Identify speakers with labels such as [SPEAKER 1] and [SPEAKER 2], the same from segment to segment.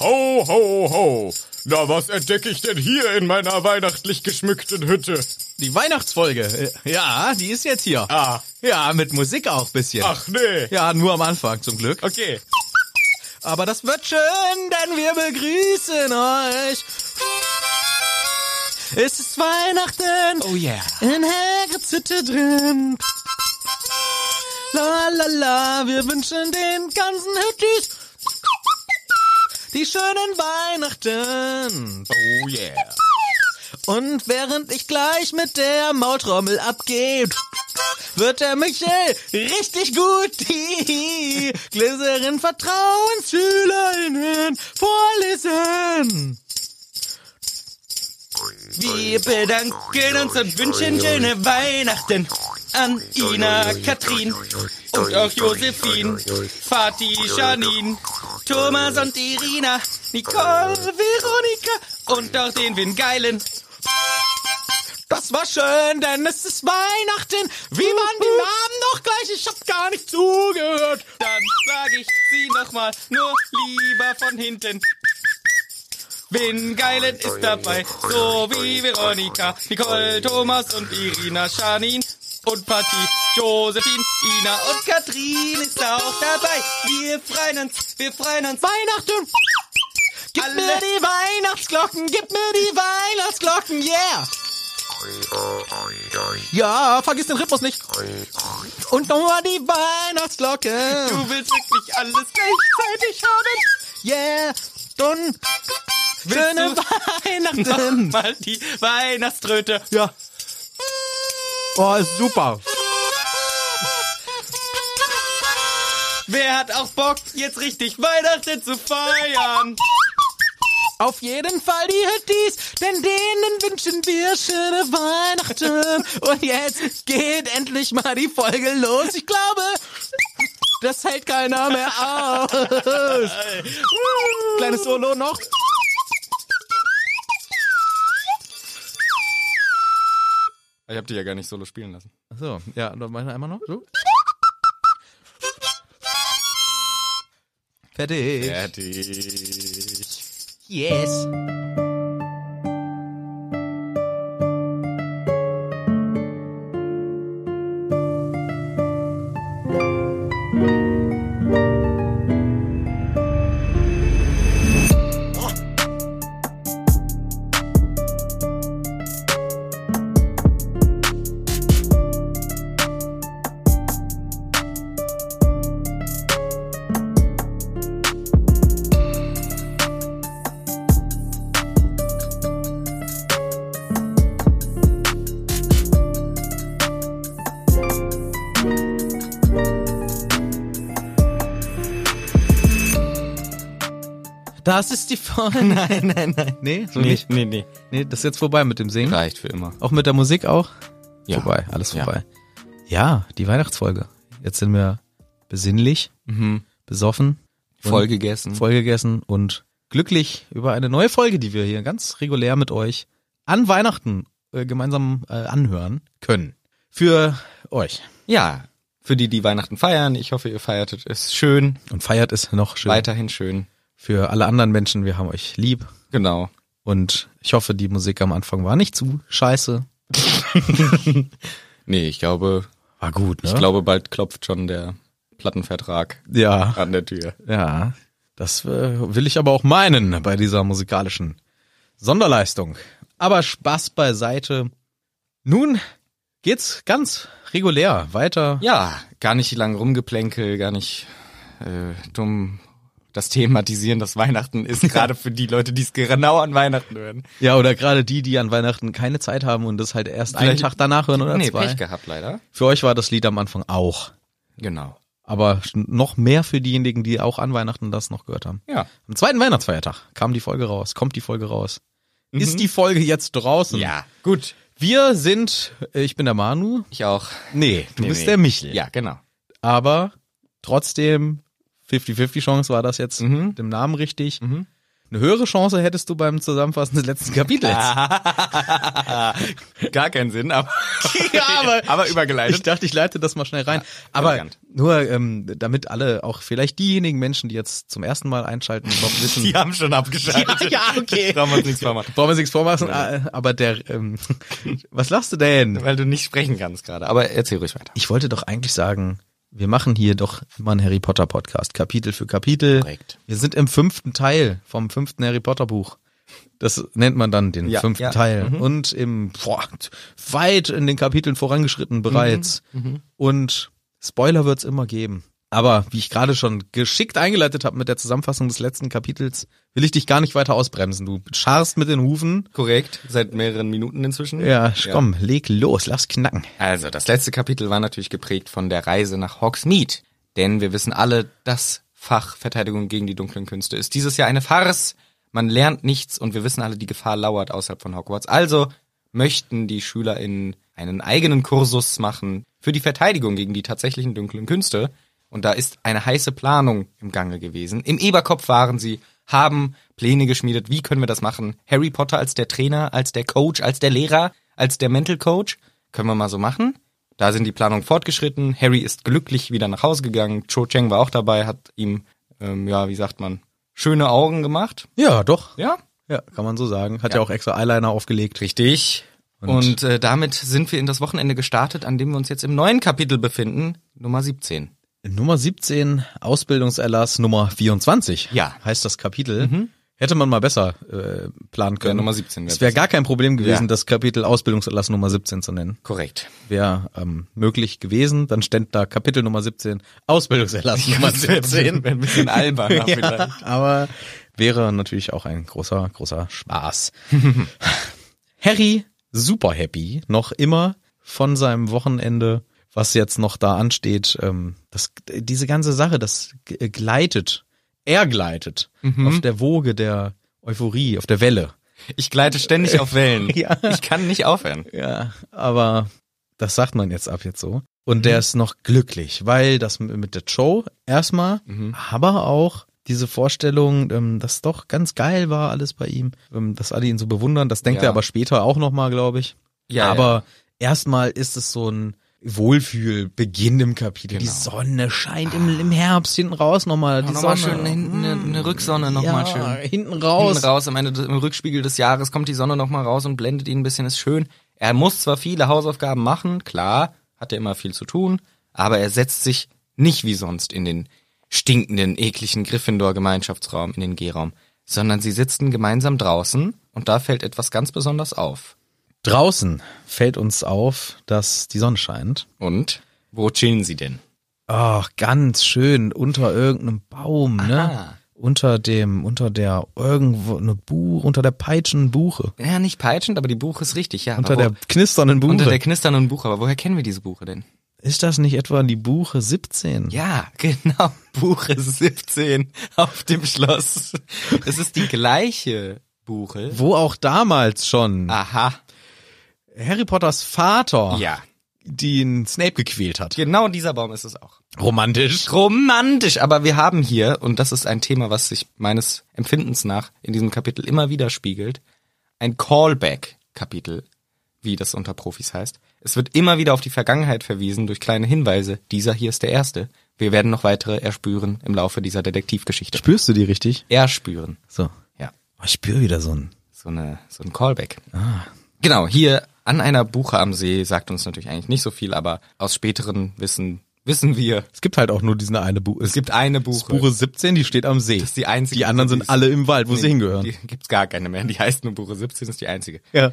[SPEAKER 1] Ho, ho, ho! Na, was entdecke ich denn hier in meiner weihnachtlich geschmückten Hütte?
[SPEAKER 2] Die Weihnachtsfolge. Äh, Ja, die ist jetzt hier.
[SPEAKER 1] Ah.
[SPEAKER 2] Ja, mit Musik auch bisschen.
[SPEAKER 1] Ach nee.
[SPEAKER 2] Ja, nur am Anfang zum Glück.
[SPEAKER 1] Okay.
[SPEAKER 2] Aber das wird schön, denn wir begrüßen euch. Es ist Weihnachten.
[SPEAKER 3] Oh yeah.
[SPEAKER 2] In Hagrids Hütte drin. La la la, wir wünschen den ganzen Hüttis die schönen Weihnachten.
[SPEAKER 3] Oh yeah.
[SPEAKER 2] Und während ich gleich mit der Maultrommel abgebe, wird der Michel richtig gut die Gläserin VertrauensschülerInnen vorlesen.
[SPEAKER 3] Wir bedanken uns und wünschen schöne Weihnachten an Ina, Katrin und auch Josephine, Fatih, Janine, Thomas und Irina, Nicole, Veronika und auch den Wingeilen.
[SPEAKER 2] Das war schön, denn es ist Weihnachten. Wie waren die Namen noch gleich? Ich hab gar nicht zugehört.
[SPEAKER 3] Dann sag ich sie nochmal, nur lieber von hinten. Wingeilen ist dabei, so wie Veronika, Nicole, Thomas und Irina, Janine und Patti, Josephine, Ina und Katrin ist auch dabei. Wir freuen uns, wir freuen uns.
[SPEAKER 2] Weihnachten. Gib
[SPEAKER 3] Alle-
[SPEAKER 2] mir die Weihnachtsglocken, gib mir die Weihnachtsglocken, yeah. Ja, vergiss den Rhythmus nicht. Und nochmal die Weihnachtsglocke,
[SPEAKER 3] Du willst wirklich alles gleichzeitig haben?
[SPEAKER 2] yeah. Und schöne Weihnachten.
[SPEAKER 3] Mal die Weihnachtsröte.
[SPEAKER 2] Ja. Oh, ist super.
[SPEAKER 3] Wer hat auch Bock, jetzt richtig Weihnachten zu feiern?
[SPEAKER 2] Auf jeden Fall die Hüttis, denn denen wünschen wir schöne Weihnachten. Und jetzt geht endlich mal die Folge los. Ich glaube, das hält keiner mehr aus. Kleines Solo noch.
[SPEAKER 1] Ich hab die ja gar nicht solo spielen lassen.
[SPEAKER 2] So, ja, dann machen wir einmal noch. So. Fertig.
[SPEAKER 1] Fertig.
[SPEAKER 2] Yes. Das ist die Folge. Nein, nein, nein. Nee, so nicht.
[SPEAKER 3] nee, nee.
[SPEAKER 2] Nee, das ist jetzt vorbei mit dem Singen.
[SPEAKER 1] Reicht für immer.
[SPEAKER 2] Auch mit der Musik auch?
[SPEAKER 1] Ja.
[SPEAKER 2] Vorbei, alles
[SPEAKER 1] Ja.
[SPEAKER 2] vorbei. Ja, die Weihnachtsfolge. Jetzt sind wir besinnlich,
[SPEAKER 1] Mhm.
[SPEAKER 2] besoffen, und
[SPEAKER 1] Voll gegessen.
[SPEAKER 2] vollgegessen und glücklich über eine neue Folge, die wir hier ganz regulär mit euch an Weihnachten äh, gemeinsam äh, anhören können. Für euch.
[SPEAKER 1] Ja. Für die, die Weihnachten feiern, ich hoffe, ihr feiertet es schön,
[SPEAKER 2] Und feiert es noch schön.
[SPEAKER 1] weiterhin schön.
[SPEAKER 2] Für alle anderen Menschen, wir haben euch lieb.
[SPEAKER 1] Genau.
[SPEAKER 2] Und ich hoffe, die Musik am Anfang war nicht zu scheiße.
[SPEAKER 1] Nee, ich glaube,
[SPEAKER 2] War gut, ne?
[SPEAKER 1] ich glaube, bald klopft schon der Plattenvertrag
[SPEAKER 2] ja.
[SPEAKER 1] an der Tür.
[SPEAKER 2] Ja, das äh, will ich aber auch meinen bei dieser musikalischen Sonderleistung. Aber Spaß beiseite. Nun geht's ganz regulär weiter.
[SPEAKER 1] Ja, gar nicht lang rumgeplänkel, gar nicht äh, dumm das thematisieren, dass Weihnachten ist, gerade für die Leute, die es genau an Weihnachten hören.
[SPEAKER 2] Ja, oder gerade die, die an Weihnachten keine Zeit haben und das halt erst einen
[SPEAKER 1] Vielleicht-
[SPEAKER 2] Tag danach hören oder
[SPEAKER 1] nee,
[SPEAKER 2] zwei.
[SPEAKER 1] Pech gehabt leider.
[SPEAKER 2] Für euch war das Lied am Anfang auch.
[SPEAKER 1] Genau.
[SPEAKER 2] Aber noch mehr für diejenigen, die auch an Weihnachten das noch gehört haben.
[SPEAKER 1] Ja.
[SPEAKER 2] Am zweiten Weihnachtsfeiertag kam die Folge raus, kommt die Folge raus. Ist die Folge jetzt draußen?
[SPEAKER 1] Mhm. Ja, gut.
[SPEAKER 2] Wir sind, äh, ich bin der Manu.
[SPEAKER 1] Ich auch.
[SPEAKER 2] Nee, du
[SPEAKER 1] Nee,
[SPEAKER 2] bist
[SPEAKER 1] nee.
[SPEAKER 2] der Michel.
[SPEAKER 1] Ja, genau.
[SPEAKER 2] aber trotzdem 50-50 Chance war das jetzt
[SPEAKER 1] Mhm.
[SPEAKER 2] mit dem Namen richtig. Eine höhere Chance hättest du beim Zusammenfassen des letzten Kapitels.
[SPEAKER 1] Gar keinen Sinn, aber,
[SPEAKER 2] Ja, aber-
[SPEAKER 1] aber übergeleitet.
[SPEAKER 2] Ich dachte, ich leite das mal schnell rein. Aber
[SPEAKER 1] elegant.
[SPEAKER 2] nur, ähm, damit alle, auch vielleicht diejenigen Menschen, die jetzt zum ersten Mal einschalten, noch wissen.
[SPEAKER 1] Die haben schon
[SPEAKER 2] Ja,
[SPEAKER 1] abgeschaltet.
[SPEAKER 2] ja, okay.
[SPEAKER 1] Brauchen wir uns nichts vormachen.
[SPEAKER 2] Brauchen wir uns nichts vormachen, ah, aber der, ähm, was lachst du denn?
[SPEAKER 1] Weil du nicht sprechen kannst gerade. Aber erzähl ruhig weiter.
[SPEAKER 2] Ich wollte doch eigentlich sagen, wir machen hier doch immer einen Harry Potter Podcast, Kapitel für Kapitel.
[SPEAKER 1] Korrekt.
[SPEAKER 2] Wir sind im fünften Teil vom fünften Harry Potter Buch. Das nennt man dann den
[SPEAKER 1] Ja,
[SPEAKER 2] fünften
[SPEAKER 1] ja,
[SPEAKER 2] Teil. Und im boah, weit in den Kapiteln vorangeschritten bereits. Und Spoiler wird's immer geben. Aber wie ich gerade schon geschickt eingeleitet habe mit der Zusammenfassung des letzten Kapitels, will ich dich gar nicht weiter ausbremsen. Du scharst mit den Hufen.
[SPEAKER 1] Korrekt, seit mehreren Minuten inzwischen.
[SPEAKER 2] Ja, komm, leg los, lass knacken.
[SPEAKER 1] Also, das letzte Kapitel war natürlich geprägt von der Reise nach Hogsmeade. Denn wir wissen alle, das Fach Verteidigung gegen die dunklen Künste ist dieses Jahr eine Farce. Man lernt nichts und wir wissen alle, die Gefahr lauert außerhalb von Hogwarts. Also möchten die SchülerInnen einen eigenen Kursus machen für die Verteidigung gegen die tatsächlichen dunklen Künste. Und da ist eine heiße Planung im Gange gewesen. Im Eberkopf waren sie, haben Pläne geschmiedet. Wie können wir das machen? Harry Potter als der Trainer, als der Coach, als der Lehrer, als der Mental Coach. Können wir mal so machen? Da sind die Planungen fortgeschritten. Harry ist glücklich wieder nach Hause gegangen. Cho Chang war auch dabei, hat ihm, ähm, ja, wie sagt man, schöne Augen gemacht.
[SPEAKER 2] Ja, doch.
[SPEAKER 1] Ja,
[SPEAKER 2] Ja, kann man so sagen. Hat ja, auch extra Eyeliner aufgelegt.
[SPEAKER 1] richtig. Und, Und äh, damit sind wir in das Wochenende gestartet, an dem wir uns jetzt im neuen Kapitel befinden, Nummer 17.
[SPEAKER 2] Nummer 17, Ausbildungserlass Nummer 24.
[SPEAKER 1] Ja. Mhm.
[SPEAKER 2] Heißt das Kapitel. Hätte man mal besser äh, planen können.
[SPEAKER 1] Nummer 17 wär
[SPEAKER 2] Es wäre
[SPEAKER 1] besser.
[SPEAKER 2] gar kein Problem gewesen,
[SPEAKER 1] Ja.
[SPEAKER 2] das Kapitel Ausbildungserlass Nummer 17 zu nennen.
[SPEAKER 1] Korrekt.
[SPEAKER 2] Wäre ähm, möglich gewesen. Dann ständ da Kapitel Nummer 17, Ausbildungserlass Nummer 17.
[SPEAKER 1] Ein bisschen albern. ja.
[SPEAKER 2] ja,
[SPEAKER 1] vielleicht.
[SPEAKER 2] aber wäre natürlich auch ein großer, großer Spaß. Harry, super happy, noch immer von seinem Wochenende, was jetzt noch da ansteht. Ähm, das, diese ganze Sache, das g- gleitet, er gleitet auf der Woge der Euphorie, auf der Welle.
[SPEAKER 1] Ich gleite ständig auf Wellen.
[SPEAKER 2] Ja.
[SPEAKER 1] Ich kann nicht aufhören.
[SPEAKER 2] Ja, aber das sagt man jetzt ab jetzt so. Und
[SPEAKER 1] Mhm.
[SPEAKER 2] der ist noch glücklich, weil das m- mit der Show erstmal,
[SPEAKER 1] Mhm.
[SPEAKER 2] aber auch diese Vorstellung, ähm, dass doch ganz geil war alles bei ihm, ähm, dass alle ihn so bewundern, das denkt
[SPEAKER 1] Ja.
[SPEAKER 2] er aber später auch nochmal, glaube ich.
[SPEAKER 1] Ja,
[SPEAKER 2] aber erstmal ist es so ein Wohlfühlbeginn im Kapitel. Die
[SPEAKER 1] Genau.
[SPEAKER 2] Sonne scheint im, im Herbst hinten raus nochmal. Die
[SPEAKER 1] Nochmal
[SPEAKER 2] Sonne
[SPEAKER 1] schön hinten eine, eine Rücksonne
[SPEAKER 2] ja,
[SPEAKER 1] nochmal schön.
[SPEAKER 2] hinten raus.
[SPEAKER 1] Hinten raus, am Ende des, im Rückspiegel des Jahres kommt die Sonne nochmal raus und blendet ihn ein bisschen, ist schön. Er muss zwar viele Hausaufgaben machen, klar, hat er immer viel zu tun, aber er setzt sich nicht wie sonst in den stinkenden, ekligen Gryffindor-Gemeinschaftsraum, in den G-Raum, sondern sie sitzen gemeinsam draußen und da fällt etwas ganz besonders auf.
[SPEAKER 2] Draußen fällt uns auf, dass die Sonne scheint.
[SPEAKER 1] Und? Wo chillen sie denn?
[SPEAKER 2] Ach, ganz schön unter irgendeinem Baum, ne?
[SPEAKER 1] Aha.
[SPEAKER 2] Unter dem, unter der irgendwo eine Buche, unter der peitschenden Buche,
[SPEAKER 1] Ja, nicht peitschend, aber die Buche ist richtig, ja.
[SPEAKER 2] unter
[SPEAKER 1] aber
[SPEAKER 2] der
[SPEAKER 1] wo,
[SPEAKER 2] knisternden Buche.
[SPEAKER 1] unter der knisternden Buche, aber woher kennen wir diese Buche denn?
[SPEAKER 2] ist das nicht etwa die Buche 17?
[SPEAKER 1] Ja, genau. Buche 17 auf dem Schloss. Es ist die gleiche Buche.
[SPEAKER 2] Wo auch damals schon
[SPEAKER 1] Aha.
[SPEAKER 2] Harry Potters Vater
[SPEAKER 1] Ah. Ja.
[SPEAKER 2] den Snape gequält hat.
[SPEAKER 1] Genau dieser Baum ist es auch.
[SPEAKER 2] Romantisch.
[SPEAKER 1] Romantisch, aber wir haben hier, und das ist ein Thema, was sich meines Empfindens nach in diesem Kapitel immer widerspiegelt, ein Callback-Kapitel, wie das unter Profis heißt. Es wird immer wieder auf die Vergangenheit verwiesen durch kleine Hinweise. Dieser hier ist der erste. Wir werden noch weitere erspüren im Laufe dieser Detektivgeschichte.
[SPEAKER 2] Spürst du die richtig?
[SPEAKER 1] Erspüren.
[SPEAKER 2] So.
[SPEAKER 1] Ja.
[SPEAKER 2] Oh, ich spür wieder so ein.
[SPEAKER 1] so, eine, so ein Callback. Genau, hier an einer Buche am See sagt uns natürlich eigentlich nicht so viel, aber aus späteren Wissen wissen wir,
[SPEAKER 2] Es gibt halt auch nur diese eine Buche.
[SPEAKER 1] es gibt eine Buche.
[SPEAKER 2] Buche 17, die steht am See.
[SPEAKER 1] ist die einzige,
[SPEAKER 2] Die anderen
[SPEAKER 1] die
[SPEAKER 2] sind
[SPEAKER 1] ist-
[SPEAKER 2] alle im Wald, wo sie hingehören.
[SPEAKER 1] Die gibt's gar keine mehr. Die heißt nur Buche 17, ist die einzige.
[SPEAKER 2] ja.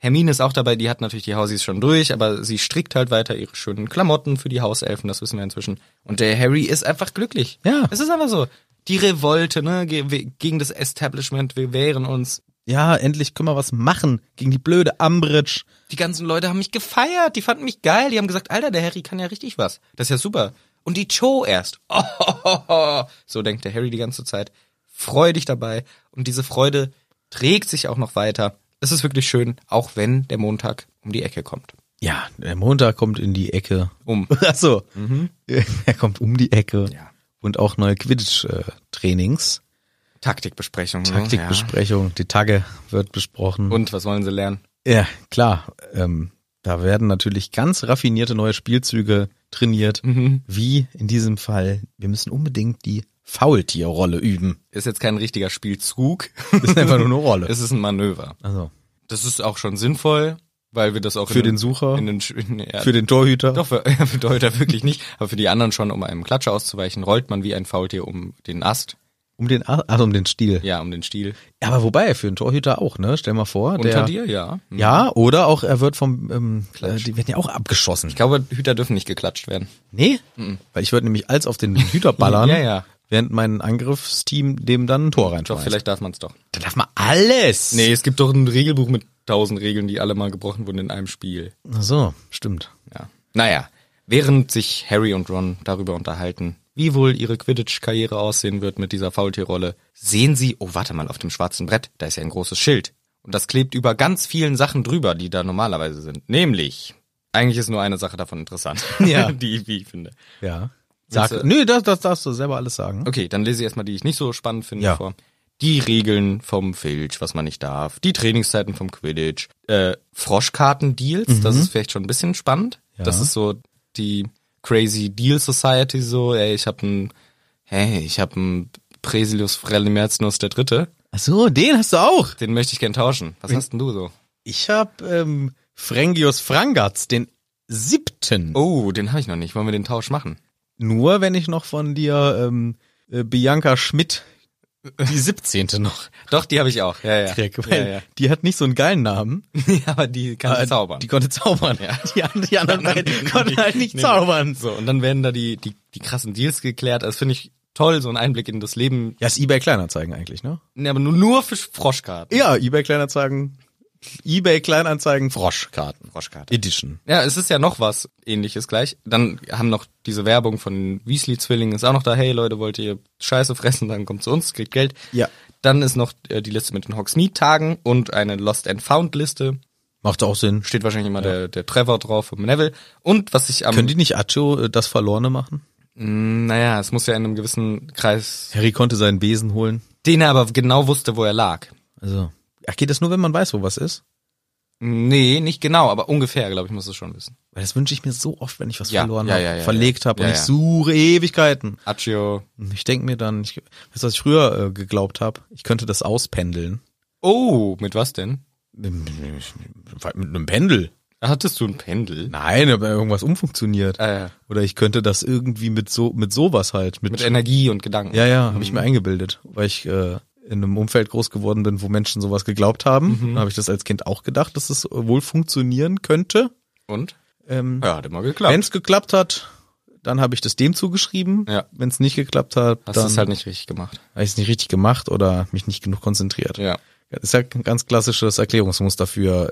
[SPEAKER 1] Hermine ist auch dabei, die hat natürlich die Hausies schon durch, aber sie strickt halt weiter ihre schönen Klamotten für die Hauselfen, das wissen wir inzwischen. Und der Harry ist einfach glücklich.
[SPEAKER 2] Ja.
[SPEAKER 1] Es ist einfach so. Die Revolte, ne, ge- we- gegen das Establishment, wir wehren uns.
[SPEAKER 2] Ja, endlich können wir was machen gegen die blöde Umbridge.
[SPEAKER 1] Die ganzen Leute haben mich gefeiert, die fanden mich geil, die haben gesagt, Alter, der Harry kann ja richtig was. Das ist ja super. Und die Cho erst. Oh, So denkt der Harry die ganze Zeit. Freudig dabei. Und diese Freude trägt sich auch noch weiter. Es ist wirklich schön, auch wenn der Montag um die Ecke kommt.
[SPEAKER 2] Ja, der Montag kommt in die Ecke.
[SPEAKER 1] Um. Mhm.
[SPEAKER 2] Ach so. Er kommt um die Ecke.
[SPEAKER 1] Ja. Oh,
[SPEAKER 2] Und auch neue Quidditch-Trainings.
[SPEAKER 1] Taktikbesprechung. ne?
[SPEAKER 2] Taktikbesprechung, die Tage wird besprochen.
[SPEAKER 1] Ja. Und was wollen sie lernen?
[SPEAKER 2] Ja, klar. Ähm, da werden natürlich ganz raffinierte neue Spielzüge trainiert,
[SPEAKER 1] Mhm.
[SPEAKER 2] wie in diesem Fall. Wir müssen unbedingt die Faultierrolle üben.
[SPEAKER 1] Ist jetzt kein richtiger Spielzug.
[SPEAKER 2] Das ist einfach nur eine Rolle.
[SPEAKER 1] es ist ein Manöver.
[SPEAKER 2] Also
[SPEAKER 1] Das ist auch schon sinnvoll, weil wir das auch
[SPEAKER 2] Für den Sucher?
[SPEAKER 1] in den, Sch- in, ja,
[SPEAKER 2] für den Torhüter.
[SPEAKER 1] doch für, für Deuter wirklich nicht, aber für die anderen schon, um einem Klatscher auszuweichen, rollt man wie ein Faultier um den Ast,
[SPEAKER 2] Um den, A- also um den Stiel.
[SPEAKER 1] ja um den Stiel.
[SPEAKER 2] Aber wobei, für den Torhüter auch, ne? Stell mal vor, der,
[SPEAKER 1] Unter dir, ja. Mhm.
[SPEAKER 2] Ja, oder auch er wird vom, ähm, äh, die werden ja auch abgeschossen.
[SPEAKER 1] Ich glaube, Hüter dürfen nicht geklatscht werden.
[SPEAKER 2] Nee? Weil ich würde nämlich als auf den Hüter ballern,
[SPEAKER 1] Ja, ja.
[SPEAKER 2] während mein Angriffsteam dem dann ein Tor
[SPEAKER 1] Doch,
[SPEAKER 2] reinschmeißt.
[SPEAKER 1] vielleicht darf man es doch.
[SPEAKER 2] Dann darf man alles.
[SPEAKER 1] Nee, es gibt doch ein Regelbuch mit tausend Regeln, die alle mal gebrochen wurden in einem Spiel.
[SPEAKER 2] Ach so, stimmt.
[SPEAKER 1] Ja. Naja, während sich Harry und Ron darüber unterhalten, wie wohl ihre Quidditch-Karriere aussehen wird mit dieser Faultierrolle, sehen sie, oh warte mal, auf dem schwarzen Brett, da ist ja ein großes Schild. Und das klebt über ganz vielen Sachen drüber, die da normalerweise sind. Nämlich, eigentlich ist nur eine Sache davon interessant,
[SPEAKER 2] Ja.
[SPEAKER 1] die wie ich finde.
[SPEAKER 2] Ja. Sag,
[SPEAKER 1] Willst du-
[SPEAKER 2] nö, das, das darfst du selber alles sagen.
[SPEAKER 1] Okay, dann lese ich erstmal die ich nicht so spannend finde
[SPEAKER 2] Ja.
[SPEAKER 1] vor. Die Regeln vom Filch, was man nicht darf, die Trainingszeiten vom Quidditch, äh,
[SPEAKER 2] Mhm.
[SPEAKER 1] Froschkarten-Deals, das ist vielleicht schon ein bisschen spannend. Das ist so die crazy Deal Society, so, ey, ich hab ein, hey, ich hab ein Presilius Frelimerzinus der Dritte,
[SPEAKER 2] Ach so, den hast du auch.
[SPEAKER 1] den möchte ich gern tauschen. Was hast denn du so?
[SPEAKER 2] Ich hab, ähm, Frengius Frangatz, den siebten.
[SPEAKER 1] Oh, den habe ich noch nicht. Wollen wir den Tausch machen?
[SPEAKER 2] Nur wenn ich noch von dir, ähm, äh, Bianca Schmidt, die siebzehnte noch
[SPEAKER 1] Doch, die habe ich auch. Ja, ja.
[SPEAKER 2] krieg, weil
[SPEAKER 1] ja, ja.
[SPEAKER 2] die hat nicht so einen geilen Namen.
[SPEAKER 1] ja aber die kann
[SPEAKER 2] Äh,
[SPEAKER 1] zaubern.
[SPEAKER 2] Die konnte zaubern, ja. Die, an- die anderen beiden konnten halt nicht
[SPEAKER 1] Nee.
[SPEAKER 2] zaubern.
[SPEAKER 1] So, und dann werden da die, die, die krassen Deals geklärt. Das finde ich toll, so ein Einblick in das Leben.
[SPEAKER 2] Ja, ist eBay Kleinanzeigen eigentlich, ne?
[SPEAKER 1] Nee, aber nur, nur für Froschkarten.
[SPEAKER 2] Ja, eBay Kleinanzeigen, eBay Kleinanzeigen, Froschkarten.
[SPEAKER 1] Froschkarte.
[SPEAKER 2] Edition.
[SPEAKER 1] Ja, es ist ja noch was ähnliches gleich. Dann haben noch diese Werbung von Weasley-Zwillingen, ist auch noch da, hey Leute, wollt ihr Scheiße fressen, dann kommt zu uns, kriegt Geld.
[SPEAKER 2] Ja.
[SPEAKER 1] Dann ist noch äh, die Liste mit den Hogsmeade-Tagen und eine Lost and Found-Liste.
[SPEAKER 2] Macht auch Sinn.
[SPEAKER 1] Steht wahrscheinlich immer der, der Trevor drauf vom Neville. Und was ich am...
[SPEAKER 2] Können die nicht Acho äh, das Verlorene machen?
[SPEAKER 1] naja, es muss ja in einem gewissen Kreis...
[SPEAKER 2] Harry konnte seinen Besen holen.
[SPEAKER 1] Den er aber genau wusste, wo er lag.
[SPEAKER 2] Also. Ach, geht das nur, wenn man weiß, wo was ist?
[SPEAKER 1] Nee, nicht genau, aber ungefähr, glaube ich, muss es schon wissen.
[SPEAKER 2] Weil das wünsche ich mir so oft, wenn ich was
[SPEAKER 1] Ja,
[SPEAKER 2] verloren
[SPEAKER 1] ja,
[SPEAKER 2] habe,
[SPEAKER 1] ja, ja,
[SPEAKER 2] verlegt
[SPEAKER 1] ja.
[SPEAKER 2] habe und
[SPEAKER 1] Ja,
[SPEAKER 2] ich
[SPEAKER 1] ja.
[SPEAKER 2] suche Ewigkeiten.
[SPEAKER 1] Accio.
[SPEAKER 2] Und Ich denke mir dann, ich, weißt du, was ich früher äh, geglaubt habe? Ich könnte das auspendeln.
[SPEAKER 1] Oh, mit was denn?
[SPEAKER 2] Mit, mit, mit einem Pendel.
[SPEAKER 1] Hattest du ein Pendel?
[SPEAKER 2] Nein, aber irgendwas umfunktioniert.
[SPEAKER 1] Ah, ja.
[SPEAKER 2] Oder ich könnte das irgendwie mit so mit sowas halt mit,
[SPEAKER 1] Mit Energie Mhm. und Gedanken.
[SPEAKER 2] ja ja habe ich mir eingebildet, weil ich äh, in einem Umfeld groß geworden bin, wo Menschen sowas geglaubt haben,
[SPEAKER 1] Mhm.
[SPEAKER 2] Dann habe ich das als Kind auch gedacht, dass es wohl funktionieren könnte.
[SPEAKER 1] Und?
[SPEAKER 2] Ähm,
[SPEAKER 1] Ja, hat immer geklappt.
[SPEAKER 2] Wenn es geklappt hat, dann habe ich das dem zugeschrieben.
[SPEAKER 1] Ja.
[SPEAKER 2] Wenn es nicht geklappt hat,
[SPEAKER 1] Hast du
[SPEAKER 2] dann
[SPEAKER 1] es halt nicht richtig gemacht.
[SPEAKER 2] habe ich es nicht richtig gemacht oder mich nicht genug konzentriert.
[SPEAKER 1] Ja.
[SPEAKER 2] Das ist ja ein ganz klassisches Erklärungsmuster für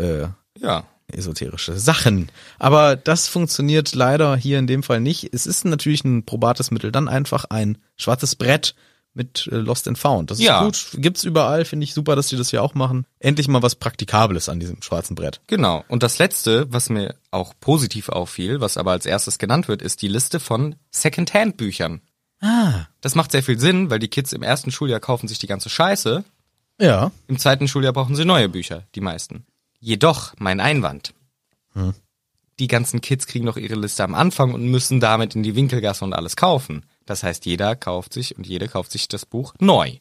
[SPEAKER 2] äh,
[SPEAKER 1] Ja.
[SPEAKER 2] esoterische Sachen. Aber das funktioniert leider hier in dem Fall nicht. Es ist natürlich ein probates Mittel. Dann einfach ein schwarzes Brett mit äh, Lost and Found. Das ist
[SPEAKER 1] Ja.
[SPEAKER 2] gut. Gibt's überall. Finde ich super, dass die das hier auch machen. Endlich mal was Praktikables an diesem schwarzen Brett.
[SPEAKER 1] Genau. Und das letzte, was mir auch positiv auffiel, was aber als erstes genannt wird, ist die Liste von Secondhand-Büchern.
[SPEAKER 2] Ah.
[SPEAKER 1] Das macht sehr viel Sinn, weil die Kids im ersten Schuljahr kaufen sich die ganze Scheiße
[SPEAKER 2] Ja.
[SPEAKER 1] Im zweiten Schuljahr brauchen sie neue Bücher, die meisten. Jedoch, mein Einwand.
[SPEAKER 2] Hm.
[SPEAKER 1] Die ganzen Kids kriegen doch ihre Liste am Anfang und müssen damit in die Winkelgasse und alles kaufen. Das heißt, jeder kauft sich und jede kauft sich das Buch neu.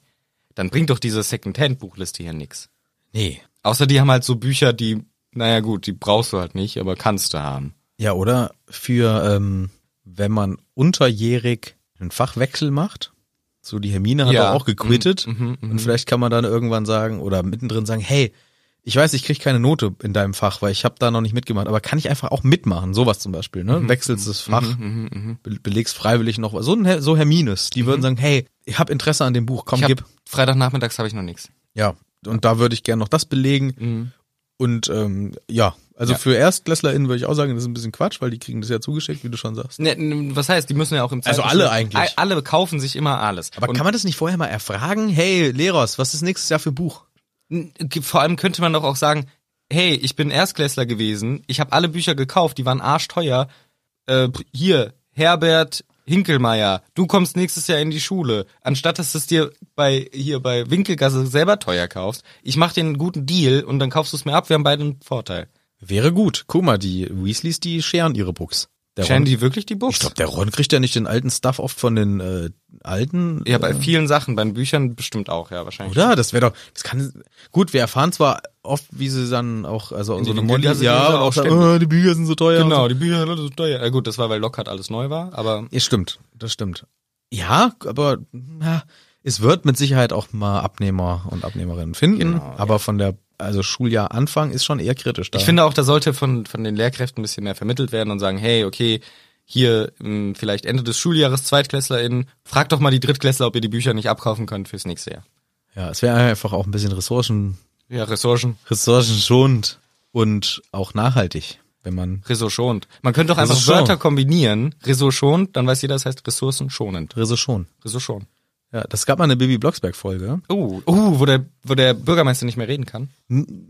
[SPEAKER 1] Dann bringt doch diese Second-Hand-Buchliste hier nix.
[SPEAKER 2] Nee.
[SPEAKER 1] Außer die haben halt so Bücher, die, naja gut, die brauchst du halt nicht, aber kannst du haben.
[SPEAKER 2] Ja, oder für, ähm, wenn man unterjährig einen Fachwechsel macht. So, die Hermine hat
[SPEAKER 1] Ja. Mhm,
[SPEAKER 2] doch auch gequittet. und vielleicht kann man dann irgendwann sagen oder mittendrin sagen, hey, ich weiß, ich krieg keine Note in deinem Fach, weil ich habe da noch nicht mitgemacht, aber kann ich einfach auch mitmachen? Sowas zum Beispiel, ne?
[SPEAKER 1] Mhm.
[SPEAKER 2] Wechselst das Fach, be belegst freiwillig noch was. So, ein Her- so Hermines, die würden sagen, hey, ich habe Interesse an dem Buch, komm,
[SPEAKER 1] Mhm. Ich hab,
[SPEAKER 2] gib.
[SPEAKER 1] Freitagnachmittags habe ich noch nix.
[SPEAKER 2] Ja, und da würde ich gerne noch das belegen. Und ähm, Mhm. ja, also für ErstklässlerInnen würde ich auch sagen, das ist ein bisschen Quatsch, weil die kriegen das ja zugeschickt, wie du schon sagst.
[SPEAKER 1] Ne, ne, was heißt, die müssen ja auch im zweiten
[SPEAKER 2] Also alle
[SPEAKER 1] Schuljahr-
[SPEAKER 2] eigentlich.
[SPEAKER 1] Alle kaufen sich immer alles.
[SPEAKER 2] Aber kann man das nicht vorher mal erfragen? Hey, Leros, was ist nächstes Jahr für Buch?
[SPEAKER 1] Vor allem könnte man doch auch sagen, hey, ich bin Erstklässler gewesen, ich habe alle Bücher gekauft, die waren arschteuer. Äh, hier, Herbert, Hinkelmeier, du kommst nächstes Jahr in die Schule. Anstatt dass du es dir bei hier bei Winkelgasse selber teuer kaufst, ich mach dir einen guten Deal und dann kaufst du es mir ab, wir haben beide einen Vorteil.
[SPEAKER 2] Wäre gut. Guck mal, die Weasleys, die scheren ihre Buchs. Der
[SPEAKER 1] Scheren
[SPEAKER 2] Ron,
[SPEAKER 1] die wirklich die
[SPEAKER 2] ich
[SPEAKER 1] Buchs?
[SPEAKER 2] glaube, der Ron kriegt ja nicht den alten Stuff oft von den äh, alten.
[SPEAKER 1] Ja, bei
[SPEAKER 2] äh,
[SPEAKER 1] vielen Sachen, bei den Büchern bestimmt auch, ja, wahrscheinlich.
[SPEAKER 2] Oder? Das wäre doch, das kann, gut, wir erfahren zwar oft, wie sie dann auch, also so
[SPEAKER 1] die
[SPEAKER 2] eine Molly,
[SPEAKER 1] Winkelgasse
[SPEAKER 2] ja,
[SPEAKER 1] gehen sie
[SPEAKER 2] und
[SPEAKER 1] auch
[SPEAKER 2] auch sagen,
[SPEAKER 1] ständig.
[SPEAKER 2] äh, die Bücher sind so teuer. und
[SPEAKER 1] Genau, die Bücher sind so teuer. Ja, gut, das war, weil Lockhart alles neu war, aber
[SPEAKER 2] Ja, stimmt, das stimmt. Ja, aber na, es wird mit Sicherheit auch mal Abnehmer und Abnehmerinnen finden,
[SPEAKER 1] Genau,
[SPEAKER 2] aber von der also Schuljahr Anfang ist schon eher kritisch da.
[SPEAKER 1] ich finde auch, da sollte von, von den Lehrkräften ein bisschen mehr vermittelt werden und sagen, hey, okay, hier mh, vielleicht Ende des Schuljahres ZweitklässlerInnen, fragt doch mal die Drittklässler, ob ihr die Bücher nicht abkaufen könnt fürs nächste Jahr.
[SPEAKER 2] ja, es wäre einfach auch ein bisschen Ressourcen
[SPEAKER 1] Ja, Ressourcen,
[SPEAKER 2] ressourcenschonend und auch nachhaltig, wenn man
[SPEAKER 1] ressourcenschonend. Man könnte doch einfach
[SPEAKER 2] Ressourcenschonend.
[SPEAKER 1] Wörter kombinieren, ressourcenschonend, dann weiß jeder, es heißt ressourcenschonend.
[SPEAKER 2] Risse schon.
[SPEAKER 1] Ressourcenschonend.
[SPEAKER 2] Ja, das gab mal eine Bibi Blocksberg Folge.
[SPEAKER 1] Oh, oh, wo der, wo der Bürgermeister nicht mehr reden kann.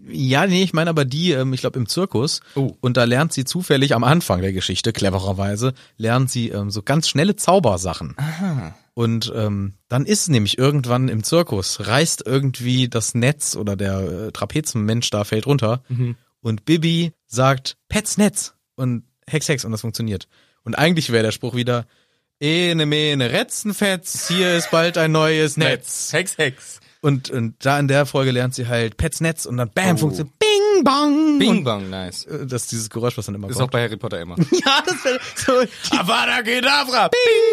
[SPEAKER 2] Ja, nee, ich meine aber die, ähm, ich glaube im Zirkus.
[SPEAKER 1] Oh.
[SPEAKER 2] Und da lernt sie zufällig am Anfang der Geschichte, clevererweise, lernt sie ähm, so ganz schnelle Zaubersachen. Aha. Und ähm, dann ist nämlich irgendwann im Zirkus, reißt irgendwie das Netz oder der äh, Trapezmensch da fällt runter. Und Bibi sagt, Pets Netz und Hex Hex und das funktioniert. Und eigentlich wäre der Spruch wieder, Ene mene Retzenfetz, hier ist bald ein neues Netz.
[SPEAKER 1] Hex, Hex.
[SPEAKER 2] Und, und da in der Folge lernt sie halt Pets Netz und dann bam, funktioniert Bing Bang.
[SPEAKER 1] Oh. Bing bang, nice.
[SPEAKER 2] Und, äh, das ist dieses Geräusch, was dann immer
[SPEAKER 1] Ist auch
[SPEAKER 2] kommt.
[SPEAKER 1] bei Harry Potter immer.
[SPEAKER 2] ja, das wäre so.
[SPEAKER 1] Avada Kedavra!
[SPEAKER 2] Bing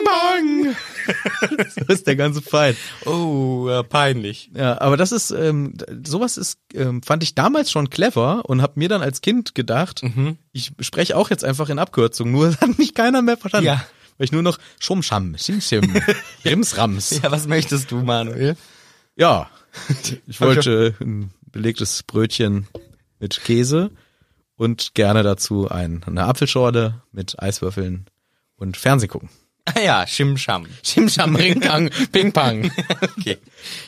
[SPEAKER 2] Bang. so ist der ganze Fight.
[SPEAKER 1] Oh, äh, peinlich.
[SPEAKER 2] Ja, aber das ist, ähm, d- sowas ist, ähm, fand ich damals schon clever und hab mir dann als Kind gedacht,
[SPEAKER 1] Mhm.
[SPEAKER 2] ich spreche auch jetzt einfach in Abkürzung, nur hat mich keiner mehr verstanden.
[SPEAKER 1] Ja.
[SPEAKER 2] Weil ich nur noch Schumscham, Schimschim, Rimsrams.
[SPEAKER 1] Ja, was möchtest du, Manuel?
[SPEAKER 2] Ja, ich wollte äh, ein belegtes Brötchen mit Käse und gerne dazu ein, eine Apfelschorle mit Eiswürfeln und Fernseh gucken.
[SPEAKER 1] Ah ja, Schimscham.
[SPEAKER 2] Schimscham, Ringgang, Ping Pang.
[SPEAKER 1] Okay.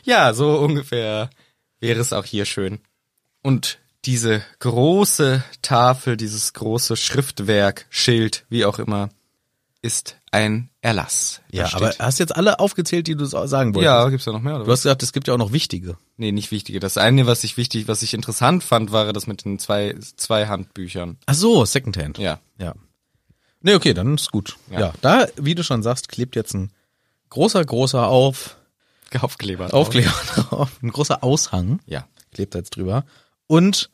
[SPEAKER 1] Ja, so ungefähr wäre es auch hier schön. Und diese große Tafel, dieses große Schriftwerk, Schild, wie auch immer, ist ein Erlass. Da
[SPEAKER 2] Ja,
[SPEAKER 1] steht-
[SPEAKER 2] aber hast jetzt alle aufgezählt, die du sa- sagen wolltest?
[SPEAKER 1] ja, gibt's da noch mehr oder?
[SPEAKER 2] Du
[SPEAKER 1] Was?
[SPEAKER 2] hast gesagt, es gibt ja auch noch wichtige.
[SPEAKER 1] Nee, nicht wichtige. Das eine, was ich wichtig, was ich interessant fand, war das mit den zwei zwei Handbüchern.
[SPEAKER 2] Ach so, Secondhand.
[SPEAKER 1] Ja.
[SPEAKER 2] Ja. Nee, okay, dann ist gut. Ja.
[SPEAKER 1] Ja.
[SPEAKER 2] da, wie du schon sagst, klebt jetzt ein großer, großer Auf,
[SPEAKER 1] Aufkleber. drauf.
[SPEAKER 2] Aufkleber drauf, ein großer Aushang.
[SPEAKER 1] Ja.
[SPEAKER 2] klebt da jetzt drüber. Und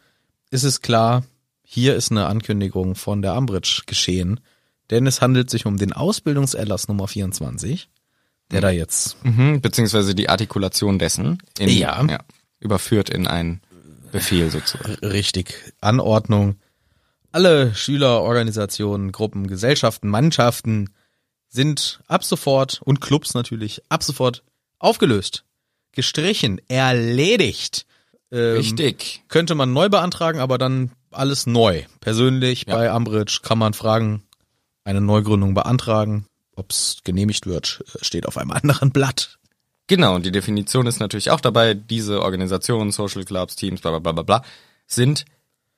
[SPEAKER 2] es ist klar, hier ist eine Ankündigung von der Ambridge geschehen, denn es handelt sich um den Ausbildungserlass Nummer 24, der da jetzt
[SPEAKER 1] Mhm, beziehungsweise die Artikulation dessen in,
[SPEAKER 2] Ja.
[SPEAKER 1] überführt in einen Befehl sozusagen.
[SPEAKER 2] richtig Anordnung. Alle Schüler, Organisationen, Gruppen, Gesellschaften, Mannschaften sind ab sofort und Clubs natürlich ab sofort aufgelöst, gestrichen, erledigt. Ähm,
[SPEAKER 1] Richtig.
[SPEAKER 2] könnte man neu beantragen, aber dann alles neu. Persönlich
[SPEAKER 1] Ja.
[SPEAKER 2] bei Ambridge kann man fragen, eine Neugründung beantragen. Ob es genehmigt wird, steht auf einem anderen Blatt.
[SPEAKER 1] Genau, und die Definition ist natürlich auch dabei, diese Organisationen, Social Clubs, Teams, bla bla bla bla bla, sind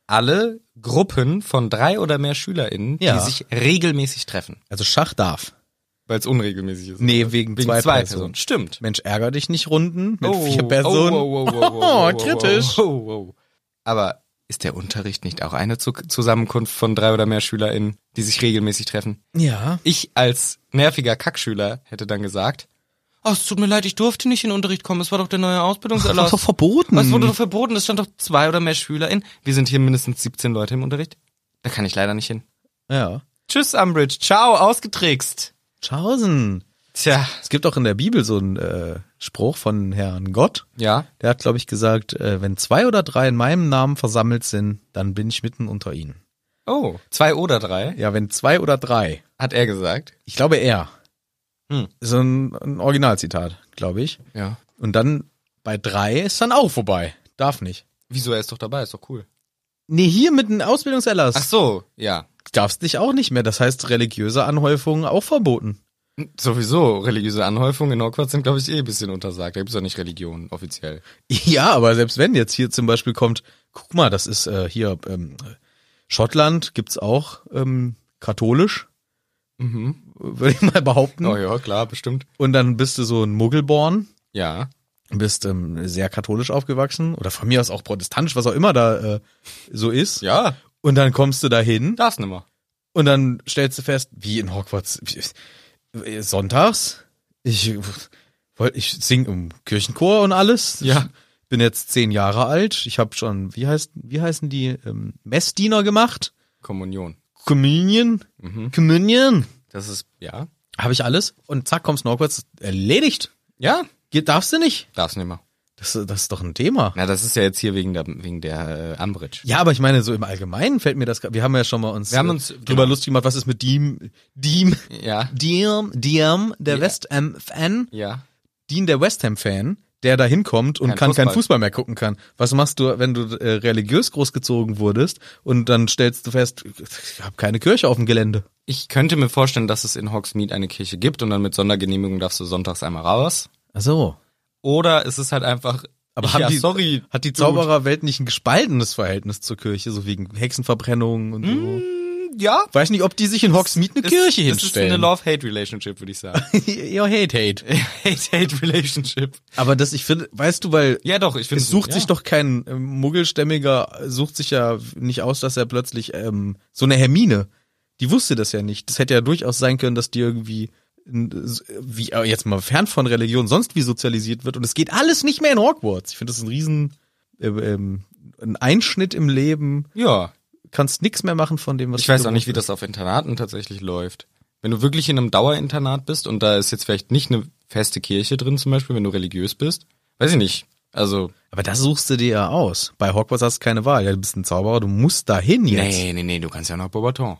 [SPEAKER 1] alle Gruppen von drei oder mehr SchülerInnen,
[SPEAKER 2] Ja.
[SPEAKER 1] die sich regelmäßig treffen.
[SPEAKER 2] Also Schach darf.
[SPEAKER 1] Weil es unregelmäßig ist.
[SPEAKER 2] Nee, wegen,
[SPEAKER 1] Wegen
[SPEAKER 2] zwei,
[SPEAKER 1] zwei
[SPEAKER 2] Personen.
[SPEAKER 1] Personen. Stimmt.
[SPEAKER 2] Mensch, ärger dich nicht runden mit vier Personen.
[SPEAKER 1] Oh, oh, oh, oh, oh, oh, oh,
[SPEAKER 2] kritisch.
[SPEAKER 1] Oh, oh, oh. Aber ist der Unterricht nicht auch eine Zu Zusammenkunft von drei oder mehr SchülerInnen, die sich regelmäßig treffen?
[SPEAKER 2] Ja.
[SPEAKER 1] Ich als nerviger Kackschüler hätte dann gesagt, oh, es tut mir leid, ich durfte nicht in den Unterricht kommen, es war doch der neue
[SPEAKER 2] Das ist doch
[SPEAKER 1] Ausbildungserlass.
[SPEAKER 2] verboten.
[SPEAKER 1] Was wurde doch verboten? Es stand doch zwei oder mehr Schüler in. Wir sind hier mindestens 17 Leute im Unterricht. Da kann ich leider nicht hin.
[SPEAKER 2] ja.
[SPEAKER 1] Tschüss, Umbridge. Ciao, ausgetrickst.
[SPEAKER 2] Schausen.
[SPEAKER 1] Tja,
[SPEAKER 2] Es gibt auch in der Bibel so einen äh, Spruch von Herrn Gott.
[SPEAKER 1] ja.
[SPEAKER 2] Der hat, glaube ich, gesagt, äh, wenn zwei oder drei in meinem Namen versammelt sind, dann bin ich mitten unter ihnen.
[SPEAKER 1] Oh, zwei oder drei,
[SPEAKER 2] Ja, wenn zwei oder drei
[SPEAKER 1] hat er gesagt.
[SPEAKER 2] Ich glaube er.
[SPEAKER 1] Hm.
[SPEAKER 2] So ein, ein Originalzitat, glaube ich.
[SPEAKER 1] Ja.
[SPEAKER 2] Und dann bei drei ist dann auch vorbei. Darf nicht.
[SPEAKER 1] Wieso, er ist doch dabei, ist doch cool.
[SPEAKER 2] Nee, hier mit einem Ausbildungserlass
[SPEAKER 1] Ach so, ja.
[SPEAKER 2] darfst dich auch nicht mehr. Das heißt, religiöse Anhäufungen auch verboten.
[SPEAKER 1] Sowieso, religiöse Anhäufungen in Hogwarts sind, glaube ich, eh ein bisschen untersagt. Da gibt's doch nicht Religion offiziell.
[SPEAKER 2] Ja, aber selbst wenn jetzt hier zum Beispiel kommt, guck mal, das ist äh, hier ähm, Schottland gibt's auch ähm, katholisch. würde ich mal behaupten.
[SPEAKER 1] Mhm. Oh ja, klar, bestimmt.
[SPEAKER 2] Und dann bist du so ein Muggelborn,
[SPEAKER 1] Ja.
[SPEAKER 2] bist ähm, sehr katholisch aufgewachsen oder von mir aus auch protestantisch, was auch immer da äh, so ist.
[SPEAKER 1] Ja,
[SPEAKER 2] Und dann kommst du dahin
[SPEAKER 1] darf's nimmer.
[SPEAKER 2] und dann stellst du fest, wie in Hogwarts, wie, sonntags, ich, wollt- ich sing im Kirchenchor und alles.
[SPEAKER 1] Ja.
[SPEAKER 2] Ich bin jetzt zehn Jahre alt. Ich habe schon, wie heißt, wie heißen die, ähm, Messdiener gemacht?
[SPEAKER 1] Kommunion.
[SPEAKER 2] Communion?
[SPEAKER 1] Mhm.
[SPEAKER 2] Communion?
[SPEAKER 1] Das ist, ja.
[SPEAKER 2] Habe ich alles. Und zack, kommst du in Hogwarts, erledigt.
[SPEAKER 1] Ja,
[SPEAKER 2] Geht, darfst du nicht.
[SPEAKER 1] darf's nimmer.
[SPEAKER 2] Das, das ist doch ein Thema.
[SPEAKER 1] Na, das ist ja jetzt hier wegen der, wegen der äh, Ambridge.
[SPEAKER 2] Ja, aber ich meine, so im Allgemeinen fällt mir das, gra- wir haben ja schon mal uns,
[SPEAKER 1] Wir haben
[SPEAKER 2] äh,
[SPEAKER 1] uns- genau.
[SPEAKER 2] drüber lustig gemacht, was ist mit Diem, Diem,
[SPEAKER 1] Ja.
[SPEAKER 2] Diem, Diem, der
[SPEAKER 1] Ja.
[SPEAKER 2] West Ham Fan,
[SPEAKER 1] Ja.
[SPEAKER 2] Dean, der West Ham Fan, der da hinkommt und
[SPEAKER 1] Kein
[SPEAKER 2] kann keinen
[SPEAKER 1] Fußball.
[SPEAKER 2] Fußball mehr gucken kann. Was machst du, wenn du äh, religiös großgezogen wurdest und dann stellst du fest, ich habe keine Kirche auf dem Gelände.
[SPEAKER 1] Ich könnte mir vorstellen, dass es in Hogsmeade eine Kirche gibt und dann mit Sondergenehmigung darfst du sonntags einmal raus.
[SPEAKER 2] Ach so.
[SPEAKER 1] Oder es ist halt einfach,
[SPEAKER 2] Aber
[SPEAKER 1] ja,
[SPEAKER 2] haben die,
[SPEAKER 1] sorry.
[SPEAKER 2] hat die
[SPEAKER 1] Dude.
[SPEAKER 2] Zaubererwelt nicht ein gespaltenes Verhältnis zur Kirche, so wegen Hexenverbrennungen und so?
[SPEAKER 1] Ja.
[SPEAKER 2] Weiß nicht, ob die sich in Hogsmeade eine
[SPEAKER 1] Es-
[SPEAKER 2] Kirche
[SPEAKER 1] es ist eine
[SPEAKER 2] hinstellen.
[SPEAKER 1] Love-Hate-Relationship, würde ich sagen.
[SPEAKER 2] Your hate, hate.
[SPEAKER 1] Hate-Hate-Relationship.
[SPEAKER 2] Aber das, ich finde, weißt du, weil
[SPEAKER 1] Ja, doch, ich finde
[SPEAKER 2] es sucht
[SPEAKER 1] ja.
[SPEAKER 2] sich doch kein ähm, Muggelstämmiger, äh, sucht sich ja nicht aus, dass er plötzlich ähm, so eine Hermine, die wusste das ja nicht. Das hätte ja durchaus sein können, dass die irgendwie n- s- wie äh, jetzt mal fern von Religion sonst wie sozialisiert wird und es geht alles nicht mehr in Hogwarts. Ich finde das ist ein riesen äh, ähm, ein Einschnitt im Leben.
[SPEAKER 1] Ja.
[SPEAKER 2] Kannst nichts mehr machen von dem, was
[SPEAKER 1] Ich
[SPEAKER 2] du
[SPEAKER 1] weiß auch nicht, wie
[SPEAKER 2] gewohnt
[SPEAKER 1] das auf Internaten tatsächlich läuft. Wenn du wirklich in einem Dauerinternat bist und da ist jetzt vielleicht nicht eine feste Kirche drin, zum Beispiel, wenn du religiös bist, weiß ich nicht. Also,
[SPEAKER 2] bist. Aber das suchst du dir ja aus. Bei Hogwarts hast du keine Wahl. Ja, du bist ein Zauberer, du musst dahin jetzt.
[SPEAKER 1] nee, nee, nee, du kannst ja nach Bobaton.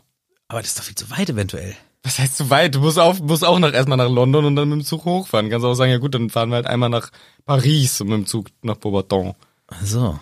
[SPEAKER 2] Aber das ist doch viel zu weit eventuell.
[SPEAKER 1] Was heißt zu weit? Du musst, auf, musst auch noch erstmal nach London und dann mit dem Zug hochfahren. Kannst auch sagen, ja gut, dann fahren wir halt einmal nach Paris und mit dem Zug nach Bobaton.
[SPEAKER 2] Ach So.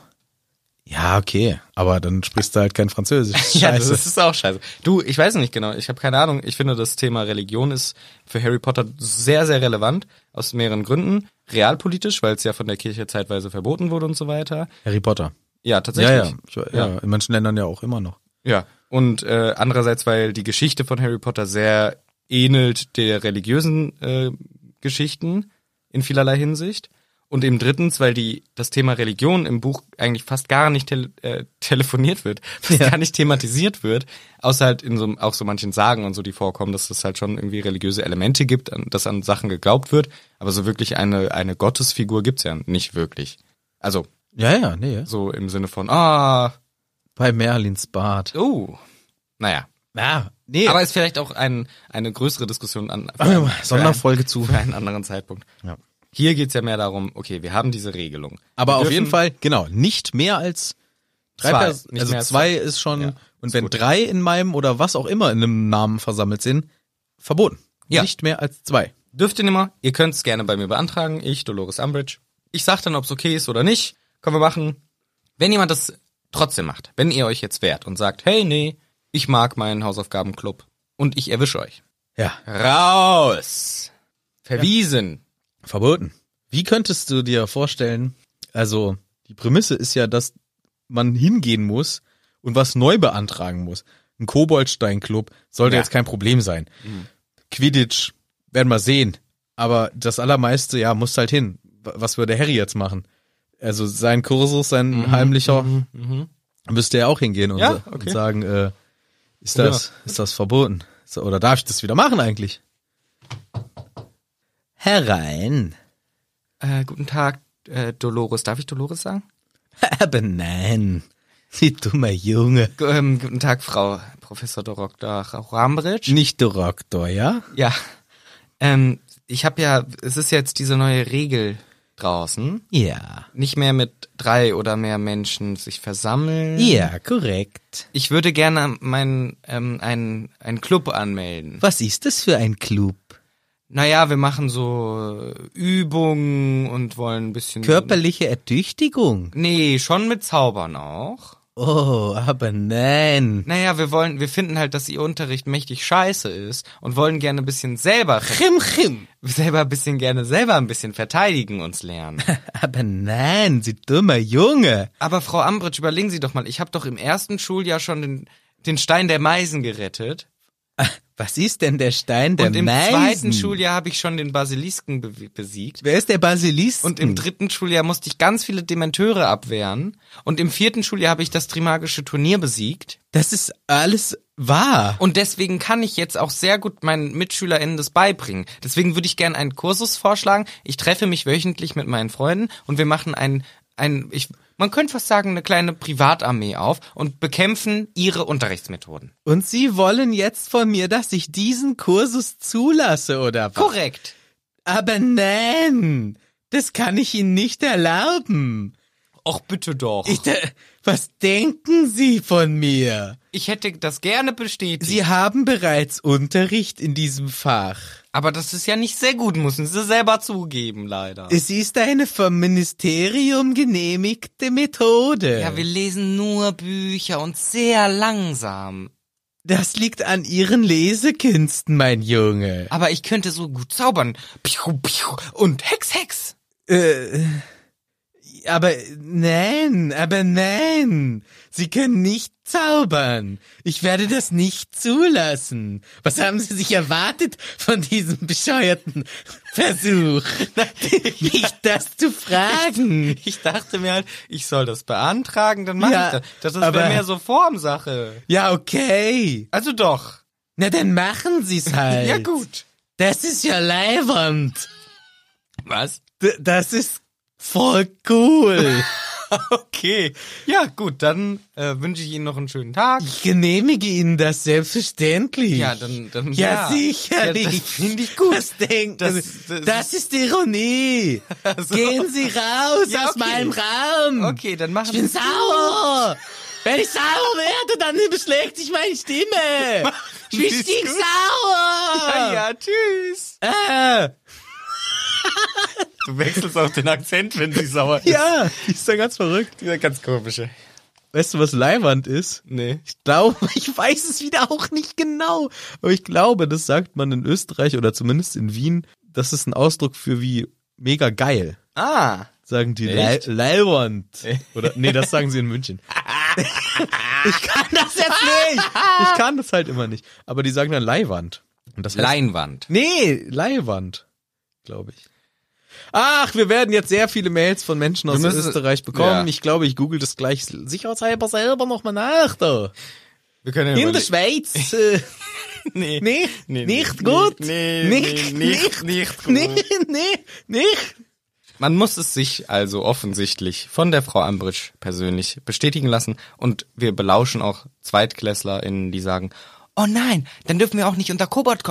[SPEAKER 2] Ja, okay. Aber dann sprichst du halt kein Französisch.
[SPEAKER 1] Ja, das
[SPEAKER 2] Scheiße.
[SPEAKER 1] ist auch scheiße. Du, ich weiß nicht genau, ich habe keine Ahnung. Ich finde, das Thema Religion ist für Harry Potter sehr, sehr relevant, aus mehreren Gründen. Realpolitisch, weil es ja von der Kirche zeitweise verboten wurde und so weiter.
[SPEAKER 2] Harry Potter. Ja,
[SPEAKER 1] Ja,
[SPEAKER 2] ja,
[SPEAKER 1] tatsächlich.
[SPEAKER 2] Ich- ja. In manchen Ländern ja auch immer noch.
[SPEAKER 1] Ja. Und äh, andererseits, weil die Geschichte von Harry Potter sehr ähnelt der religiösen äh, Geschichten in vielerlei Hinsicht. Und eben drittens, weil die das Thema Religion im Buch eigentlich fast gar nicht tele äh, telefoniert wird, fast gar nicht thematisiert wird, außer halt in so auch so manchen Sagen und so, die vorkommen, dass es halt schon irgendwie religiöse Elemente gibt, an, dass an Sachen geglaubt wird, aber so wirklich eine eine Gottesfigur gibt's ja nicht wirklich. Also
[SPEAKER 2] Ja, ja, nee. ja.
[SPEAKER 1] so im Sinne von ah,
[SPEAKER 2] Bei Merlins Bad.
[SPEAKER 1] oh, naja.
[SPEAKER 2] Ja, nee.
[SPEAKER 1] Aber
[SPEAKER 2] Aber
[SPEAKER 1] ist vielleicht auch ein, eine größere Diskussion an
[SPEAKER 2] Sonderfolge zu.
[SPEAKER 1] für einen anderen Zeitpunkt.
[SPEAKER 2] Ja.
[SPEAKER 1] Hier geht's ja mehr darum, okay, wir haben diese Regelung.
[SPEAKER 2] Aber
[SPEAKER 1] wir
[SPEAKER 2] auf
[SPEAKER 1] dürfen-
[SPEAKER 2] jeden Fall, genau, nicht mehr als drei
[SPEAKER 1] Zwei,
[SPEAKER 2] Pers-
[SPEAKER 1] nicht
[SPEAKER 2] Also
[SPEAKER 1] mehr als
[SPEAKER 2] zwei ist schon,
[SPEAKER 1] Ja,
[SPEAKER 2] und
[SPEAKER 1] ist
[SPEAKER 2] wenn
[SPEAKER 1] gut.
[SPEAKER 2] drei in meinem oder was auch immer in einem Namen versammelt sind, verboten.
[SPEAKER 1] Ja.
[SPEAKER 2] Nicht mehr als zwei.
[SPEAKER 1] Dürft ihr nicht mal, ihr könnt's gerne bei mir beantragen, ich, Dolores Umbridge. Ich sag dann, ob's okay ist oder nicht. Können wir machen. Wenn jemand das trotzdem macht, wenn ihr euch jetzt wehrt und sagt, hey, nee, ich mag meinen Hausaufgabenclub und ich erwische euch.
[SPEAKER 2] Ja.
[SPEAKER 1] Raus! Verwiesen!
[SPEAKER 2] Verboten. Wie könntest du dir vorstellen, also die Prämisse ist ja, dass man hingehen muss und was neu beantragen muss. Ein Koboldstein-Club sollte
[SPEAKER 1] Ja. Mhm.
[SPEAKER 2] jetzt kein Problem sein. Quidditch, werden wir sehen. Aber das Allermeiste, ja, muss halt hin. W- Was würde Harry jetzt machen? Also sein Kursus, sein heimlicher, müsste er auch hingehen und,
[SPEAKER 1] Mhm, Ja,
[SPEAKER 2] sa- und
[SPEAKER 1] okay.
[SPEAKER 2] sagen, äh, ist das, ist das verboten? So, oder darf ich das wieder machen eigentlich? Herein.
[SPEAKER 1] Äh, guten Tag, äh, Dolores. Darf ich Dolores sagen?
[SPEAKER 2] Aber nein, sie dummer Junge.
[SPEAKER 1] G- Ähm, guten Tag, Frau Professor Dr. Rambridge.
[SPEAKER 2] Nicht der Doktor, ja?
[SPEAKER 1] Ja, ähm, ich habe ja, es ist jetzt diese neue Regel draußen,
[SPEAKER 2] Ja.
[SPEAKER 1] nicht mehr mit drei oder mehr Menschen sich versammeln.
[SPEAKER 2] Ja, korrekt.
[SPEAKER 1] Ich würde gerne meinen ähm, einen, einen Club anmelden.
[SPEAKER 2] Was ist das für ein Club?
[SPEAKER 1] Naja, wir machen so Übungen und wollen ein bisschen...
[SPEAKER 2] Körperliche Ertüchtigung.
[SPEAKER 1] Nee, schon mit Zaubern auch.
[SPEAKER 2] Oh, aber nein.
[SPEAKER 1] Naja, wir wollen, wir finden halt, dass ihr Unterricht mächtig scheiße ist und wollen gerne ein bisschen selber
[SPEAKER 2] Chim, chim.
[SPEAKER 1] selber ein bisschen gerne selber ein bisschen verteidigen uns lernen.
[SPEAKER 2] Aber nein, sie dummer Junge.
[SPEAKER 1] Aber Frau Ambritsch, überlegen Sie doch mal, ich habe doch im ersten Schuljahr schon den, den Stein der Meisen gerettet.
[SPEAKER 2] Was ist denn der Stein der
[SPEAKER 1] Und im
[SPEAKER 2] Meisen?
[SPEAKER 1] zweiten Schuljahr habe ich schon den Basilisken be besiegt.
[SPEAKER 2] Wer ist der Basilisk?
[SPEAKER 1] Und im dritten Schuljahr musste ich ganz viele Dementeure abwehren. Und im vierten Schuljahr habe ich das Trimagische Turnier besiegt.
[SPEAKER 2] das ist alles wahr.
[SPEAKER 1] Und deswegen kann ich jetzt auch sehr gut meinen MitschülerInnen das beibringen. Deswegen würde ich gerne einen Kursus vorschlagen. Ich treffe mich wöchentlich mit meinen Freunden und wir machen ein, ein ich, man könnte fast sagen, eine kleine Privatarmee auf und bekämpfen ihre Unterrichtsmethoden.
[SPEAKER 2] Und Sie wollen jetzt von mir, dass ich diesen Kursus zulasse, oder was?
[SPEAKER 1] Korrekt.
[SPEAKER 2] Aber nein, das kann ich Ihnen nicht erlauben.
[SPEAKER 1] Och, bitte doch.
[SPEAKER 2] Ich,
[SPEAKER 1] Ich,
[SPEAKER 2] da, was denken Sie von mir?
[SPEAKER 1] hätte das gerne bestätigt.
[SPEAKER 2] Sie haben bereits Unterricht in diesem Fach.
[SPEAKER 1] aber das ist ja nicht sehr gut, müssen Sie selber zugeben, leider.
[SPEAKER 2] Es ist eine vom Ministerium genehmigte Methode.
[SPEAKER 1] ja, wir lesen nur Bücher und sehr langsam.
[SPEAKER 2] das liegt an Ihren Lesekünsten, mein Junge.
[SPEAKER 1] Aber ich könnte so gut zaubern. Piu, piu, und Hex, Hex.
[SPEAKER 2] Äh, aber nein, aber nein. Sie können nicht zaubern. Ich werde das nicht zulassen. Was haben Sie sich erwartet von diesem bescheuerten Versuch, mich das zu fragen?
[SPEAKER 1] Ich dachte mir halt, ich soll das beantragen, dann mach
[SPEAKER 2] Ja,
[SPEAKER 1] ich das. Das ist
[SPEAKER 2] aber-
[SPEAKER 1] bei mir so Formsache.
[SPEAKER 2] Ja, okay.
[SPEAKER 1] Also doch.
[SPEAKER 2] Na, dann machen Sie's halt.
[SPEAKER 1] Ja gut.
[SPEAKER 2] Das ist ja leiwand.
[SPEAKER 1] Was?
[SPEAKER 2] D das ist voll cool.
[SPEAKER 1] Okay. Ja gut, dann äh, wünsche ich Ihnen noch einen schönen Tag.
[SPEAKER 2] Ich genehmige Ihnen das selbstverständlich.
[SPEAKER 1] Ja, dann, dann
[SPEAKER 2] Ja, sicherlich.
[SPEAKER 1] Ja, das finde ich gut.
[SPEAKER 2] Was denken
[SPEAKER 1] Das-
[SPEAKER 2] Sie?
[SPEAKER 1] das-
[SPEAKER 2] Das ist Ironie.
[SPEAKER 1] Also-
[SPEAKER 2] Gehen Sie raus
[SPEAKER 1] Ja,
[SPEAKER 2] aus
[SPEAKER 1] okay.
[SPEAKER 2] meinem Raum.
[SPEAKER 1] Okay, dann machen
[SPEAKER 2] Ich bin sauer. Wenn ich sauer werde, dann beschlägt sich meine Stimme. Ich bin
[SPEAKER 1] Sie es gut. Ja,
[SPEAKER 2] sauer.
[SPEAKER 1] Ah,
[SPEAKER 2] Ah,
[SPEAKER 1] ja, tschüss.
[SPEAKER 2] Ja,
[SPEAKER 1] Du wechselst auch den Akzent, wenn sie sauer ist.
[SPEAKER 2] ja. ist ja ganz verrückt.
[SPEAKER 1] Dieser ganz komische.
[SPEAKER 2] Weißt du, was Leiwand ist?
[SPEAKER 1] Nee.
[SPEAKER 2] Ich glaube, ich weiß es wieder auch nicht genau. Aber ich glaube, das sagt man in Österreich oder zumindest in Wien. Das ist ein Ausdruck für wie mega geil.
[SPEAKER 1] Ah.
[SPEAKER 2] Sagen die
[SPEAKER 1] Echt?
[SPEAKER 2] Leiwand. Oder, nee, das sagen sie in München. Ich kann das jetzt nicht. Ich kann das halt immer nicht. Aber die sagen dann Leihwand. Und das heißt,
[SPEAKER 1] Leinwand.
[SPEAKER 2] nee, Leihwand. Glaube ich. Ach, wir werden jetzt sehr viele Mails von Menschen aus
[SPEAKER 1] müssen-
[SPEAKER 2] Österreich bekommen.
[SPEAKER 1] Ja.
[SPEAKER 2] Ich glaube, ich google das gleich sicherheitshalber selber nochmal nach da.
[SPEAKER 1] Wir können
[SPEAKER 2] In der Schweiz. Äh,
[SPEAKER 1] Nee.
[SPEAKER 2] nee,
[SPEAKER 1] Nee, nee,
[SPEAKER 2] nicht
[SPEAKER 1] nee,
[SPEAKER 2] gut.
[SPEAKER 1] nee,
[SPEAKER 2] nicht,
[SPEAKER 1] nee,
[SPEAKER 2] nicht,
[SPEAKER 1] nicht, nicht gut.
[SPEAKER 2] nee, nee, nicht.
[SPEAKER 1] Man muss es sich also offensichtlich von der Frau Ambridge persönlich bestätigen lassen und wir belauschen auch ZweitklässlerInnen, die sagen, oh nein, dann dürfen wir auch nicht unter Kobold,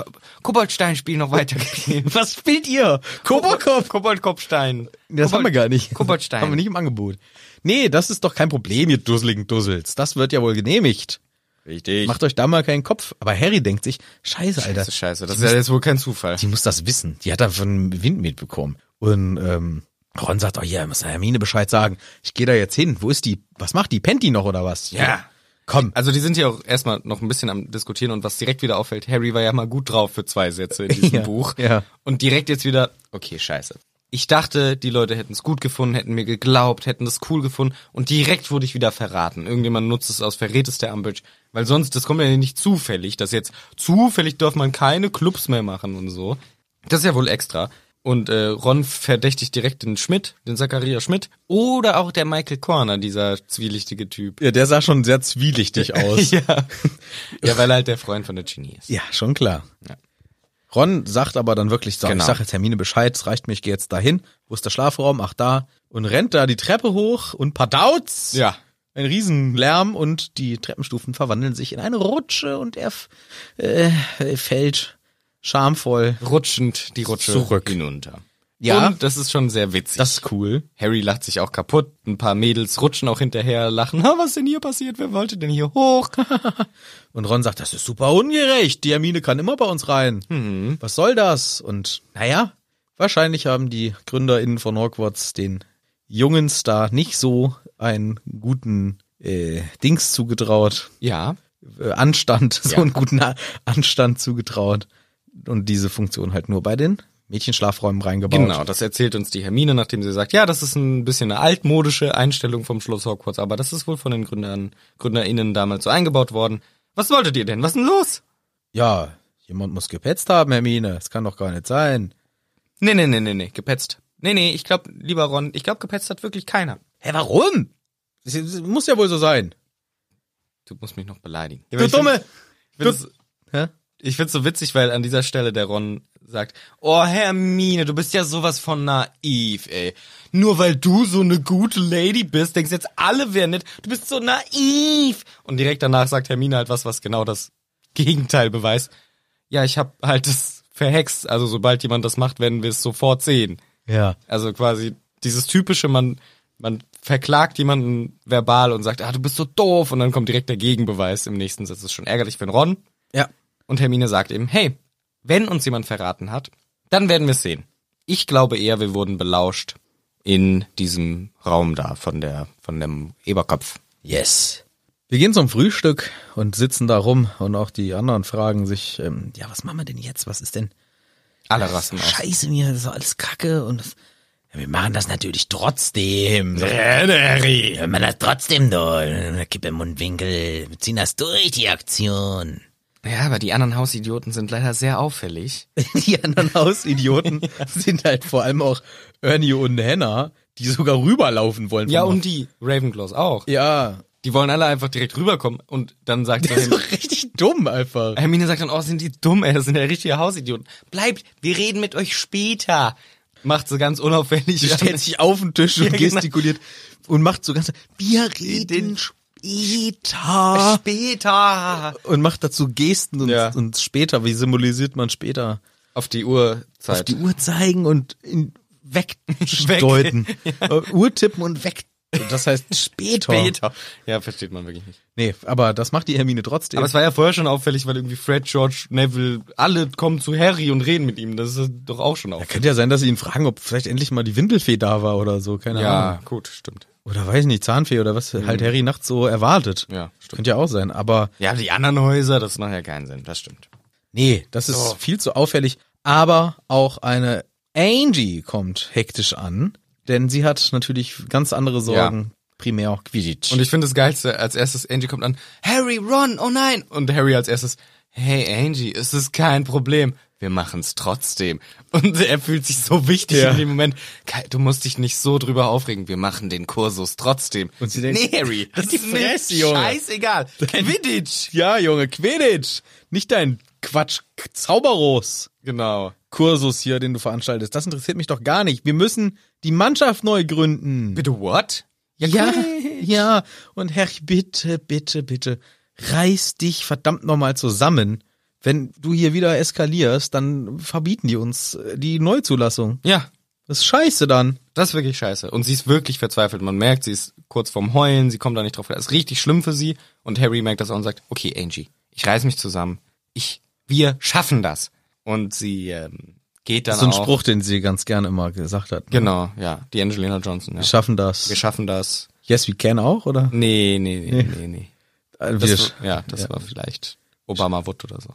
[SPEAKER 1] Koboldstein-Spiel noch weiterspielen.
[SPEAKER 2] Was spielt ihr? Kobokob.
[SPEAKER 1] Koboldkopfstein.
[SPEAKER 2] Das haben wir gar nicht.
[SPEAKER 1] Koboldstein.
[SPEAKER 2] Haben wir nicht im Angebot. Nee, das ist doch kein Problem, ihr dusseligen Dussels. Das wird ja wohl genehmigt.
[SPEAKER 1] Richtig.
[SPEAKER 2] Macht euch da mal keinen Kopf. Aber Harry denkt sich, scheiße, Alter.
[SPEAKER 1] das ist scheiße. Das ist ja jetzt wohl kein Zufall.
[SPEAKER 2] Die muss das wissen. Die hat da von Wind mitbekommen. Und ähm, Ron sagt, oh ja, muss der Hermine Bescheid sagen. Ich gehe da jetzt hin. Wo ist die? Was macht die? Penty noch oder was?
[SPEAKER 1] Ja.
[SPEAKER 2] Komm.
[SPEAKER 1] Also die sind ja auch erstmal noch ein bisschen am diskutieren und was direkt wieder auffällt, Harry war ja mal gut drauf für zwei Sätze in diesem
[SPEAKER 2] Ja,
[SPEAKER 1] Buch.
[SPEAKER 2] ja.
[SPEAKER 1] Und direkt jetzt wieder, okay, scheiße. Ich dachte, die Leute hätten es gut gefunden, hätten mir geglaubt, hätten das cool gefunden und direkt wurde ich wieder verraten. Irgendjemand nutzt es aus, verrät es der Umbridge. Weil sonst, das kommt ja nicht zufällig, dass jetzt zufällig darf man keine Clubs mehr machen und so. Das ist ja wohl extra. Und äh, Ron verdächtigt direkt den Schmidt, den Zachariah Schmidt oder auch der Michael Corner, dieser zwielichtige Typ.
[SPEAKER 2] Ja, der sah schon sehr zwielichtig aus.
[SPEAKER 1] Ja. ja, weil er halt der Freund von der Genie ist.
[SPEAKER 2] Ja, schon klar. Ron sagt aber dann wirklich so,
[SPEAKER 1] Genau.
[SPEAKER 2] ich sag jetzt Hermine Bescheid, es reicht mir, ich gehe jetzt dahin. Wo ist der Schlafraum? Ach, da. Und rennt da die Treppe hoch und padauz.
[SPEAKER 1] Ja.
[SPEAKER 2] Ein Riesenlärm und die Treppenstufen verwandeln sich in eine Rutsche und er f- äh, fällt schamvoll.
[SPEAKER 1] Rutschend die Rutsche
[SPEAKER 2] Zurück.
[SPEAKER 1] hinunter.
[SPEAKER 2] Ja.
[SPEAKER 1] Und das ist schon sehr witzig.
[SPEAKER 2] Das ist cool.
[SPEAKER 1] Harry lacht sich auch kaputt. Ein paar Mädels rutschen auch hinterher, lachen. Ha, was denn hier passiert? Wer wollte denn hier hoch?
[SPEAKER 2] Und Ron sagt, das ist super ungerecht. Die Hermine kann immer bei uns rein.
[SPEAKER 1] Mhm.
[SPEAKER 2] Was soll das? Und naja, wahrscheinlich haben die GründerInnen von Hogwarts den jungen Star nicht so einen guten äh, Dings zugetraut,
[SPEAKER 1] Ja.
[SPEAKER 2] äh, Anstand, so
[SPEAKER 1] Ja.
[SPEAKER 2] einen guten A Anstand zugetraut. Und diese Funktion halt nur bei den Mädchenschlafräumen reingebaut.
[SPEAKER 1] Genau, das erzählt uns die Hermine, nachdem sie sagt, ja, das ist ein bisschen eine altmodische Einstellung vom Schloss Hogwarts, aber das ist wohl von den Gründern, GründerInnen damals so eingebaut worden. Was wolltet ihr denn? Was ist denn los?
[SPEAKER 2] Ja, jemand muss gepetzt haben, Hermine. Das kann doch gar nicht sein.
[SPEAKER 1] Nee, nee, nee, nee, nee, gepetzt. Nee, nee, ich glaube, lieber Ron, ich glaube, gepetzt hat wirklich keiner.
[SPEAKER 2] Hä, warum? Das das muss ja wohl so sein.
[SPEAKER 1] Du musst mich noch beleidigen.
[SPEAKER 2] Du Dumme!
[SPEAKER 1] Ich find's,
[SPEAKER 2] Hä?
[SPEAKER 1] ich find's so witzig, weil an dieser Stelle der Ron sagt, oh Hermine, du bist ja sowas von naiv, ey. Nur weil du so eine gute Lady bist, denkst jetzt alle wären nett, du bist so naiv. Und direkt danach sagt Hermine halt was, was genau das Gegenteil beweist. Ja, ich hab halt das verhext. Also sobald jemand das macht, werden wir es sofort sehen.
[SPEAKER 2] Ja.
[SPEAKER 1] Also quasi dieses typische, man, man verklagt jemanden verbal und sagt, ah, du bist so doof. Und dann kommt direkt der Gegenbeweis im nächsten Satz. Das ist schon ärgerlich für den Ron.
[SPEAKER 2] Ja.
[SPEAKER 1] Und Hermine sagt eben, hey, wenn uns jemand verraten hat, dann werden wir es sehen. Ich glaube eher, wir wurden belauscht in diesem Raum da von der, von dem Eberkopf.
[SPEAKER 2] Yes. Wir gehen zum Frühstück und sitzen da rum und auch die anderen fragen sich, ähm, ja, was machen wir denn jetzt? Was ist denn?
[SPEAKER 1] Alle Rassen aus.
[SPEAKER 2] Scheiße mir, das ist doch alles Kacke und das, ja, wir machen das natürlich trotzdem. So, Wir machen das trotzdem doch. Kippe im Mundwinkel. Wir ziehen das durch, die Aktion.
[SPEAKER 1] Ja, aber die anderen Hausidioten sind leider sehr auffällig.
[SPEAKER 2] Die anderen Hausidioten sind halt vor allem auch Ernie und Hannah, die sogar rüberlaufen wollen.
[SPEAKER 1] Ja,
[SPEAKER 2] vom-
[SPEAKER 1] und die Ravenclaws auch.
[SPEAKER 2] ja.
[SPEAKER 1] Die wollen alle einfach direkt rüberkommen und dann sagt
[SPEAKER 2] Das ist
[SPEAKER 1] Hermine-
[SPEAKER 2] doch richtig dumm einfach.
[SPEAKER 1] Hermine sagt dann, oh, sind die dumm, ey, das sind ja richtige Hausidioten. Bleibt, wir reden mit euch später. Macht so ganz unauffällig.
[SPEAKER 2] Die stellt sich auf den Tisch und
[SPEAKER 1] Ja, genau.
[SPEAKER 2] gestikuliert und macht so ganz, wir reden später.
[SPEAKER 1] später.
[SPEAKER 2] Und macht dazu Gesten und,
[SPEAKER 1] Ja.
[SPEAKER 2] und später, wie symbolisiert man später?
[SPEAKER 1] Auf die Uhrzeit.
[SPEAKER 2] Auf die Uhr zeigen und in, wegdeuten. Äh, Uhr tippen und weg. Das heißt später.
[SPEAKER 1] später. Ja, versteht man wirklich nicht.
[SPEAKER 2] Nee, aber das macht die Hermine trotzdem.
[SPEAKER 1] Aber es war ja vorher schon auffällig, weil irgendwie Fred, George, Neville, alle kommen zu Harry und reden mit ihm. Das ist doch auch schon
[SPEAKER 2] Ja,
[SPEAKER 1] auf.
[SPEAKER 2] könnte ja sein, dass sie ihn fragen, ob vielleicht endlich mal die Windelfee da war oder so, keine Ahnung.
[SPEAKER 1] gut, stimmt. Mhm.
[SPEAKER 2] Oder weiß nicht, Zahnfee oder was halt Harry nachts so erwartet.
[SPEAKER 1] Ja, stimmt.
[SPEAKER 2] Könnte ja auch sein, aber
[SPEAKER 1] Ja, die anderen Häuser, das macht ja keinen Sinn, das stimmt.
[SPEAKER 2] nee, das ist viel zu auffällig. Aber auch eine Angie kommt hektisch an, denn sie hat natürlich ganz andere Sorgen, primär auch Quidditch.
[SPEAKER 1] Und ich finde das Geilste, als erstes Angie kommt an, Harry, Ron, oh nein! Und Harry als erstes, hey Angie, es ist kein Problem, wir machen's trotzdem. Und er fühlt sich so wichtig
[SPEAKER 2] Ja.
[SPEAKER 1] in dem Moment, Kai, du musst dich nicht so drüber aufregen, wir machen den Kursus trotzdem.
[SPEAKER 2] Und sie denkt,
[SPEAKER 1] nee, Harry, das
[SPEAKER 2] die
[SPEAKER 1] ist mir
[SPEAKER 2] Fresse, Junge.
[SPEAKER 1] scheißegal. Quidditch!
[SPEAKER 2] ja, Junge, Quidditch, nicht dein Quatsch, Zauberros.
[SPEAKER 1] Genau.
[SPEAKER 2] Kursus hier, den du veranstaltest. Das interessiert mich doch gar nicht. Wir müssen die Mannschaft neu gründen.
[SPEAKER 1] Bitte what?
[SPEAKER 2] Ja, ja. Und Herr, bitte, bitte, bitte, reiß dich verdammt nochmal zusammen. Wenn du hier wieder eskalierst, dann verbieten die uns äh, die Neuzulassung.
[SPEAKER 1] Ja,
[SPEAKER 2] Das ist scheiße dann.
[SPEAKER 1] Das ist wirklich scheiße. Und sie ist wirklich verzweifelt. Man merkt, sie ist kurz vorm Heulen, sie kommt da nicht drauf klar. Ist richtig schlimm für sie. Und Harry merkt das auch und sagt, okay, Angie, ich reiß mich zusammen. Ich, wir schaffen das. Und sie ähm, geht dann
[SPEAKER 2] So ein
[SPEAKER 1] auch.
[SPEAKER 2] Spruch, den sie ganz gerne immer gesagt hat.
[SPEAKER 1] Genau, ja. Die Angelina Johnson, ja.
[SPEAKER 2] Wir schaffen das.
[SPEAKER 1] Wir schaffen das.
[SPEAKER 2] yes, we can auch, oder?
[SPEAKER 1] Nee, nee, nee, nee, nee.
[SPEAKER 2] Äh, wir
[SPEAKER 1] Das,
[SPEAKER 2] sch-
[SPEAKER 1] war- ja, das war vielleicht Obama Wood oder so.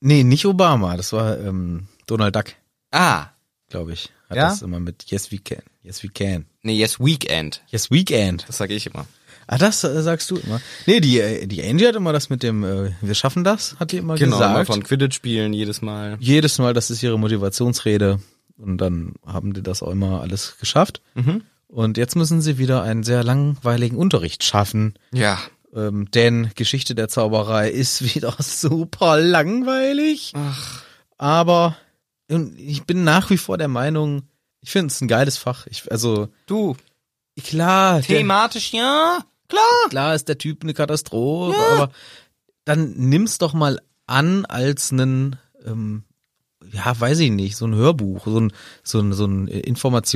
[SPEAKER 2] nee, nicht Obama. Das war ähm, Donald Duck,
[SPEAKER 1] Ah,
[SPEAKER 2] glaube ich. Hat
[SPEAKER 1] Ja?
[SPEAKER 2] das immer mit Yes, we can. Yes, we can.
[SPEAKER 1] nee, yes, Weekend.
[SPEAKER 2] Yes, weekend.
[SPEAKER 1] Das sage ich immer.
[SPEAKER 2] Ah, das äh, sagst du immer. Nee, die, äh, die Angie hat immer das mit dem, äh, wir schaffen das, hat die immer
[SPEAKER 1] Genau, mal
[SPEAKER 2] gesagt.
[SPEAKER 1] von Quidditch spielen jedes Mal.
[SPEAKER 2] Jedes Mal, das ist ihre Motivationsrede. Und dann haben die das auch immer alles geschafft. Und jetzt müssen sie wieder einen sehr langweiligen Unterricht schaffen.
[SPEAKER 1] Ja.
[SPEAKER 2] Ähm, denn Geschichte der Zauberei ist wieder super langweilig.
[SPEAKER 1] Ach.
[SPEAKER 2] Aber und ich bin nach wie vor der Meinung, ich finde es ein geiles Fach. Ich, also
[SPEAKER 1] Du,
[SPEAKER 2] klar, der-
[SPEAKER 1] thematisch, ja, klar.
[SPEAKER 2] klar ist der Typ eine Katastrophe, aber dann nimm's doch mal an als einen, ähm, ja, weiß ich nicht, so ein Hörbuch, so ein, so ein, so ein äh,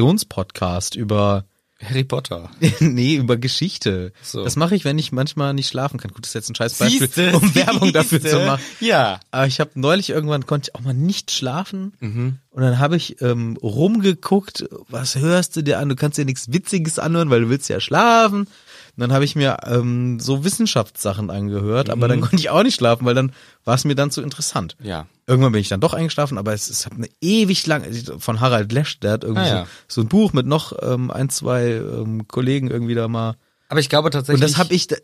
[SPEAKER 2] Informationspodcast über,
[SPEAKER 1] Harry Potter.
[SPEAKER 2] nee, über Geschichte.
[SPEAKER 1] So.
[SPEAKER 2] Das mache ich, wenn ich manchmal nicht schlafen kann. Gut, das ist jetzt ein scheiß Beispiel,
[SPEAKER 1] Siehste,
[SPEAKER 2] um Werbung dafür zu
[SPEAKER 1] siehste.
[SPEAKER 2] machen.
[SPEAKER 1] Ja.
[SPEAKER 2] Aber ich habe neulich irgendwann konnte ich auch mal nicht schlafen
[SPEAKER 1] Mhm.
[SPEAKER 2] und dann habe ich ähm, rumgeguckt, was hörst du dir an? Du kannst dir nichts Witziges anhören, weil du willst ja schlafen. Und dann habe ich mir ähm, so Wissenschaftssachen angehört, aber dann konnte ich auch nicht schlafen, weil dann war es mir dann zu interessant.
[SPEAKER 1] Mhm. Ja.
[SPEAKER 2] Irgendwann bin ich dann doch eingeschlafen, aber es, es hat eine ewig lange von Harald Lesch, der hat irgendwie
[SPEAKER 1] Ah,
[SPEAKER 2] so,
[SPEAKER 1] ja.
[SPEAKER 2] so ein Buch mit noch ähm, ein zwei ähm, Kollegen irgendwie da mal
[SPEAKER 1] Aber ich glaube tatsächlich.
[SPEAKER 2] und das habe ich, da-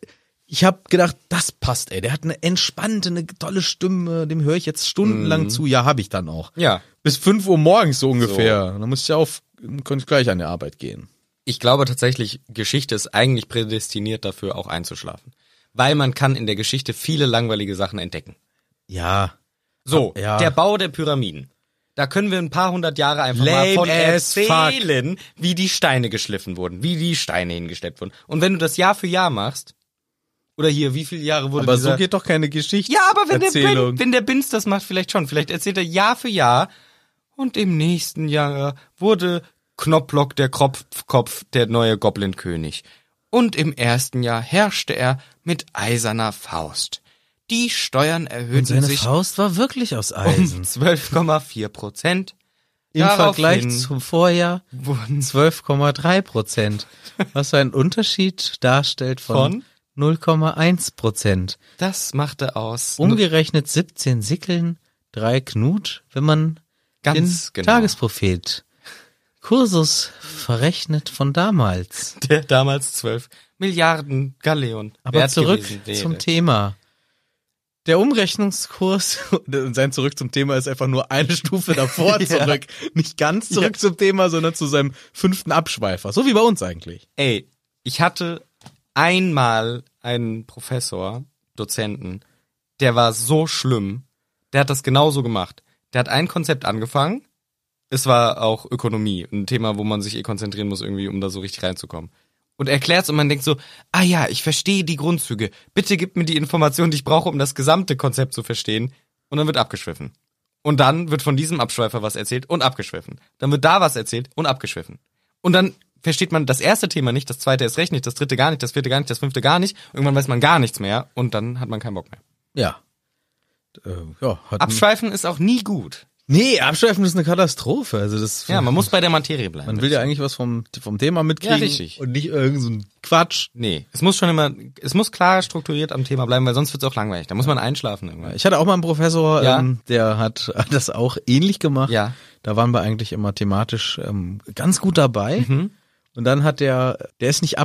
[SPEAKER 2] Ich habe gedacht, das passt, ey. Der hat eine entspannte, eine tolle Stimme. Dem höre ich jetzt stundenlang zu. Ja, habe ich dann auch.
[SPEAKER 1] Mhm. Ja.
[SPEAKER 2] Bis 5 Uhr morgens so ungefähr. Dann muss ich auf, könnte ich gleich an die Arbeit gehen.
[SPEAKER 1] Ich glaube tatsächlich, Geschichte ist eigentlich prädestiniert dafür, auch einzuschlafen. Weil man kann in der Geschichte viele langweilige Sachen entdecken.
[SPEAKER 2] Ja.
[SPEAKER 1] So,
[SPEAKER 2] Ja.
[SPEAKER 1] der Bau der Pyramiden. Da können wir ein paar hundert Jahre einfach
[SPEAKER 2] Lame
[SPEAKER 1] mal von
[SPEAKER 2] as fuck.
[SPEAKER 1] erzählen, wie die Steine geschliffen wurden, wie die Steine hingeschleppt wurden. Und wenn du das Jahr für Jahr machst, oder hier, wie viele Jahre wurde
[SPEAKER 2] Aber
[SPEAKER 1] dieser...
[SPEAKER 2] so geht doch keine Geschichte.
[SPEAKER 1] ja, aber wenn der,
[SPEAKER 2] Erzählung.
[SPEAKER 1] Bin, wenn der Binz das macht, vielleicht schon. Vielleicht erzählt er Jahr für Jahr und im nächsten Jahr wurde Knopflock der Kropfkopf der neue Goblin-König. Und im ersten Jahr herrschte er mit eiserner Faust. Die Steuern erhöhten sich
[SPEAKER 2] Faust war wirklich aus
[SPEAKER 1] um 12,4 Prozent.
[SPEAKER 2] Im Vergleich
[SPEAKER 1] Daraufhin
[SPEAKER 2] zum Vorjahr
[SPEAKER 1] wurden
[SPEAKER 2] 12,3 Prozent, was einen Unterschied darstellt von, 0,1 Prozent.
[SPEAKER 1] das machte aus
[SPEAKER 2] Umgerechnet 17 Sickeln, drei Knut, wenn man den
[SPEAKER 1] Ganz genau.
[SPEAKER 2] Tagesprophet Kursus verrechnet von damals.
[SPEAKER 1] der damals 12 Milliarden Galeon.
[SPEAKER 2] Aber
[SPEAKER 1] wert
[SPEAKER 2] zurück
[SPEAKER 1] gewesen wäre.
[SPEAKER 2] zum Thema. Der Umrechnungskurs und sein Zurück zum Thema ist einfach nur eine Stufe davor zurück. Nicht ganz zurück zum Thema, sondern zu seinem fünften Abschweifer. So wie bei uns eigentlich.
[SPEAKER 1] Ey, ich hatte einmal einen Professor, Dozenten, der war so schlimm. Der hat das genauso gemacht. Der hat ein Konzept angefangen. Es war auch Ökonomie, ein Thema, wo man sich eh konzentrieren muss, irgendwie, um da so richtig reinzukommen. Und erklärt's und man denkt so, ah ja, ich verstehe die Grundzüge. Bitte gib mir die Informationen, die ich brauche, um das gesamte Konzept zu verstehen. Und dann wird abgeschwiffen. Und dann wird von diesem Abschweifer was erzählt und abgeschwiffen. Dann wird da was erzählt und abgeschwiffen. Und dann versteht man das erste Thema nicht, das zweite erst recht nicht, das dritte gar nicht, das vierte gar nicht, das fünfte gar nicht. Irgendwann weiß man gar nichts mehr und dann hat man keinen Bock mehr.
[SPEAKER 2] Ja. Äh, ja hat
[SPEAKER 1] Abschweifen ist auch nie gut.
[SPEAKER 2] nee, Abschweifen ist eine Katastrophe. Also das,
[SPEAKER 1] Ja, man muss bei der Materie bleiben.
[SPEAKER 2] man will ja eigentlich was vom, vom Thema mitkriegen
[SPEAKER 1] Ja, richtig.
[SPEAKER 2] und nicht irgendeinen so einen Quatsch.
[SPEAKER 1] Nee, es muss schon immer, es muss klar strukturiert am Thema bleiben, weil sonst wird's auch langweilig. Da muss man einschlafen irgendwann.
[SPEAKER 2] Ich hatte auch mal einen Professor,
[SPEAKER 1] Ja.
[SPEAKER 2] ähm, der hat das auch ähnlich gemacht.
[SPEAKER 1] Ja.
[SPEAKER 2] Da waren wir eigentlich immer thematisch ähm, ganz gut dabei.
[SPEAKER 1] Mhm.
[SPEAKER 2] Und dann hat der, der ist nicht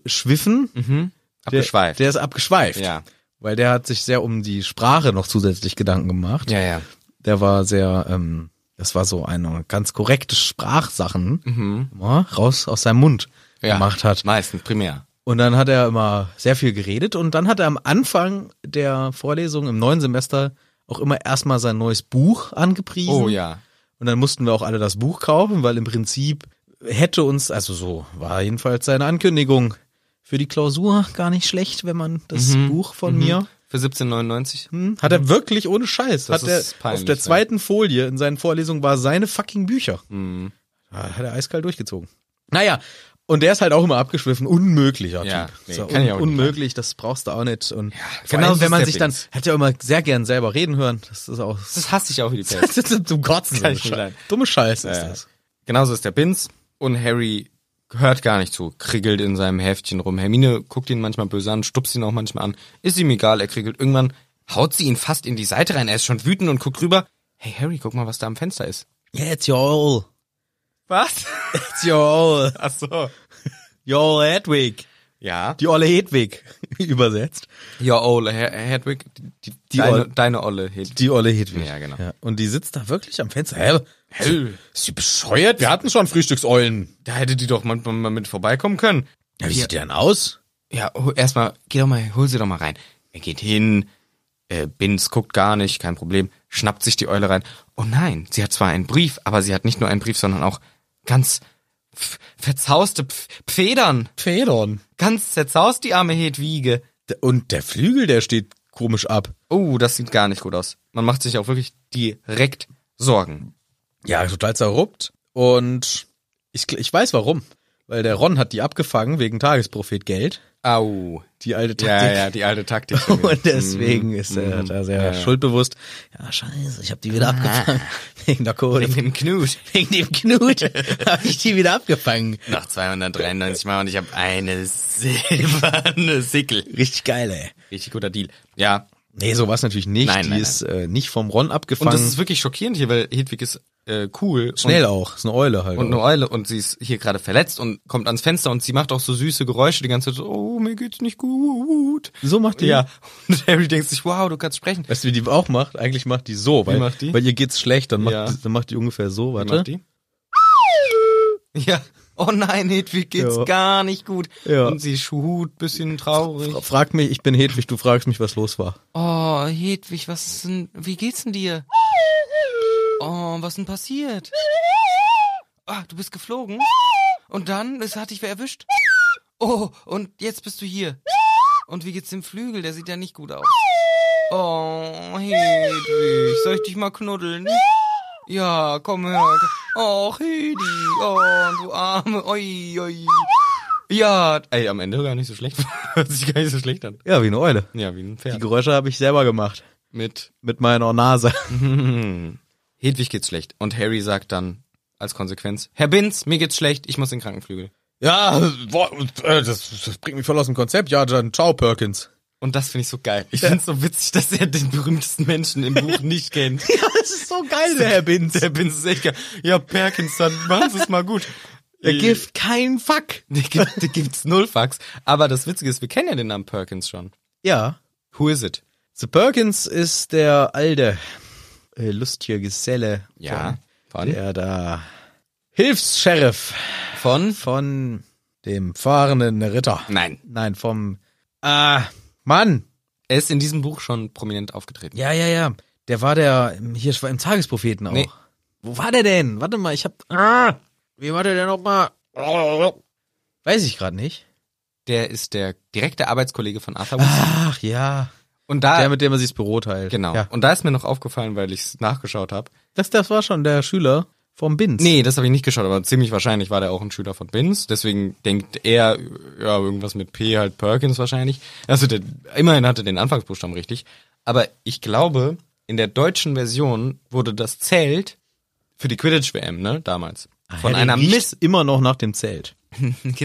[SPEAKER 2] abgeschwiffen, der,
[SPEAKER 1] Mhm. Abgeschweift.
[SPEAKER 2] der ist abgeschweift.
[SPEAKER 1] Ja.
[SPEAKER 2] Weil der hat sich sehr um die Sprache noch zusätzlich Gedanken gemacht.
[SPEAKER 1] ja, ja.
[SPEAKER 2] der war sehr, ähm, das war so eine ganz korrekte Sprachsachen immer raus aus seinem Mund
[SPEAKER 1] Mhm. ja.
[SPEAKER 2] gemacht hat.
[SPEAKER 1] Meistens, primär.
[SPEAKER 2] Und dann hat er immer sehr viel geredet und dann hat er am Anfang der Vorlesung im neuen Semester auch immer erstmal sein neues Buch angepriesen.
[SPEAKER 1] Oh ja.
[SPEAKER 2] Und dann mussten wir auch alle das Buch kaufen, weil im Prinzip hätte uns, also so war jedenfalls seine Ankündigung für die Klausur gar nicht schlecht, wenn man das
[SPEAKER 1] Mhm.
[SPEAKER 2] Buch von mir
[SPEAKER 1] Für 1799.
[SPEAKER 2] hm, Hat er wirklich ohne Scheiß.
[SPEAKER 1] Mhm. Das
[SPEAKER 2] hat er
[SPEAKER 1] ist peinlich,
[SPEAKER 2] auf der
[SPEAKER 1] ja.
[SPEAKER 2] zweiten Folie in seinen Vorlesungen war seine fucking Bücher.
[SPEAKER 1] Mhm.
[SPEAKER 2] Ah, Hat er eiskalt durchgezogen. Naja, und der ist halt auch immer abgeschwiffen. Unmöglicher
[SPEAKER 1] Ja,
[SPEAKER 2] Typ.
[SPEAKER 1] nee,
[SPEAKER 2] so,
[SPEAKER 1] kann ich auch nicht
[SPEAKER 2] unmöglich, das brauchst du auch nicht. Und vor
[SPEAKER 1] genau
[SPEAKER 2] allem,
[SPEAKER 1] das
[SPEAKER 2] wenn
[SPEAKER 1] ist
[SPEAKER 2] man
[SPEAKER 1] der
[SPEAKER 2] sich dann,
[SPEAKER 1] Witz.
[SPEAKER 2] hat ja immer sehr gern selber reden hören. Das ist auch
[SPEAKER 1] Das hasse ich auch wie die
[SPEAKER 2] das
[SPEAKER 1] Pest.
[SPEAKER 2] ist zum Kotzen.
[SPEAKER 1] Kann
[SPEAKER 2] Dumme
[SPEAKER 1] ich nicht
[SPEAKER 2] Scheiße
[SPEAKER 1] leiden.
[SPEAKER 2] Dumme Scheiße ist
[SPEAKER 1] Ja.
[SPEAKER 2] das.
[SPEAKER 1] Genauso ist der Binz und Harry hört gar nicht zu, kriegelt in seinem Heftchen rum. Hermine guckt ihn manchmal böse an, stupst ihn auch manchmal an. Ist ihm egal, er kriegelt. Irgendwann haut sie ihn fast in die Seite rein. Er ist schon wütend und guckt rüber. Hey Harry, guck mal, was da am Fenster ist.
[SPEAKER 2] Yeah, it's your all.
[SPEAKER 1] Was?
[SPEAKER 2] It's your all.
[SPEAKER 1] Ach so.
[SPEAKER 2] Your old Hedwig.
[SPEAKER 1] Ja.
[SPEAKER 2] Die olle Hedwig. Übersetzt.
[SPEAKER 1] Your Ole oh, Her- Hedwig, die, die, deine,
[SPEAKER 2] Olle-
[SPEAKER 1] deine Olle Hedwig.
[SPEAKER 2] Die Olle Hedwig.
[SPEAKER 1] Ja, genau.
[SPEAKER 2] Und die sitzt da wirklich am Fenster. Hä?
[SPEAKER 1] Hell,
[SPEAKER 2] Ist sie bescheuert? Wir hatten schon Frühstücksäulen.
[SPEAKER 1] da hätte die doch manchmal mal mit vorbeikommen können.
[SPEAKER 2] Ja, wie sieht die denn aus?
[SPEAKER 1] Ja, hol- erstmal, geh doch mal, hol sie doch mal rein. Er geht hin, äh, Binz guckt gar nicht, kein Problem, schnappt sich die Eule rein. Oh nein, sie hat zwar einen Brief, aber sie hat nicht nur einen Brief, sondern auch ganz f- verzauste Pf Federn.
[SPEAKER 2] Federn.
[SPEAKER 1] Ganz zerzaust die arme Hedwige.
[SPEAKER 2] Und der Flügel, der steht komisch ab.
[SPEAKER 1] Oh, das sieht gar nicht gut aus. Man macht sich auch wirklich direkt Sorgen.
[SPEAKER 2] Ja, total zerruppt. Und ich, ich weiß warum. Weil der Ron hat die abgefangen wegen Tagesprophet Geld.
[SPEAKER 1] Au.
[SPEAKER 2] Die alte Taktik.
[SPEAKER 1] Ja, ja, Mhm. die alte Taktik.
[SPEAKER 2] Und deswegen ist äh, er da sehr schuldbewusst. Ja, scheiße, ich habe die wieder abgefangen. Wegen der Kohle.
[SPEAKER 1] Mit Ah. dem Knut.
[SPEAKER 2] Wegen dem Knut habe ich die wieder abgefangen.
[SPEAKER 1] Noch 293 Mal und ich habe eine silberne Sickel.
[SPEAKER 2] Richtig geil, ey.
[SPEAKER 1] Richtig guter Deal. Ja,
[SPEAKER 2] Nee, so war natürlich nicht.
[SPEAKER 1] Nein,
[SPEAKER 2] die
[SPEAKER 1] nein,
[SPEAKER 2] ist Äh, nicht vom Ron abgefangen.
[SPEAKER 1] Und das ist wirklich schockierend hier, weil Hedwig ist äh, cool.
[SPEAKER 2] Schnell auch. Ist eine Eule halt.
[SPEAKER 1] Und, und
[SPEAKER 2] auch.
[SPEAKER 1] eine Eule und sie ist hier gerade verletzt und kommt ans Fenster und sie macht auch so süße Geräusche die ganze Zeit. So, oh, mir geht's nicht gut.
[SPEAKER 2] So macht die.
[SPEAKER 1] Ja. Und Harry denkt sich, wow, du kannst sprechen.
[SPEAKER 2] Weißt du, wie die auch macht? Eigentlich macht die so, weil,
[SPEAKER 1] macht die?
[SPEAKER 2] weil ihr geht's schlecht, dann macht,
[SPEAKER 1] Ja.
[SPEAKER 2] dann macht die ungefähr so,
[SPEAKER 1] Wie
[SPEAKER 2] warte.
[SPEAKER 1] macht die? Ja. Oh nein, Hedwig geht's
[SPEAKER 2] Ja.
[SPEAKER 1] gar nicht gut.
[SPEAKER 2] Ja.
[SPEAKER 1] Und sie schuhut, bisschen traurig.
[SPEAKER 2] Frag mich, ich bin Hedwig, du fragst mich, was los war.
[SPEAKER 1] Oh, Hedwig, was ist denn, wie geht's denn dir? Oh, was ist denn passiert? Ah, du bist geflogen? Und dann, es hat dich wer erwischt? Oh, und jetzt bist du hier. Und wie geht's dem Flügel? Der sieht ja nicht gut aus. Oh, Hedwig, soll ich dich mal knuddeln? Ja, komm her. Oh, Hedi, oh, du Arme, oi, oi. Ja, ey, am Ende gar nicht so schlecht. Hört sich gar nicht so schlecht an.
[SPEAKER 2] Ja, wie eine Eule.
[SPEAKER 1] Ja, wie ein
[SPEAKER 2] Die
[SPEAKER 1] Pferd.
[SPEAKER 2] Geräusche habe ich selber gemacht.
[SPEAKER 1] Mit
[SPEAKER 2] Mit meiner Nase.
[SPEAKER 1] Hedwig geht's schlecht. Und Harry sagt dann als Konsequenz, Herr Binz, mir geht's schlecht, ich muss in den Krankenflügel.
[SPEAKER 2] Ja, boah, äh, das, das bringt mich voll aus dem Konzept. Ja, dann ciao, Perkins.
[SPEAKER 1] Und das finde ich so geil. Ich finde es so witzig, dass er den berühmtesten Menschen im Buch nicht kennt.
[SPEAKER 2] Das ist so geil, der Herr Binz.
[SPEAKER 1] Der Binz ist echt geil. Ja, Perkins, dann machen Sie es mal gut. Äh,
[SPEAKER 2] Der gibt kein Fuck.
[SPEAKER 1] Der gibt, der gibt's null Fax. Aber das Witzige ist, wir kennen ja den Namen Perkins schon.
[SPEAKER 2] Ja.
[SPEAKER 1] Who is it?
[SPEAKER 2] The Perkins ist der alte, äh, lustige Geselle.
[SPEAKER 1] Von?
[SPEAKER 2] Von, der da Hilfs-Sheriff
[SPEAKER 1] Von?
[SPEAKER 2] von dem fahrenden Ritter.
[SPEAKER 1] Nein. äh,
[SPEAKER 2] Nein, vom, ah, Mann.
[SPEAKER 1] Er ist in diesem Buch schon prominent aufgetreten.
[SPEAKER 2] Ja, ja, ja. Der war der, ähm, hier war im Tagespropheten auch.
[SPEAKER 1] Nee.
[SPEAKER 2] Wo war der denn? Warte mal, ich hab. Ah, wie war der denn nochmal? Weiß ich gerade nicht.
[SPEAKER 1] Der ist der direkte Arbeitskollege von Arthur Wilson.
[SPEAKER 2] Ach ja.
[SPEAKER 1] Und da,
[SPEAKER 2] Ah. Der, mit dem man sich das Büro teilt.
[SPEAKER 1] genau.
[SPEAKER 2] Ja.
[SPEAKER 1] Und da ist mir noch aufgefallen, weil ich's nachgeschaut habe,
[SPEAKER 2] Das, das war schon der Schüler vom Binz.
[SPEAKER 1] Nee, das habe ich nicht geschaut, aber ziemlich wahrscheinlich war der auch ein Schüler von Binz. Deswegen denkt er, ja, irgendwas mit P halt Perkins wahrscheinlich. Also der, immerhin hatte den Anfangsbuchstaben richtig. Aber ich glaube, in der deutschen Version wurde das Zelt für die Quidditch-WM, ne, damals. Von
[SPEAKER 2] der
[SPEAKER 1] einer
[SPEAKER 2] Ah, riecht
[SPEAKER 1] Miss.
[SPEAKER 2] immer noch nach dem Zelt.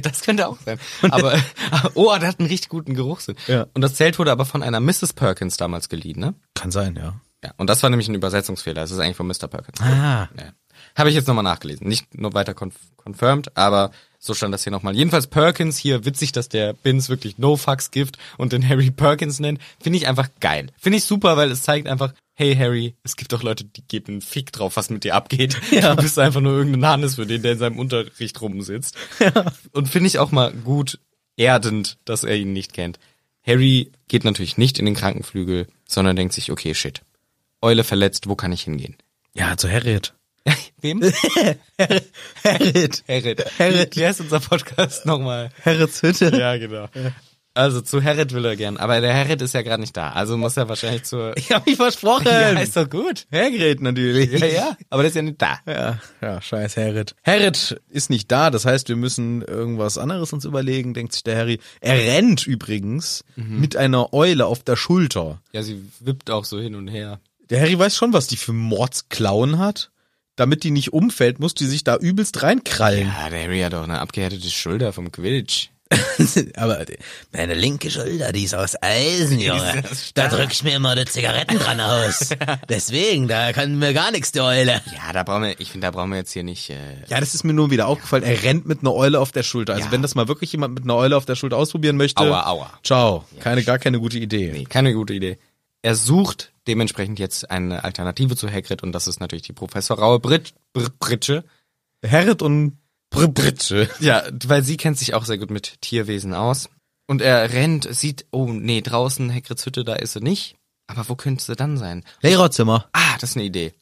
[SPEAKER 1] Das könnte auch sein. Aber, oh, der hat einen richtig guten Geruchssinn.
[SPEAKER 2] Ja.
[SPEAKER 1] Und das Zelt wurde aber von einer Mrs. Perkins damals geliehen, ne?
[SPEAKER 2] Kann sein, ja.
[SPEAKER 1] Ja. Und das war nämlich ein Übersetzungsfehler. Das ist eigentlich von Mr. Perkins.
[SPEAKER 2] Ah.
[SPEAKER 1] Ja. Habe ich jetzt nochmal nachgelesen. Nicht nur weiter conf confirmed, aber so stand das hier nochmal. Jedenfalls Perkins hier, witzig, dass der Bins wirklich No Fucks gibt und den Harry Perkins nennt. Finde ich einfach geil. Finde ich super, weil es zeigt einfach, hey Harry, es gibt auch Leute, die geben einen Fick drauf, was mit dir abgeht. Du bist einfach nur irgendein Hannes für den, der in seinem Unterricht rumsitzt. Und finde ich auch mal gut erdend, dass er ihn nicht kennt. Harry geht natürlich nicht in den Krankenflügel, sondern denkt sich, okay, shit. Eule verletzt, wo kann ich hingehen?
[SPEAKER 2] Ja, also zu Harriet.
[SPEAKER 1] Wem?
[SPEAKER 2] Harriet.
[SPEAKER 1] Herrit.
[SPEAKER 2] Herrit.
[SPEAKER 1] Wie heißt unser Podcast nochmal?
[SPEAKER 2] Harriets Hütte.
[SPEAKER 1] Ja, genau. Also zu Herrit will er gern, aber der Herrit ist ja gerade nicht da, also muss er wahrscheinlich zur...
[SPEAKER 2] Ich hab mich versprochen.
[SPEAKER 1] Ja, ist doch gut.
[SPEAKER 2] Harriet natürlich.
[SPEAKER 1] Ja, ja, aber der ist ja nicht da.
[SPEAKER 2] Ja, ja, scheiß Herrit. Herrit ist nicht da, das heißt, wir müssen irgendwas anderes uns überlegen, denkt sich der Harry. Er rennt übrigens
[SPEAKER 1] Mhm.
[SPEAKER 2] mit einer Eule auf der Schulter.
[SPEAKER 1] Ja, sie wippt auch so hin und her.
[SPEAKER 2] Der Harry weiß schon, was die für Mordsklauen hat. Damit die nicht umfällt, muss die sich da übelst reinkrallen.
[SPEAKER 1] Ja, der Harry hat doch eine abgehärtete Schulter vom Quidditch.
[SPEAKER 2] Aber äh, meine linke Schulter, die ist aus Eisen, Junge.
[SPEAKER 4] Da drück ich mir immer die Zigaretten dran aus. Deswegen, da kann mir gar nichts, die Eule.
[SPEAKER 1] Ja, da brauchen wir, ich finde, da brauchen wir jetzt hier nicht... Äh,
[SPEAKER 2] Ja, das ist mir nur wieder aufgefallen. Er rennt mit einer Eule auf der Schulter. Also
[SPEAKER 1] Ja.
[SPEAKER 2] wenn das mal wirklich jemand mit einer Eule auf der Schulter ausprobieren möchte.
[SPEAKER 1] Aua, aua.
[SPEAKER 2] Ciao. Keine, gar keine gute Idee.
[SPEAKER 1] nee, keine gute Idee. Er sucht dementsprechend jetzt eine Alternative zu Hagrid und das ist natürlich die Professor Raue Brit Br Britsche.
[SPEAKER 2] Herrit und Br Britsche.
[SPEAKER 1] Ja, weil sie kennt sich auch sehr gut mit Tierwesen aus. Und er rennt, sieht, oh nee, draußen Hagrids Hütte, da ist sie nicht. Aber wo könnte sie dann sein?
[SPEAKER 2] Lehrerzimmer.
[SPEAKER 1] Ah, das ist eine Idee.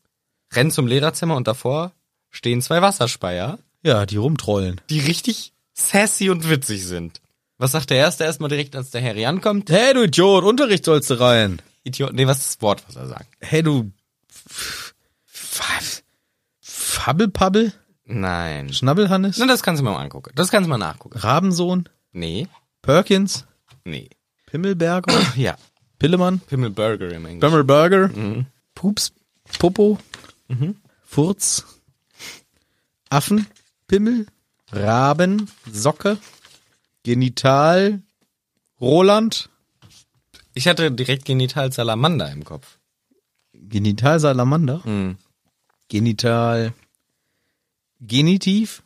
[SPEAKER 1] Rennt zum Lehrerzimmer und davor stehen zwei Wasserspeier,
[SPEAKER 2] Ja, die rumtrollen.
[SPEAKER 1] die richtig sassy und witzig sind. Was sagt der Erste erstmal direkt, als der Harry ankommt?
[SPEAKER 2] Hey, du Idiot, Unterricht sollst du rein.
[SPEAKER 1] Idiot, nee, was ist das Wort, was er sagt?
[SPEAKER 2] Hey, du... F- F- Fabbelpabbel?
[SPEAKER 1] Nein.
[SPEAKER 2] Schnabbelhannes?
[SPEAKER 1] Na, das kannst du mir mal angucken. Das kannst du mal nachgucken.
[SPEAKER 2] Rabensohn?
[SPEAKER 1] Nee,
[SPEAKER 2] Perkins?
[SPEAKER 1] nee.
[SPEAKER 2] Pimmelberger?
[SPEAKER 1] Ja, Mhm.
[SPEAKER 2] Pillemann?
[SPEAKER 1] Pimmelburger im Englischen.
[SPEAKER 2] Pimmelberger? Pups? Popo?
[SPEAKER 1] Mhm.
[SPEAKER 2] Furz? Affen? Pimmel? Raben? Socke? Genital? Roland?
[SPEAKER 1] Ich hatte direkt Genital Salamander im Kopf.
[SPEAKER 2] Hm. Genital Salamander? Genital. Genitiv.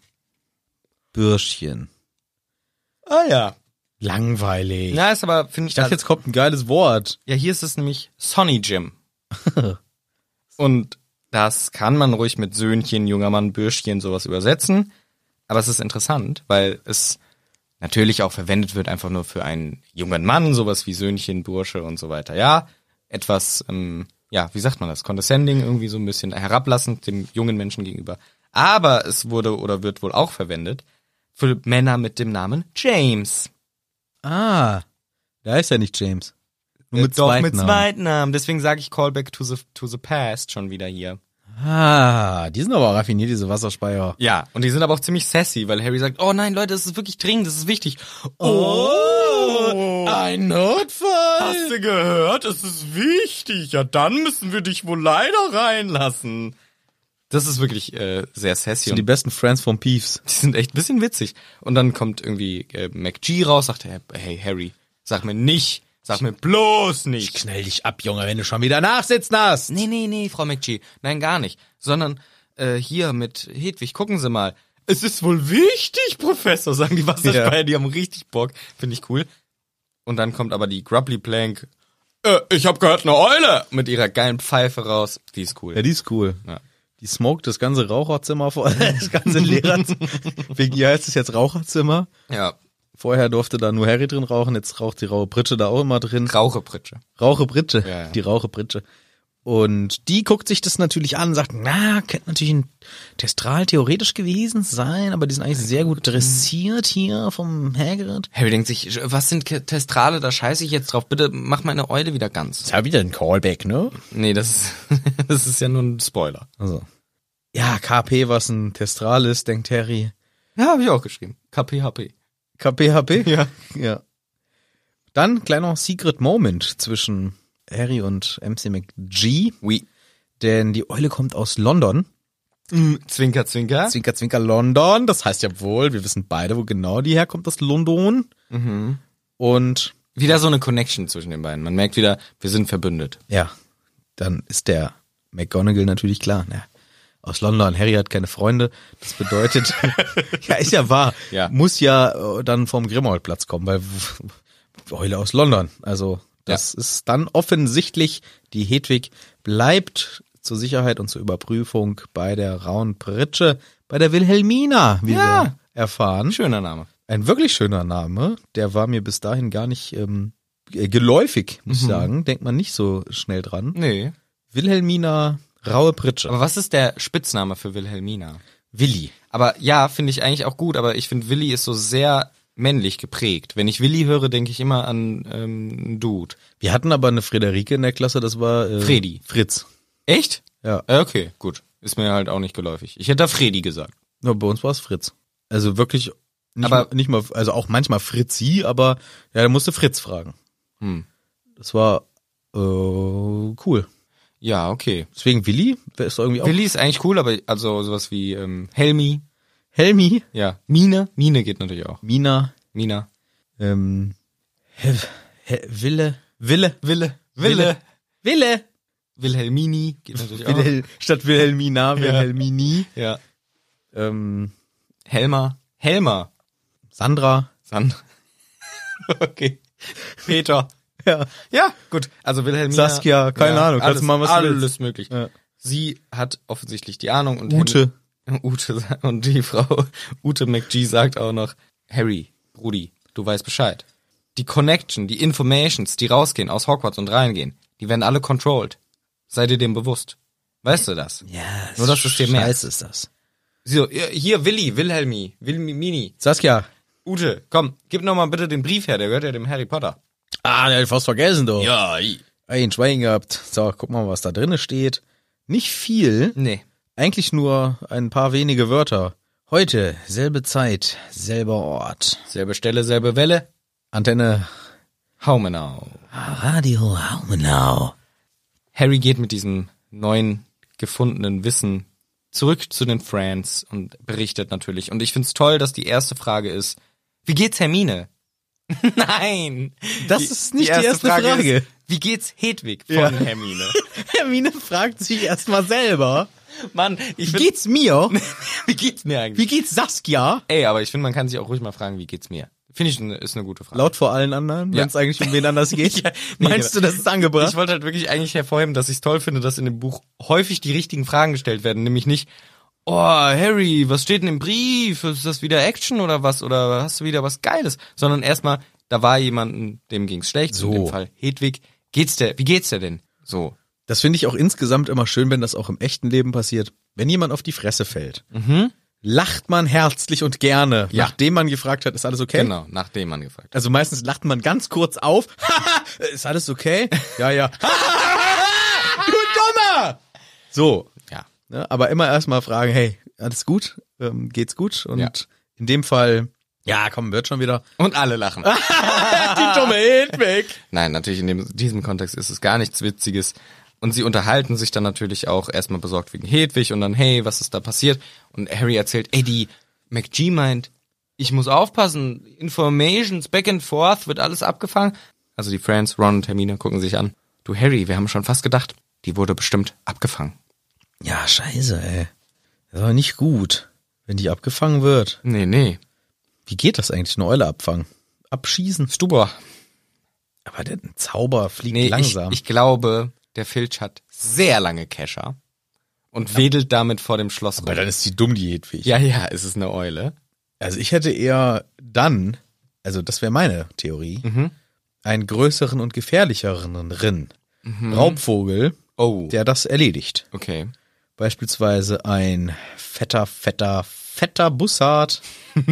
[SPEAKER 2] Bürschchen.
[SPEAKER 1] Ah ja.
[SPEAKER 2] Langweilig.
[SPEAKER 1] Na, ist aber, finde
[SPEAKER 2] ich
[SPEAKER 1] ich,
[SPEAKER 2] dachte, jetzt kommt ein geiles Wort.
[SPEAKER 1] ja, hier ist es nämlich Sonny Jim. Und das kann man ruhig mit Söhnchen, junger Mann, Bürschchen, sowas übersetzen. Aber es ist interessant, weil es natürlich auch verwendet wird, einfach nur für einen jungen Mann, sowas wie Söhnchen, Bursche und so weiter. Ja, etwas, ähm, ja, wie sagt man das? Condescending, irgendwie so ein bisschen herablassend dem jungen Menschen gegenüber. Aber es wurde oder wird wohl auch verwendet für Männer mit dem Namen James.
[SPEAKER 2] Ah, da ist ja nicht James. Nur
[SPEAKER 1] Äh, Doch, mit
[SPEAKER 2] Zweitnamen.
[SPEAKER 1] zweiten Namen. Deswegen sage ich Callback to the, to the Past schon wieder hier.
[SPEAKER 2] Ah, die sind aber raffiniert, diese Wasserspeier.
[SPEAKER 1] Ja, und die sind aber auch ziemlich sassy, weil Harry sagt, oh nein, Leute, das ist wirklich dringend, das ist wichtig. Oh,
[SPEAKER 2] Ein Notfall!
[SPEAKER 1] hast du gehört? Es ist wichtig. Ja, dann müssen wir dich wohl leider reinlassen. Das ist wirklich äh, sehr sassy.
[SPEAKER 2] Das sind die
[SPEAKER 1] Und
[SPEAKER 2] besten Friends von Peeves.
[SPEAKER 1] die sind echt ein bisschen witzig. Und dann kommt irgendwie äh, MacG raus, sagt, hey, hey Harry, sag mir nicht, sag mir bloß nicht.
[SPEAKER 2] Knell dich ab, Junge, wenn du schon wieder nachsitzen hast.
[SPEAKER 1] Nee, nee, nee, Frau McGee. Nein, gar nicht. Sondern äh, hier mit Hedwig, gucken Sie mal. Es ist wohl wichtig, Professor, sagen die Wasserspeier, die haben richtig Bock. Finde ich cool. Und dann kommt aber die Grubbly Plank. Äh, ich habe gehört, eine Eule. Mit ihrer geilen Pfeife raus. Die ist cool.
[SPEAKER 2] Ja, die ist cool.
[SPEAKER 1] Ja.
[SPEAKER 2] Die smoked das ganze Raucherzimmer voll, das ganze Lehrerzimmer. Wegen ihr heißt es jetzt Raucherzimmer.
[SPEAKER 1] ja,
[SPEAKER 2] Vorher durfte da nur Harry drin rauchen, jetzt raucht die raue Pritsche da auch immer drin.
[SPEAKER 1] rauche Pritsche.
[SPEAKER 2] Rauche Britsche,
[SPEAKER 1] Ja, ja.
[SPEAKER 2] die Rauche Britsche. Und die guckt sich das natürlich an und sagt, na, könnte natürlich ein Testral theoretisch gewesen sein, aber die sind eigentlich sehr gut dressiert hier vom Hagrid.
[SPEAKER 1] Harry denkt sich, was sind Ke- Testrale, da scheiße ich jetzt drauf. Bitte mach meine Eule wieder ganz.
[SPEAKER 2] Ist ja wieder ein Callback, ne?
[SPEAKER 1] Nee, das ist, das ist ja nur ein Spoiler.
[SPEAKER 2] Also. Ja, KP, was ein Testral ist, denkt Harry.
[SPEAKER 1] Ja, habe ich auch geschrieben. KPHP.
[SPEAKER 2] KPHP?
[SPEAKER 1] Ja.
[SPEAKER 2] Ja. Dann kleiner Secret Moment zwischen Harry und MC McG,
[SPEAKER 1] Oui.
[SPEAKER 2] denn die Eule kommt aus London.
[SPEAKER 1] Zwinker, zwinker.
[SPEAKER 2] Zwinker, zwinker, London. Das heißt ja wohl, wir wissen beide, wo genau die herkommt, das London. Und
[SPEAKER 1] Wieder so eine Connection zwischen den beiden. Man merkt wieder, wir sind verbündet.
[SPEAKER 2] ja, dann ist der McGonagall natürlich klar. Na, aus London, Harry hat keine Freunde. Das bedeutet, ja, ist ja wahr,
[SPEAKER 1] Ja.
[SPEAKER 2] muss ja äh, dann vom Grimmauld-Platz kommen, weil Eule aus London. Also das ist dann offensichtlich, die Hedwig bleibt zur Sicherheit und zur Überprüfung bei der rauen Pritsche, bei der Wilhelmina, wie wir erfahren.
[SPEAKER 1] Schöner Name.
[SPEAKER 2] Ein wirklich schöner Name. Der war mir bis dahin gar nicht ähm, äh, geläufig, muss
[SPEAKER 1] Mhm.
[SPEAKER 2] ich sagen. Denkt man nicht so schnell dran.
[SPEAKER 1] Nee.
[SPEAKER 2] Wilhelmina Raue Pritsche.
[SPEAKER 1] Aber was ist der Spitzname für Wilhelmina?
[SPEAKER 2] Willi.
[SPEAKER 1] Aber ja, finde ich eigentlich auch gut, aber ich finde, Willi ist so sehr männlich geprägt. Wenn ich Willi höre, denke ich immer an ähm, einen Dude.
[SPEAKER 2] Wir hatten aber eine Friederike in der Klasse, das war äh,
[SPEAKER 1] Fredi.
[SPEAKER 2] Fritz.
[SPEAKER 1] Echt?
[SPEAKER 2] Ja.
[SPEAKER 1] Äh, Okay, gut. Ist mir halt auch nicht geläufig. Ich hätte da Fredi gesagt.
[SPEAKER 2] Nur bei uns war es Fritz. Also wirklich nicht,
[SPEAKER 1] Aber-
[SPEAKER 2] mal, nicht mal, also auch manchmal Fritzi, aber ja, da musste Fritz fragen.
[SPEAKER 1] Hm.
[SPEAKER 2] Das war äh, cool.
[SPEAKER 1] Ja, okay.
[SPEAKER 2] Deswegen Willi, wer ist da irgendwie auch?
[SPEAKER 1] Willi ist eigentlich cool, aber also sowas wie ähm, Helmi,
[SPEAKER 2] Helmi,
[SPEAKER 1] ja. Mine. Mine geht natürlich auch.
[SPEAKER 2] Mina,
[SPEAKER 1] Mina.
[SPEAKER 2] ähm, He He Wille, Wille, Wille, Wille, Wille.
[SPEAKER 1] Wilhelmini geht natürlich auch.
[SPEAKER 2] Wilhel Statt Wilhelmina, Wilhelmini.
[SPEAKER 1] Ja.
[SPEAKER 2] Ähm,
[SPEAKER 1] Helma. Helma.
[SPEAKER 2] Sandra.
[SPEAKER 1] Sand. okay. Peter.
[SPEAKER 2] Ja.
[SPEAKER 1] Ja, gut. Also Wilhelmina.
[SPEAKER 2] Saskia, keine Ahnung, kannst
[SPEAKER 1] Alles,
[SPEAKER 2] du machen, was du
[SPEAKER 1] alles
[SPEAKER 2] willst.
[SPEAKER 1] möglich.
[SPEAKER 2] Ja.
[SPEAKER 1] Sie hat offensichtlich die Ahnung und
[SPEAKER 2] Ute.
[SPEAKER 1] Henry- Ute sa- und die Frau Ute McG sagt auch noch Harry, Rudi, du weißt Bescheid. Die Connection, die Informations, die rausgehen aus Hogwarts und reingehen, die werden alle controlled. Sei dir dem bewusst. Weißt du das?
[SPEAKER 2] Ja,
[SPEAKER 1] Nur, dass du es dir merkst.
[SPEAKER 2] ist das.
[SPEAKER 1] So, hier Willi, Wilhelmi, Wilhelmini,
[SPEAKER 2] Saskia.
[SPEAKER 1] Ute, komm, gib noch mal bitte den Brief her, der gehört ja dem Harry Potter.
[SPEAKER 2] Ah, der hat fast vergessen, du. Ja. Ein Schwein gehabt. So, guck mal, was da drinne steht. Nicht viel.
[SPEAKER 1] Nee.
[SPEAKER 2] Eigentlich nur ein paar wenige Wörter. Heute, selbe Zeit, selber Ort.
[SPEAKER 1] Selbe Stelle, selbe Welle.
[SPEAKER 2] Antenne
[SPEAKER 1] Haumenau.
[SPEAKER 4] Radio Haumenau.
[SPEAKER 1] Harry geht mit diesem neuen gefundenen Wissen zurück zu den Friends und berichtet natürlich. Und ich find's toll, dass die erste Frage ist, wie geht's Hermine? Nein.
[SPEAKER 2] Das ist nicht die erste Frage.
[SPEAKER 1] wie geht's Hedwig von
[SPEAKER 2] Ja.
[SPEAKER 1] Hermine?
[SPEAKER 2] Hermine fragt sich erstmal selber.
[SPEAKER 3] Mann, ich
[SPEAKER 2] Wie
[SPEAKER 3] bin,
[SPEAKER 2] geht's mir?
[SPEAKER 1] Wie geht's mir eigentlich?
[SPEAKER 2] Wie geht's Saskia?
[SPEAKER 1] Ey, aber ich finde, man kann sich auch ruhig mal fragen, wie geht's mir? Finde ich, ne- ist eine gute Frage.
[SPEAKER 2] Laut vor allen anderen,
[SPEAKER 1] Ja.
[SPEAKER 2] wenn es eigentlich um wen anders geht.
[SPEAKER 1] Ja, nee,
[SPEAKER 2] Meinst du, das ist angebracht?
[SPEAKER 1] Ich wollte halt wirklich eigentlich hervorheben, dass ich es toll finde, dass in dem Buch häufig die richtigen Fragen gestellt werden, nämlich nicht, oh, Harry, was steht denn im Brief? Ist das wieder Action oder was? Oder hast du wieder was Geiles? Sondern erstmal, da war jemanden, dem ging's schlecht,
[SPEAKER 2] So.
[SPEAKER 1] in dem Fall Hedwig. Geht's der, wie geht's der denn? So.
[SPEAKER 2] Das finde ich auch insgesamt immer schön, wenn das auch im echten Leben passiert. Wenn jemand auf die Fresse fällt, lacht man herzlich und gerne,
[SPEAKER 1] Mhm. Ja.
[SPEAKER 2] nachdem man gefragt hat, ist alles okay?
[SPEAKER 1] Genau, nachdem man gefragt
[SPEAKER 2] Also meistens lacht man ganz kurz auf. ist alles okay? Ja, ja. du Dummer! So.
[SPEAKER 1] hat. Ja.
[SPEAKER 2] Ne? Aber immer erstmal fragen, hey, alles gut? Ähm, geht's gut? Und
[SPEAKER 1] Ja.
[SPEAKER 2] in dem Fall, ja, komm, wird schon wieder. Ah.
[SPEAKER 1] Und alle lachen.
[SPEAKER 2] Die dumme Hedwig!
[SPEAKER 1] Nein, natürlich in dem, diesem Kontext ist es gar nichts Witziges. Und sie unterhalten sich dann natürlich auch erstmal besorgt wegen Hedwig und dann, hey, was ist da passiert? Und Harry erzählt, ey, die McG meint, ich muss aufpassen, Informations back and forth, wird alles abgefangen. Also die Friends, Ron und Hermine gucken sich an. Du Harry, wir haben schon fast gedacht, die wurde bestimmt abgefangen.
[SPEAKER 2] Ja, scheiße, ey. Das war nicht gut, wenn die abgefangen wird.
[SPEAKER 1] Nee, nee,
[SPEAKER 2] Wie geht das eigentlich, eine Eule abfangen? Abschießen.
[SPEAKER 1] Stuber.
[SPEAKER 2] Aber der Zauber fliegt
[SPEAKER 1] Nee,
[SPEAKER 2] langsam.
[SPEAKER 1] Ich, ich glaube, der Filch hat sehr lange Kescher und wedelt damit vor dem Schloss
[SPEAKER 2] Aber
[SPEAKER 1] rum.
[SPEAKER 2] dann ist die dumm, die Hedwig.
[SPEAKER 1] Ja, ja, es ist eine Eule.
[SPEAKER 2] Also ich hätte eher dann, also das wäre meine Theorie, einen größeren und gefährlicheren Rinn. Mhm. Raubvogel,
[SPEAKER 1] Oh,
[SPEAKER 2] der das erledigt.
[SPEAKER 1] okay.
[SPEAKER 2] Beispielsweise ein fetter, fetter, fetter Bussard.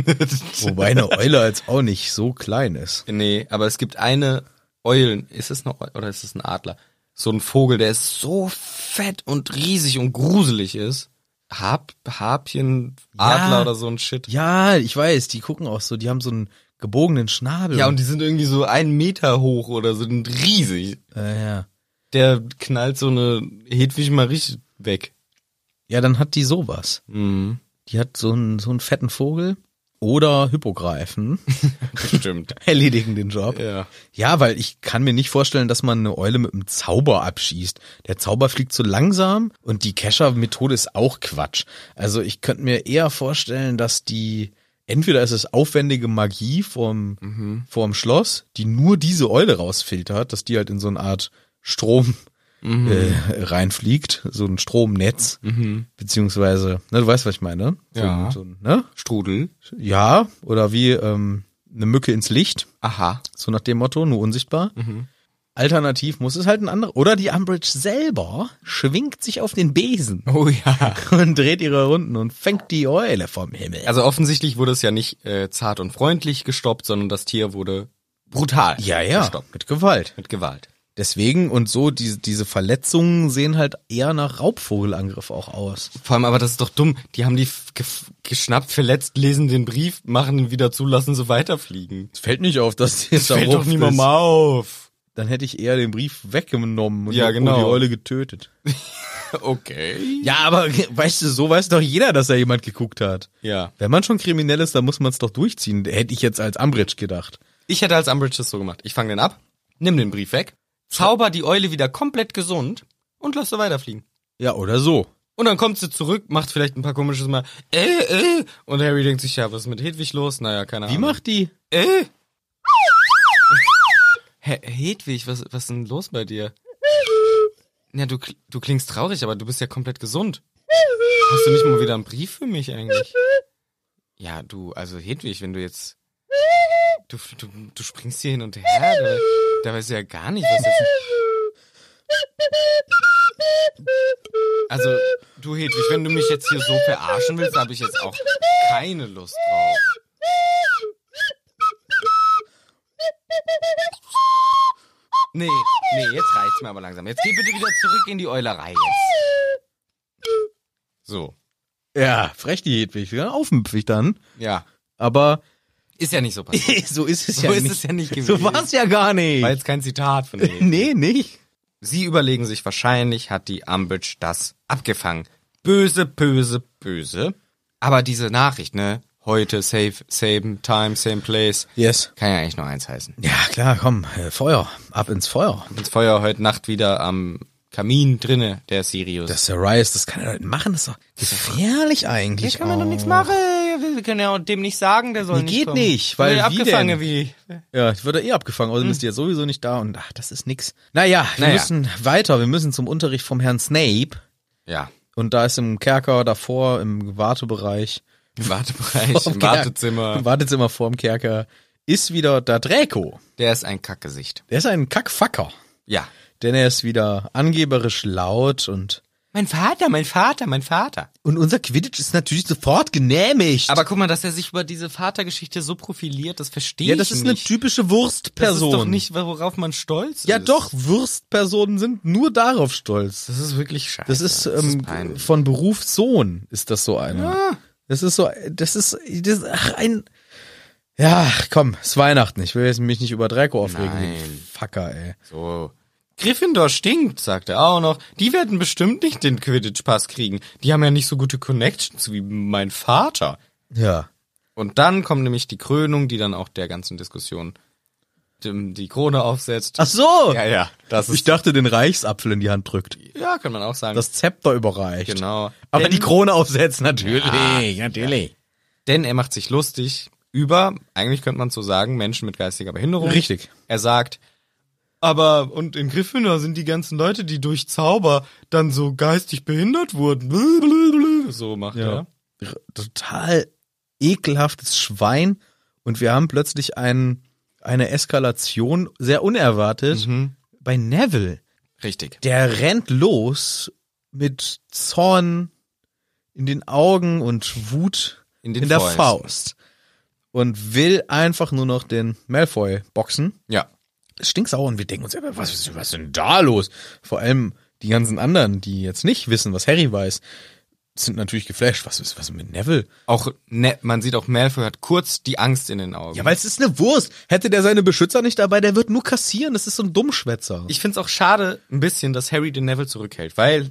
[SPEAKER 2] Wobei eine Eule jetzt auch nicht so klein ist.
[SPEAKER 1] Nee, aber es gibt eine Eulen, ist es eine Eule oder ist es ein Adler? So ein Vogel, der ist so fett und riesig und gruselig ist. Harp, Harpien, Adler oder so ein Shit.
[SPEAKER 2] Ja, ich weiß, die gucken auch so, die haben so einen gebogenen Schnabel.
[SPEAKER 1] Ja, und die sind irgendwie so einen Meter hoch oder sind riesig.
[SPEAKER 2] äh, ja.
[SPEAKER 1] Der knallt so eine Hedwig mal richtig weg.
[SPEAKER 2] ja, dann hat die sowas.
[SPEAKER 1] Mhm.
[SPEAKER 2] Die hat so einen, so einen fetten Vogel oder Hippogreifen.
[SPEAKER 1] Stimmt.
[SPEAKER 2] Erledigen den Job.
[SPEAKER 1] ja.
[SPEAKER 2] Ja, weil ich kann mir nicht vorstellen, dass man eine Eule mit einem Zauber abschießt. Der Zauber fliegt so langsam und die Kescher-Methode ist auch Quatsch. Also ich könnte mir eher vorstellen, dass die entweder ist es aufwendige Magie vom, vom Schloss, die nur diese Eule rausfiltert, dass die halt in so eine Art Strom äh, reinfliegt, so ein Stromnetz, beziehungsweise, ne, du weißt, was ich meine? So,
[SPEAKER 1] Ja.
[SPEAKER 2] ein- So, ein, ne?
[SPEAKER 1] Strudel.
[SPEAKER 2] Ja, oder wie ähm, eine Mücke ins Licht.
[SPEAKER 1] Aha.
[SPEAKER 2] So nach dem Motto, nur unsichtbar. Alternativ muss es halt ein anderer. Oder die Umbridge selber schwingt sich auf den Besen
[SPEAKER 1] Oh ja.
[SPEAKER 2] und dreht ihre Runden und fängt die Eule vom Himmel.
[SPEAKER 1] Also offensichtlich wurde es ja nicht äh, zart und freundlich gestoppt, sondern das Tier wurde brutal gestoppt.
[SPEAKER 2] mit Gewalt.
[SPEAKER 1] Mit Gewalt.
[SPEAKER 2] Deswegen und so, diese, diese Verletzungen sehen halt eher nach Raubvogelangriff auch aus.
[SPEAKER 1] Vor allem, aber das ist doch dumm. Die haben die f- gef- geschnappt, verletzt, lesen den Brief, machen ihn wieder zu, lassen sie weiterfliegen.
[SPEAKER 2] Es fällt nicht auf, dass die jetzt
[SPEAKER 1] Fällt doch niemand mal auf.
[SPEAKER 2] Dann hätte ich eher den Brief weggenommen und um
[SPEAKER 1] Ja, genau.
[SPEAKER 2] die Eule getötet.
[SPEAKER 1] Okay.
[SPEAKER 2] Ja, aber weißt du, so weiß doch jeder, dass da jemand geguckt hat.
[SPEAKER 1] Ja.
[SPEAKER 2] Wenn man schon kriminell ist, dann muss man es doch durchziehen. Hätte ich jetzt als Ambridge gedacht.
[SPEAKER 1] Ich hätte als Umbridge das so gemacht. Ich fange den ab, nimm den Brief weg, zauber die Eule wieder komplett gesund und lass sie weiterfliegen.
[SPEAKER 2] Ja, oder so.
[SPEAKER 1] Und dann kommt sie zurück, macht vielleicht ein paar komisches Mal, äh, äh, und Harry denkt sich, ja, was ist mit Hedwig los? Naja, keine
[SPEAKER 2] Wie
[SPEAKER 1] Ahnung.
[SPEAKER 2] macht die?
[SPEAKER 1] Äh. Hä, Hedwig, was, was ist denn los bei dir? Ja, du, kl- du klingst traurig, aber du bist ja komplett gesund. Hast du nicht mal wieder einen Brief für mich eigentlich? Ja, du, also Hedwig, wenn du jetzt. Du, du, du springst hier hin und her, da, da weißt du ja gar nicht, was jetzt. Also, du Hedwig, wenn du mich jetzt hier so verarschen willst, habe ich jetzt auch keine Lust drauf. Nee, nee, jetzt reicht's mir aber langsam. Jetzt geh bitte wieder zurück in die Eulerei jetzt. So,
[SPEAKER 2] Ja, frech die Hedwig. Ja, aufmüpfig dann.
[SPEAKER 1] ja.
[SPEAKER 2] Aber
[SPEAKER 1] Ist ja nicht so passiert.
[SPEAKER 2] so ist es
[SPEAKER 1] So ist es ja nicht gewesen.
[SPEAKER 2] So war es ja gar nicht.
[SPEAKER 1] War jetzt kein Zitat von denen.
[SPEAKER 2] nee, nicht.
[SPEAKER 1] Sie überlegen sich, wahrscheinlich hat die Umbridge das abgefangen. Böse, böse, böse. Aber diese Nachricht, ne? Heute, safe, same time, same place.
[SPEAKER 2] Yes.
[SPEAKER 1] Kann ja eigentlich nur eins heißen.
[SPEAKER 2] Ja, klar, komm. Äh, Feuer. Ab ins Feuer.
[SPEAKER 1] Das Feuer heute Nacht wieder am Kamin drinne, der Sirius.
[SPEAKER 2] Das ist der Rice, das kann er doch nicht machen, das ist doch gefährlich eigentlich. Oh.
[SPEAKER 1] Hier kann man doch
[SPEAKER 2] auch.
[SPEAKER 1] nichts machen. Wir können ja auch dem nicht sagen, der soll
[SPEAKER 2] Nee,
[SPEAKER 1] nicht
[SPEAKER 2] geht
[SPEAKER 1] kommen.
[SPEAKER 2] nicht, weil
[SPEAKER 1] Nee,
[SPEAKER 2] wie denn?
[SPEAKER 1] abgefangen wie.
[SPEAKER 2] Ja, ich würde eh abgefangen,
[SPEAKER 1] Hm.
[SPEAKER 2] also bist ihr jetzt sowieso nicht da und ach, das ist nix. Naja, wir
[SPEAKER 1] Naja.
[SPEAKER 2] müssen weiter, wir müssen zum Unterricht vom Herrn Snape
[SPEAKER 1] Ja.
[SPEAKER 2] und da ist im Kerker davor, im Wartebereich,
[SPEAKER 1] Im Wartebereich,
[SPEAKER 2] Vorm
[SPEAKER 1] im
[SPEAKER 2] Kerker-
[SPEAKER 1] Wartezimmer.
[SPEAKER 2] im Wartezimmer vorm Kerker, ist wieder da Draco.
[SPEAKER 1] Der ist ein Kackgesicht.
[SPEAKER 2] Der ist ein Kackfacker,
[SPEAKER 1] Ja.
[SPEAKER 2] denn er ist wieder angeberisch laut und
[SPEAKER 1] Mein Vater, mein Vater, mein Vater.
[SPEAKER 2] und unser Quidditch ist natürlich sofort genehmigt.
[SPEAKER 1] Aber guck mal, dass er sich über diese Vatergeschichte so profiliert, das verstehe
[SPEAKER 2] ja, das
[SPEAKER 1] ich
[SPEAKER 2] ist eine
[SPEAKER 1] nicht.
[SPEAKER 2] typische
[SPEAKER 1] das ist
[SPEAKER 2] Wurstperson.
[SPEAKER 1] doch nicht, worauf man stolz
[SPEAKER 2] ja
[SPEAKER 1] ist.
[SPEAKER 2] doch, Wurstpersonen sind nur darauf stolz.
[SPEAKER 1] Das ist wirklich scheiße.
[SPEAKER 2] Das ist, ähm,
[SPEAKER 1] peinlich.
[SPEAKER 2] von Beruf Sohn ist das so einer. Das ist so, das ist, das, ach, ein, ja, komm, ist Weihnachten. Ich will jetzt mich nicht über Draco aufregen.
[SPEAKER 1] Nein.
[SPEAKER 2] Fucker, ey.
[SPEAKER 1] So. Gryffindor stinkt, sagt er auch noch. Die werden bestimmt nicht den Quidditch-Pass kriegen. Die haben ja nicht so gute Connections wie mein Vater.
[SPEAKER 2] Ja.
[SPEAKER 1] Und dann kommt nämlich die Krönung, die dann auch der ganzen Diskussion dem- die Krone aufsetzt.
[SPEAKER 2] Ach so!
[SPEAKER 1] Ja, ja, das
[SPEAKER 2] ich
[SPEAKER 1] ist,
[SPEAKER 2] dachte, den Reichsapfel in die Hand drückt.
[SPEAKER 1] ja, kann man auch sagen.
[SPEAKER 2] Das Zepter überreicht.
[SPEAKER 1] genau.
[SPEAKER 2] Aber
[SPEAKER 1] denn,
[SPEAKER 2] die Krone aufsetzt, natürlich, natürlich.
[SPEAKER 4] Ah.
[SPEAKER 1] denn er macht sich lustig über, eigentlich könnte man so sagen, Menschen mit geistiger Behinderung.
[SPEAKER 2] Ah, Richtig.
[SPEAKER 1] Er sagt, aber, und in Gryffindor sind die ganzen Leute, die durch Zauber dann so geistig behindert wurden. Blablabla. So macht
[SPEAKER 2] Ja.
[SPEAKER 1] er.
[SPEAKER 2] R- Total ekelhaftes Schwein. Und wir haben plötzlich einen, eine Eskalation, sehr unerwartet,
[SPEAKER 1] Mhm.
[SPEAKER 2] bei Neville.
[SPEAKER 1] Richtig.
[SPEAKER 2] Der rennt los mit Zorn in den Augen und Wut
[SPEAKER 1] In den
[SPEAKER 2] der
[SPEAKER 1] Fäusten.
[SPEAKER 2] Faust. Und will einfach nur noch den Malfoy boxen.
[SPEAKER 1] Ja.
[SPEAKER 2] Stinksauer und wir denken uns, aber was ist, was ist denn da los? Vor allem die ganzen anderen, die jetzt nicht wissen, was Harry weiß, sind natürlich geflasht. Was ist was ist mit Neville?
[SPEAKER 1] Auch, ne, man sieht auch, Malfoy hat kurz die Angst in den Augen.
[SPEAKER 2] Ja, weil es ist eine Wurst. Hätte der seine Beschützer nicht dabei, der wird nur kassieren. Das ist so ein Dummschwätzer.
[SPEAKER 1] ich find's auch schade ein bisschen, dass Harry den Neville zurückhält, weil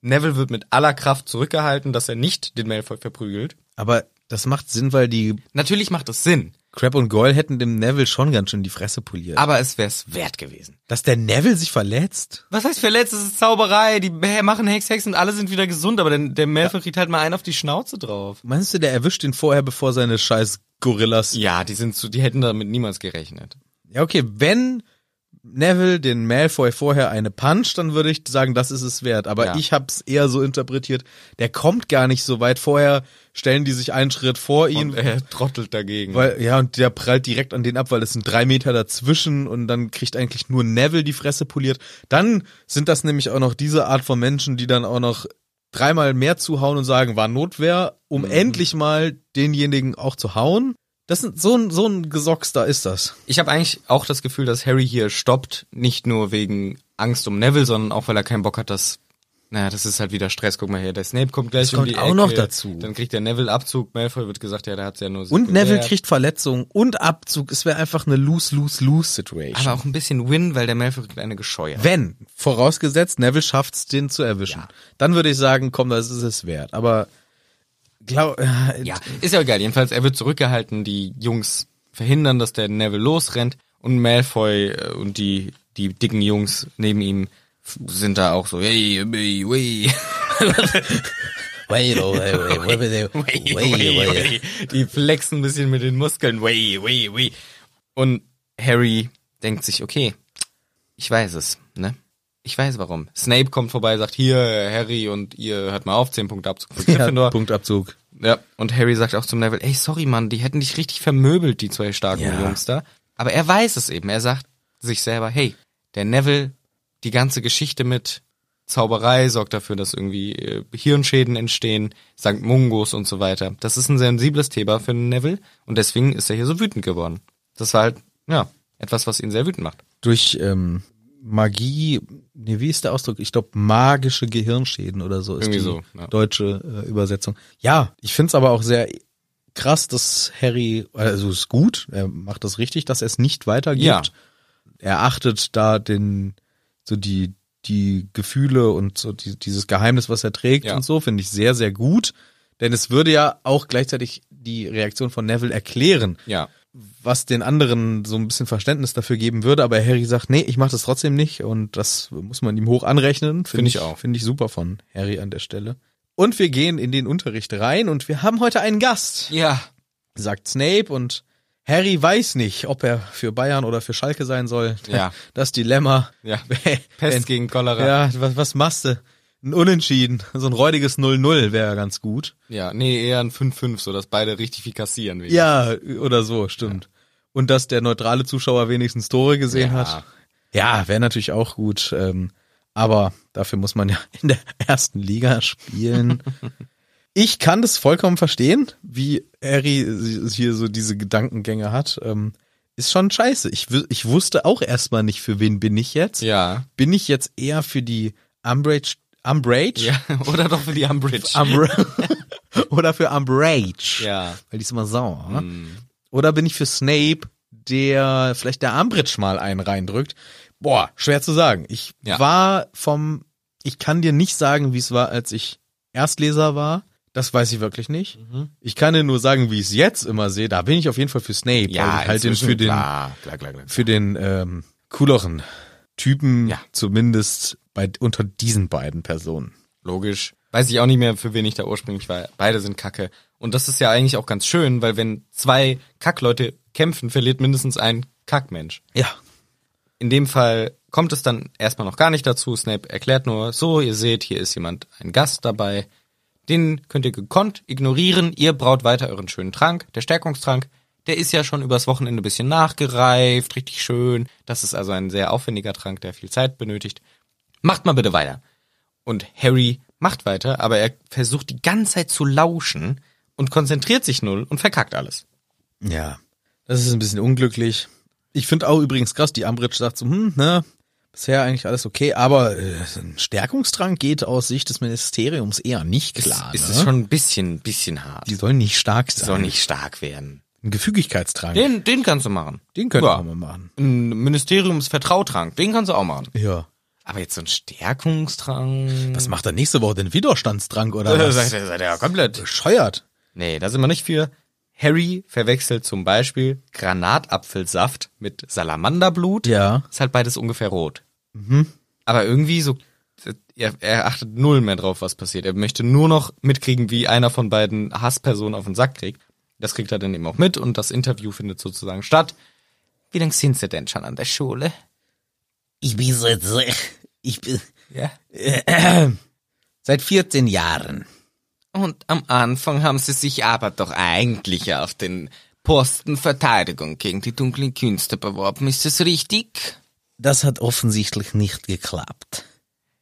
[SPEAKER 1] Neville wird mit aller Kraft zurückgehalten, dass er nicht den Malfoy verprügelt.
[SPEAKER 2] aber das macht Sinn, weil die
[SPEAKER 1] Natürlich macht es Sinn,
[SPEAKER 2] Crab und Goyle hätten dem Neville schon ganz schön die Fresse poliert.
[SPEAKER 1] aber es wär's wert gewesen.
[SPEAKER 2] Dass der Neville sich verletzt?
[SPEAKER 1] Was heißt verletzt? Es ist Zauberei. Die machen Hex, Hex und alle sind wieder gesund, aber der, der Malfoy kriegt halt mal einen auf die Schnauze drauf.
[SPEAKER 2] Meinst du, der erwischt ihn vorher, bevor seine scheiß Gorillas...
[SPEAKER 1] Ja, die sind zu, die hätten damit niemals gerechnet.
[SPEAKER 2] Ja, okay, wenn Neville den Malfoy vorher eine puncht, dann würde ich sagen, das ist es wert. Aber
[SPEAKER 1] Ja.
[SPEAKER 2] ich hab's eher so interpretiert, der kommt gar nicht so weit. Vorher stellen die sich einen Schritt vor ihn.
[SPEAKER 1] Und äh, er trottelt dagegen.
[SPEAKER 2] Weil, ja, und der prallt direkt an den ab, weil es sind drei Meter dazwischen und dann kriegt eigentlich nur Neville die Fresse poliert. Dann sind das nämlich auch noch diese Art von Menschen, die dann auch noch dreimal mehr zuhauen und sagen, war Notwehr,
[SPEAKER 1] Mhm.
[SPEAKER 2] um endlich mal denjenigen auch zu hauen. Das sind so ein, so ein Gesocks, da ist das.
[SPEAKER 1] ich habe eigentlich auch das Gefühl, dass Harry hier stoppt, nicht nur wegen Angst um Neville, sondern auch weil er keinen Bock hat, dass naja, das ist halt wieder Stress. Guck mal her, der Snape kommt gleich
[SPEAKER 2] Das
[SPEAKER 1] um
[SPEAKER 2] kommt
[SPEAKER 1] die
[SPEAKER 2] auch
[SPEAKER 1] Ecke.
[SPEAKER 2] noch dazu.
[SPEAKER 1] Dann kriegt der Neville Abzug. Malfoy wird gesagt, ja, der hat's ja nur.
[SPEAKER 2] Und
[SPEAKER 1] sekundär.
[SPEAKER 2] Neville kriegt Verletzungen und Abzug. Es wäre einfach eine Lose-Lose-Lose-Situation.
[SPEAKER 1] aber auch ein bisschen Win, weil der Malfoy kriegt eine gescheuert.
[SPEAKER 2] Wenn, vorausgesetzt, Neville schafft's, den zu erwischen. Dann würde ich sagen, komm, das ist es wert. Aber glaub, äh,
[SPEAKER 1] Ja, ist ja egal. Jedenfalls, er wird zurückgehalten. Die Jungs verhindern, dass der Neville losrennt. Und Malfoy äh, und die, die dicken Jungs neben ihm f- sind da auch so, hey, hey, hey.
[SPEAKER 4] Wait, oh, wait, wait, wait, wait, wait, wait, wait.
[SPEAKER 1] Die flexen ein bisschen mit den Muskeln. Wei, wei, wei. Und Harry denkt sich, okay, ich weiß es, ne? Ich weiß warum. Snape kommt vorbei, sagt, hier, Harry, und ihr hört mal auf, 10 Punkte Abzug für Gryffindor.
[SPEAKER 2] ja, Punktabzug.
[SPEAKER 1] Ja, und Harry sagt auch zum Neville, ey, sorry, Mann, die hätten dich richtig vermöbelt, die zwei starken
[SPEAKER 2] Ja.
[SPEAKER 1] Jungs da. Aber er weiß es eben. Er sagt sich selber, hey, der Neville, die ganze Geschichte mit Zauberei sorgt dafür, dass irgendwie äh, Hirnschäden entstehen, St. Mungos und so weiter. Das ist ein sensibles Thema für den Neville und deswegen ist er hier so wütend geworden. Das war halt, ja, etwas, was ihn sehr wütend macht.
[SPEAKER 2] durch ähm, Magie, nee, wie ist der Ausdruck? Ich glaube, magische Gehirnschäden oder so ist
[SPEAKER 1] Irgendwie
[SPEAKER 2] die
[SPEAKER 1] so, ja.
[SPEAKER 2] deutsche äh, Übersetzung. Ja, ich find's aber auch sehr krass, dass Harry, also ist gut, er macht das richtig, dass er es nicht weitergibt.
[SPEAKER 1] Ja.
[SPEAKER 2] Er achtet da den, so die, die Gefühle und so die, dieses Geheimnis, was er trägt
[SPEAKER 1] Ja.
[SPEAKER 2] und so, finde ich sehr, sehr gut. Denn es würde ja auch gleichzeitig die Reaktion von Neville erklären.
[SPEAKER 1] Ja.
[SPEAKER 2] was den anderen so ein bisschen Verständnis dafür geben würde, aber Harry sagt, nee, ich mache das trotzdem nicht und das muss man ihm hoch anrechnen. Finde
[SPEAKER 1] Find ich auch.
[SPEAKER 2] Finde ich super von Harry an der Stelle. Und wir gehen in den Unterricht rein und wir haben heute einen Gast,
[SPEAKER 1] Ja.
[SPEAKER 2] sagt Snape und Harry weiß nicht, ob er für Bayern oder für Schalke sein soll.
[SPEAKER 1] Ja.
[SPEAKER 2] Das Dilemma.
[SPEAKER 1] Ja.
[SPEAKER 2] Wenn-
[SPEAKER 1] Pest gegen Cholera.
[SPEAKER 2] ja, was, was machst du? Ein Unentschieden, so ein räudiges 0-0 wäre ganz gut.
[SPEAKER 1] Ja, nee, eher ein 5-5, so dass beide richtig viel kassieren werden.
[SPEAKER 2] Ja, oder so, stimmt. Und dass der neutrale Zuschauer wenigstens Tore gesehen
[SPEAKER 1] Ja.
[SPEAKER 2] hat. Ja, wäre natürlich auch gut. Ähm, aber dafür muss man ja in der ersten Liga spielen. ich kann das vollkommen verstehen, wie Harry si- hier so diese Gedankengänge hat. Ähm, ist schon scheiße. Ich, wü- ich wusste auch erstmal nicht, für wen bin ich jetzt.
[SPEAKER 1] Ja.
[SPEAKER 2] Bin ich jetzt eher für die Umbridge? Umbridge?
[SPEAKER 1] Ja, oder doch für die Umbridge.
[SPEAKER 2] Umbra- oder für Umbridge.
[SPEAKER 1] Ja.
[SPEAKER 2] Weil die ist immer sauer. ne?
[SPEAKER 1] Mhm.
[SPEAKER 2] Oder bin ich für Snape, der vielleicht der Umbridge mal einen reindrückt? Boah, schwer zu sagen. Ich
[SPEAKER 1] Ja.
[SPEAKER 2] war vom, ich kann dir nicht sagen, wie es war, als ich Erstleser war. Das weiß ich wirklich nicht.
[SPEAKER 1] Mhm.
[SPEAKER 2] Ich kann dir nur sagen, wie ich es jetzt immer sehe. Da bin ich auf jeden Fall für Snape. weil ich halt den
[SPEAKER 1] inzwischen,
[SPEAKER 2] für den,
[SPEAKER 1] Klar, klar, klar, klar.
[SPEAKER 2] für den ähm, cooleren Typen,
[SPEAKER 1] Ja.
[SPEAKER 2] zumindest bei, unter diesen beiden Personen.
[SPEAKER 1] Logisch. Weiß ich auch nicht mehr, für wen ich da ursprünglich war. Beide sind kacke. Und das ist ja eigentlich auch ganz schön, weil wenn zwei Kackleute kämpfen, verliert mindestens ein Kackmensch.
[SPEAKER 2] Ja,
[SPEAKER 1] In dem Fall kommt es dann erstmal noch gar nicht dazu. Snape erklärt nur, so, ihr seht, hier ist jemand, ein Gast dabei. Den könnt ihr gekonnt ignorieren. Ihr braut weiter euren schönen Trank. Der Stärkungstrank, der ist ja schon übers Wochenende ein bisschen nachgereift, richtig schön. Das ist also ein sehr aufwendiger Trank, der viel Zeit benötigt. Macht mal bitte weiter. Und Harry macht weiter, aber er versucht die ganze Zeit zu lauschen und konzentriert sich null und verkackt alles.
[SPEAKER 2] Ja, das ist ein bisschen unglücklich. Ich finde auch übrigens krass, die Ambridge sagt so, hm, ne, bisher eigentlich alles okay, aber äh, ein Stärkungstrank geht aus Sicht des Ministeriums eher nicht klar.
[SPEAKER 1] ist
[SPEAKER 2] ne?
[SPEAKER 1] es schon ein bisschen, bisschen hart.
[SPEAKER 2] die sollen nicht stark sein.
[SPEAKER 1] Soll nicht stark werden.
[SPEAKER 2] Ein Gefügigkeitstrank, den,
[SPEAKER 1] Den, den kannst du machen.
[SPEAKER 2] könnte
[SPEAKER 1] ja.
[SPEAKER 2] man mal machen.
[SPEAKER 1] Ein Ministeriumsvertrautrank, den kannst du auch machen.
[SPEAKER 2] Ja.
[SPEAKER 1] Aber jetzt so ein Stärkungstrank.
[SPEAKER 2] Was macht er nächste Woche? Den Widerstandstrank oder was?
[SPEAKER 1] seid ihr ja komplett.
[SPEAKER 2] Bescheuert.
[SPEAKER 1] Nee, da sind wir nicht für. Harry verwechselt zum Beispiel Granatapfelsaft mit Salamanderblut.
[SPEAKER 2] Ja.
[SPEAKER 1] Ist halt beides ungefähr rot. Mhm. Aber irgendwie so, er, er achtet null mehr drauf, was passiert. Er möchte nur noch mitkriegen, wie einer von beiden Hasspersonen auf den Sack kriegt. Das kriegt er dann eben auch mit und das Interview findet sozusagen statt. Wie lange sind sie denn schon an der Schule?
[SPEAKER 4] Ich bin so, so ich bin
[SPEAKER 1] Ja.
[SPEAKER 4] seit 14 Jahren.
[SPEAKER 1] Und am Anfang haben sie sich aber doch eigentlich auf den Posten Verteidigung gegen die dunklen Künste beworben. Ist das richtig?
[SPEAKER 4] Das hat offensichtlich nicht geklappt.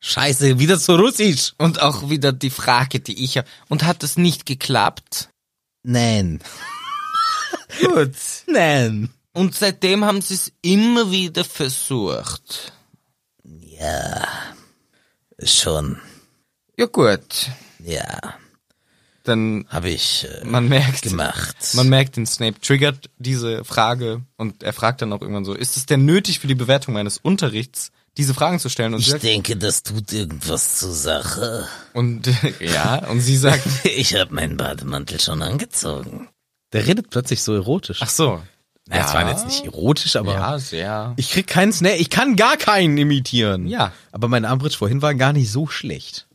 [SPEAKER 4] Scheiße, wieder zu Russisch.
[SPEAKER 1] Und auch wieder die Frage, die ich habe. Und hat es nicht geklappt?
[SPEAKER 4] Nein.
[SPEAKER 1] Gut.
[SPEAKER 4] Nein.
[SPEAKER 1] Und seitdem haben sie es immer wieder versucht.
[SPEAKER 4] Schon.
[SPEAKER 1] Ja gut.
[SPEAKER 4] Ja.
[SPEAKER 1] Dann
[SPEAKER 4] Habe ich äh,
[SPEAKER 1] man merkt,
[SPEAKER 4] gemacht.
[SPEAKER 1] man merkt, den Snape triggert diese Frage und er fragt dann auch irgendwann so: Ist es denn nötig für die Bewertung meines Unterrichts, diese Fragen zu stellen? Und,
[SPEAKER 4] ich
[SPEAKER 1] sie sagt,
[SPEAKER 4] denke, das tut irgendwas zur Sache.
[SPEAKER 1] und ja, und sie sagt:
[SPEAKER 4] Ich habe meinen Bademantel schon angezogen.
[SPEAKER 2] Der redet plötzlich so erotisch.
[SPEAKER 1] Ach so.
[SPEAKER 2] Na, Das war jetzt nicht erotisch, aber
[SPEAKER 1] Ja, sehr.
[SPEAKER 2] ich krieg keinen Snare. Ich kann gar keinen imitieren.
[SPEAKER 1] Ja.
[SPEAKER 2] Aber mein Ambridge vorhin war gar nicht so schlecht.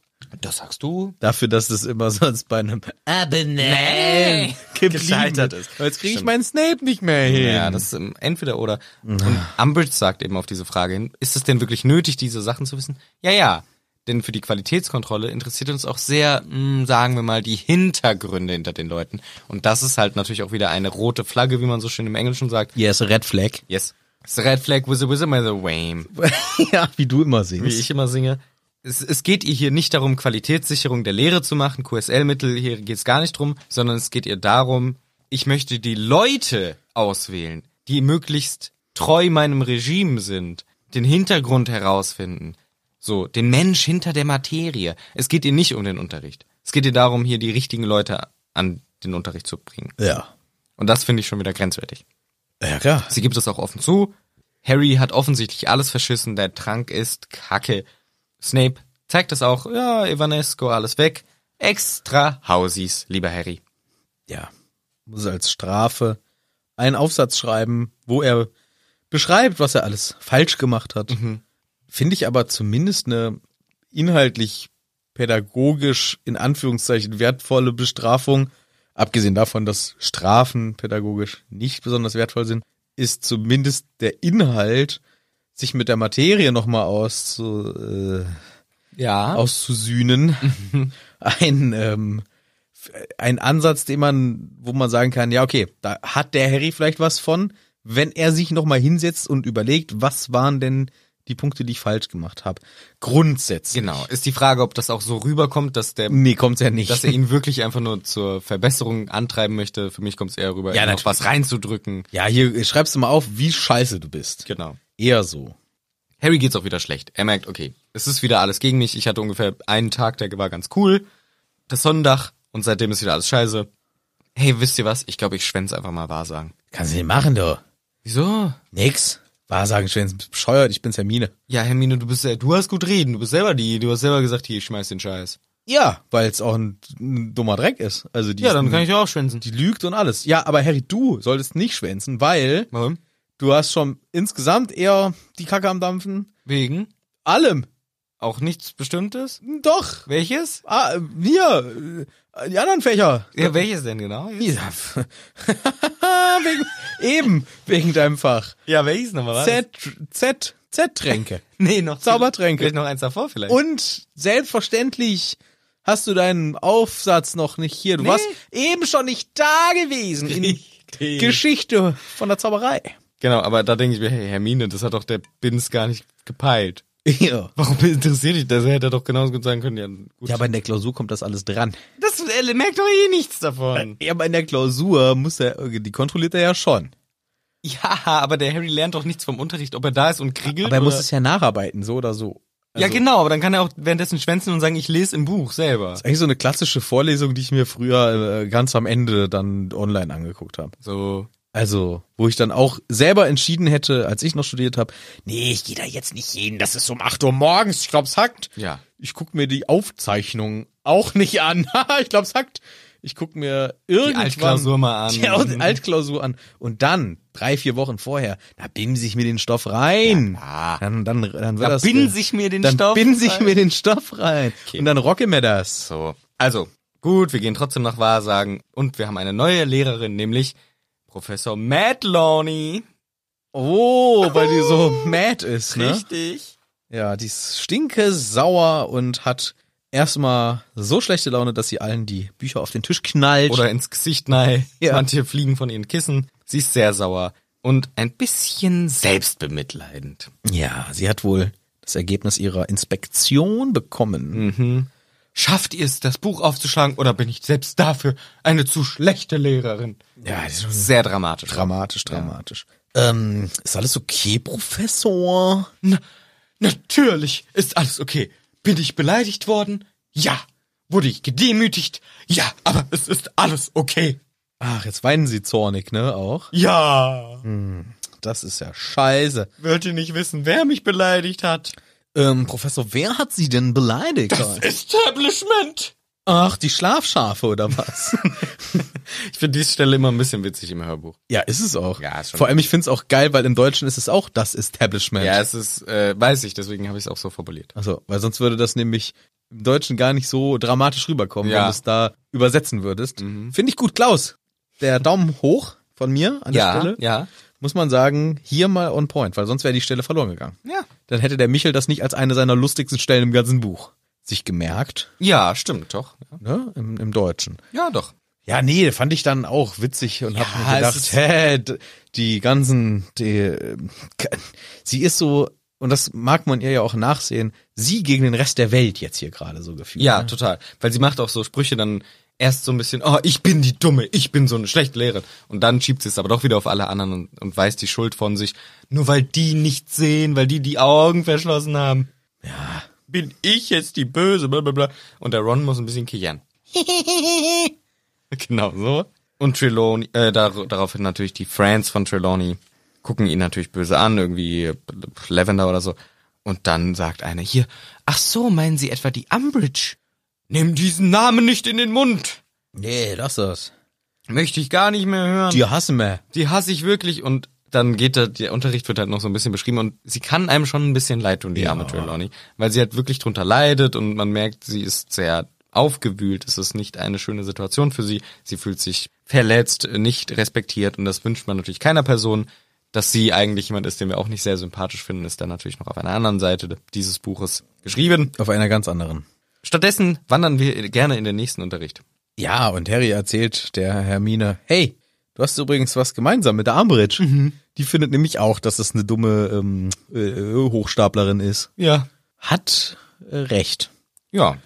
[SPEAKER 1] Das sagst du?
[SPEAKER 2] Dafür, dass das immer sonst bei einem
[SPEAKER 4] Aber nein.
[SPEAKER 2] gescheitert ist. Jetzt kriege ich meinen Snape nicht mehr hin.
[SPEAKER 1] Ja, das ist ähm, entweder oder. Und Umbridge sagt eben auf diese Frage hin, ist es denn wirklich nötig, diese Sachen zu wissen? Ja, ja. Denn für die Qualitätskontrolle interessiert uns auch sehr, mh, sagen wir mal, die Hintergründe hinter den Leuten. Und das ist halt natürlich auch wieder eine rote Flagge, wie man so schön im Englischen sagt.
[SPEAKER 2] yes, Red Flag.
[SPEAKER 1] Yes. It's a red flag with a with a with a wame.
[SPEAKER 2] ja, wie du immer singst.
[SPEAKER 1] wie ich immer singe. Es, es geht ihr hier nicht darum, Qualitätssicherung der Lehre zu machen, QSL-Mittel, hier geht's gar nicht drum, sondern es geht ihr darum, ich möchte die Leute auswählen, die möglichst treu meinem Regime sind, den Hintergrund herausfinden, so, den Mensch hinter der Materie. Es geht ihr nicht um den Unterricht. Es geht ihr darum, hier die richtigen Leute an den Unterricht zu bringen.
[SPEAKER 2] Ja.
[SPEAKER 1] Und das finde ich schon wieder grenzwertig.
[SPEAKER 2] Ja, klar.
[SPEAKER 1] Sie gibt es auch offen zu. Harry hat offensichtlich alles verschissen, der Trank ist kacke. Snape zeigt es auch, ja, Ivanesco, alles weg. Extra Hausies, lieber Harry.
[SPEAKER 2] Ja. Muss als Strafe einen Aufsatz schreiben, wo er beschreibt, was er alles falsch gemacht hat. Finde ich aber zumindest eine inhaltlich pädagogisch in Anführungszeichen wertvolle Bestrafung, abgesehen davon, dass Strafen pädagogisch nicht besonders wertvoll sind, ist zumindest der Inhalt, sich mit der Materie nochmal auszu, äh,
[SPEAKER 1] Ja.
[SPEAKER 2] auszusühnen. ein, ähm, f- ein Ansatz, den man, wo man sagen kann, ja, okay, da hat der Harry vielleicht was von, wenn er sich nochmal hinsetzt und überlegt, was waren denn die Punkte, die ich falsch gemacht habe. Grundsätzlich.
[SPEAKER 1] Genau. Ist die Frage, ob das auch so rüberkommt, dass der
[SPEAKER 2] Nee, kommt's ja nicht.
[SPEAKER 1] dass er ihn wirklich einfach nur zur Verbesserung antreiben möchte. Für mich kommt es eher rüber,
[SPEAKER 2] Ja,
[SPEAKER 1] ihm noch
[SPEAKER 2] natürlich.
[SPEAKER 1] was reinzudrücken.
[SPEAKER 2] ja, hier schreibst du mal auf, wie scheiße du bist.
[SPEAKER 1] Genau.
[SPEAKER 2] Eher so.
[SPEAKER 1] Harry geht's auch wieder schlecht. Er merkt, okay, es ist wieder alles gegen mich. Ich hatte ungefähr einen Tag, der war ganz cool. Das Sonnendach und seitdem ist wieder alles scheiße. Hey, wisst ihr was? Ich glaube, ich schwänz einfach mal wahr sagen.
[SPEAKER 2] Kannst du nicht machen, du.
[SPEAKER 1] Wieso?
[SPEAKER 2] Nix. Wahrsagen, Schwänzen, bist bescheuert, ich bin's Hermine.
[SPEAKER 1] Ja, Hermine, du bist, äh, du hast gut reden. Du bist selber die, du hast selber gesagt, hier, ich schmeiß den Scheiß.
[SPEAKER 2] Ja, weil es auch ein, ein dummer Dreck ist. Also die
[SPEAKER 1] Ja,
[SPEAKER 2] ist
[SPEAKER 1] dann
[SPEAKER 2] ein-
[SPEAKER 1] kann ich auch schwänzen.
[SPEAKER 2] die lügt und alles. Ja, aber Harry, du solltest nicht schwänzen, weil
[SPEAKER 1] Warum?
[SPEAKER 2] du hast schon insgesamt eher die Kacke am Dampfen.
[SPEAKER 1] Wegen?
[SPEAKER 2] Allem.
[SPEAKER 1] Auch nichts Bestimmtes?
[SPEAKER 2] Doch.
[SPEAKER 1] Welches?
[SPEAKER 2] Ah, wir. äh, Die anderen Fächer.
[SPEAKER 1] Ja, welches denn genau?
[SPEAKER 2] Ja, wegen, eben, wegen deinem Fach.
[SPEAKER 1] Ja, welches nochmal? was?
[SPEAKER 2] Z, Z, Z-Tränke.
[SPEAKER 1] Nee, noch
[SPEAKER 2] Zaubertränke.
[SPEAKER 1] Vielleicht noch eins davor vielleicht.
[SPEAKER 2] Und selbstverständlich hast du deinen Aufsatz noch nicht hier. Du warst eben schon nicht da gewesen in Geschichte von der Zauberei.
[SPEAKER 1] Genau, aber da denke ich mir, hey, Hermine, das hat doch der Bins gar nicht gepeilt.
[SPEAKER 2] Ja.
[SPEAKER 1] Warum interessiert dich das? Er hätte doch genauso gut sagen können, ja, gut.
[SPEAKER 2] Ja, aber in der Klausur kommt das alles dran.
[SPEAKER 1] das er merkt doch eh nichts davon.
[SPEAKER 2] Ja, aber in der Klausur muss er, äh, die kontrolliert er ja schon.
[SPEAKER 1] Äh, Ja, aber der Harry lernt doch nichts vom Unterricht, ob er da ist und kriegelt.
[SPEAKER 2] Aber er muss
[SPEAKER 1] oder-
[SPEAKER 2] es ja nacharbeiten, so oder so.
[SPEAKER 1] ja, genau, aber dann kann er auch währenddessen schwänzen und sagen, ich lese im Buch selber.
[SPEAKER 2] Eigentlich so eine klassische Vorlesung, die ich mir früher äh, ganz am Ende dann online angeguckt habe.
[SPEAKER 1] So.
[SPEAKER 2] Also, wo ich dann auch selber entschieden hätte, als ich noch studiert habe, nee, ich gehe da jetzt nicht hin, das ist um 8 Uhr morgens, ich glaub's hackt.
[SPEAKER 1] Ja.
[SPEAKER 2] Ich guck mir die Aufzeichnung auch nicht an. Haha, ich glaub's hackt. Ich guck mir irgendwann
[SPEAKER 1] Altklausur mal an.
[SPEAKER 2] die Alt- Altklausur an und dann drei, vier Wochen vorher, da bimse ich mir den Stoff rein.
[SPEAKER 1] Ja, klar.
[SPEAKER 2] dann dann dann wird
[SPEAKER 1] Da
[SPEAKER 2] das
[SPEAKER 1] binse ich mir den
[SPEAKER 2] dann
[SPEAKER 1] Stoff
[SPEAKER 2] binse ich
[SPEAKER 1] rein.
[SPEAKER 2] mir den Stoff rein und dann rocke mir das.
[SPEAKER 1] So. Also, gut, wir gehen trotzdem nach Wahrsagen und wir haben eine neue Lehrerin, nämlich Professor Madloney.
[SPEAKER 2] Oh, weil die so mad ist, ne?
[SPEAKER 1] Richtig.
[SPEAKER 2] Ja, die ist stinke sauer und hat erstmal so schlechte Laune, dass sie allen die Bücher auf den Tisch knallt.
[SPEAKER 1] oder ins Gesicht nahe.
[SPEAKER 2] Ja.
[SPEAKER 1] Manche fliegen von ihren Kissen. Sie ist sehr sauer und ein bisschen selbstbemitleidend.
[SPEAKER 2] ja, sie hat wohl das Ergebnis ihrer Inspektion bekommen.
[SPEAKER 1] Hm. Schafft ihr es, das Buch aufzuschlagen oder bin ich selbst dafür eine zu schlechte Lehrerin?
[SPEAKER 2] Ja, das ist schon
[SPEAKER 1] Sehr dramatisch.
[SPEAKER 2] dramatisch, dramatisch. Ähm, ist alles okay, Professor?
[SPEAKER 1] Na, natürlich ist alles okay. Bin ich beleidigt worden? Ja. Wurde ich gedemütigt? Ja, aber es ist alles okay.
[SPEAKER 2] Ach, jetzt weinen sie zornig, ne, auch?
[SPEAKER 1] Ja.
[SPEAKER 2] Das ist ja scheiße.
[SPEAKER 1] Wollt ihr nicht wissen, wer mich beleidigt hat?
[SPEAKER 2] Ähm, Professor, wer hat sie denn beleidigt?
[SPEAKER 1] Establishment.
[SPEAKER 2] Ach, die Schlafschafe oder was?
[SPEAKER 1] Ich finde diese Stelle immer ein bisschen witzig im Hörbuch.
[SPEAKER 2] ja, ist es auch.
[SPEAKER 1] Ja, ist schon-
[SPEAKER 2] Vor allem, ich find's auch geil, weil im Deutschen ist es auch das Establishment.
[SPEAKER 1] Ja, es ist, äh, weiß ich, deswegen habe ich es auch so formuliert.
[SPEAKER 2] Also, weil sonst würde das nämlich im Deutschen gar nicht so dramatisch rüberkommen,
[SPEAKER 1] Ja. Mhm.
[SPEAKER 2] wenn du es da übersetzen würdest. Finde ich gut, Klaus. Der Daumen hoch von mir an der Stelle.
[SPEAKER 1] ja.
[SPEAKER 2] Muss man sagen, hier mal on point, weil sonst wäre die Stelle verloren gegangen.
[SPEAKER 1] Ja.
[SPEAKER 2] Dann hätte der Michel das nicht als eine seiner lustigsten Stellen im ganzen Buch sich gemerkt,
[SPEAKER 1] Ja, stimmt, doch.
[SPEAKER 2] ne, im, im Deutschen.
[SPEAKER 1] Ja, doch.
[SPEAKER 2] Ja, nee, fand ich dann auch witzig und hab mir
[SPEAKER 1] es
[SPEAKER 2] gedacht,
[SPEAKER 1] ist-
[SPEAKER 2] hä, d- die ganzen, die, ähm, k- sie ist so, und das mag man ihr ja auch nachsehen, sie gegen den Rest der Welt jetzt hier gerade so gefühlt.
[SPEAKER 1] Ja, total. Weil sie macht auch so Sprüche dann erst so ein bisschen, oh, ich bin die Dumme, ich bin so eine schlechte Lehrerin. Und dann schiebt sie es aber doch wieder auf alle anderen und, und weist die Schuld von sich. Nur weil die nicht sehen, weil die die Augen verschlossen haben. Ja. Bin ich jetzt die Böse, blablabla. Und der Ron muss ein bisschen kichern. Genau so. Und Trelawney, äh, dar daraufhin natürlich die Friends von Trelawney gucken ihn natürlich böse an, irgendwie äh, Lavender oder so. Und dann sagt einer hier, ach so, meinen Sie etwa die Umbridge? Nimm diesen Namen nicht in den Mund.
[SPEAKER 2] Nee, lass das.
[SPEAKER 1] möchte ich gar nicht mehr hören. Die,
[SPEAKER 2] Die hassen wir.
[SPEAKER 1] hasse ich wirklich und dann geht da, der Unterricht wird halt noch so ein bisschen beschrieben und sie kann einem schon ein bisschen leid tun, die arme Trelawney, weil sie halt wirklich drunter leidet und man merkt, sie ist sehr aufgewühlt, es ist nicht eine schöne Situation für sie, sie fühlt sich verletzt, nicht respektiert und das wünscht man natürlich keiner Person, dass sie eigentlich jemand ist, den wir auch nicht sehr sympathisch finden, ist dann natürlich noch auf einer anderen Seite dieses Buches geschrieben.
[SPEAKER 2] Auf einer ganz anderen.
[SPEAKER 1] Stattdessen wandern wir gerne in den nächsten Unterricht.
[SPEAKER 2] Ja, und Harry erzählt der Hermine, hey, du hast übrigens was gemeinsam mit der Umbridge. Die findet nämlich auch, dass das eine dumme ähm, äh, Hochstaplerin ist.
[SPEAKER 1] Ja.
[SPEAKER 2] Hat äh, recht.
[SPEAKER 1] Ja.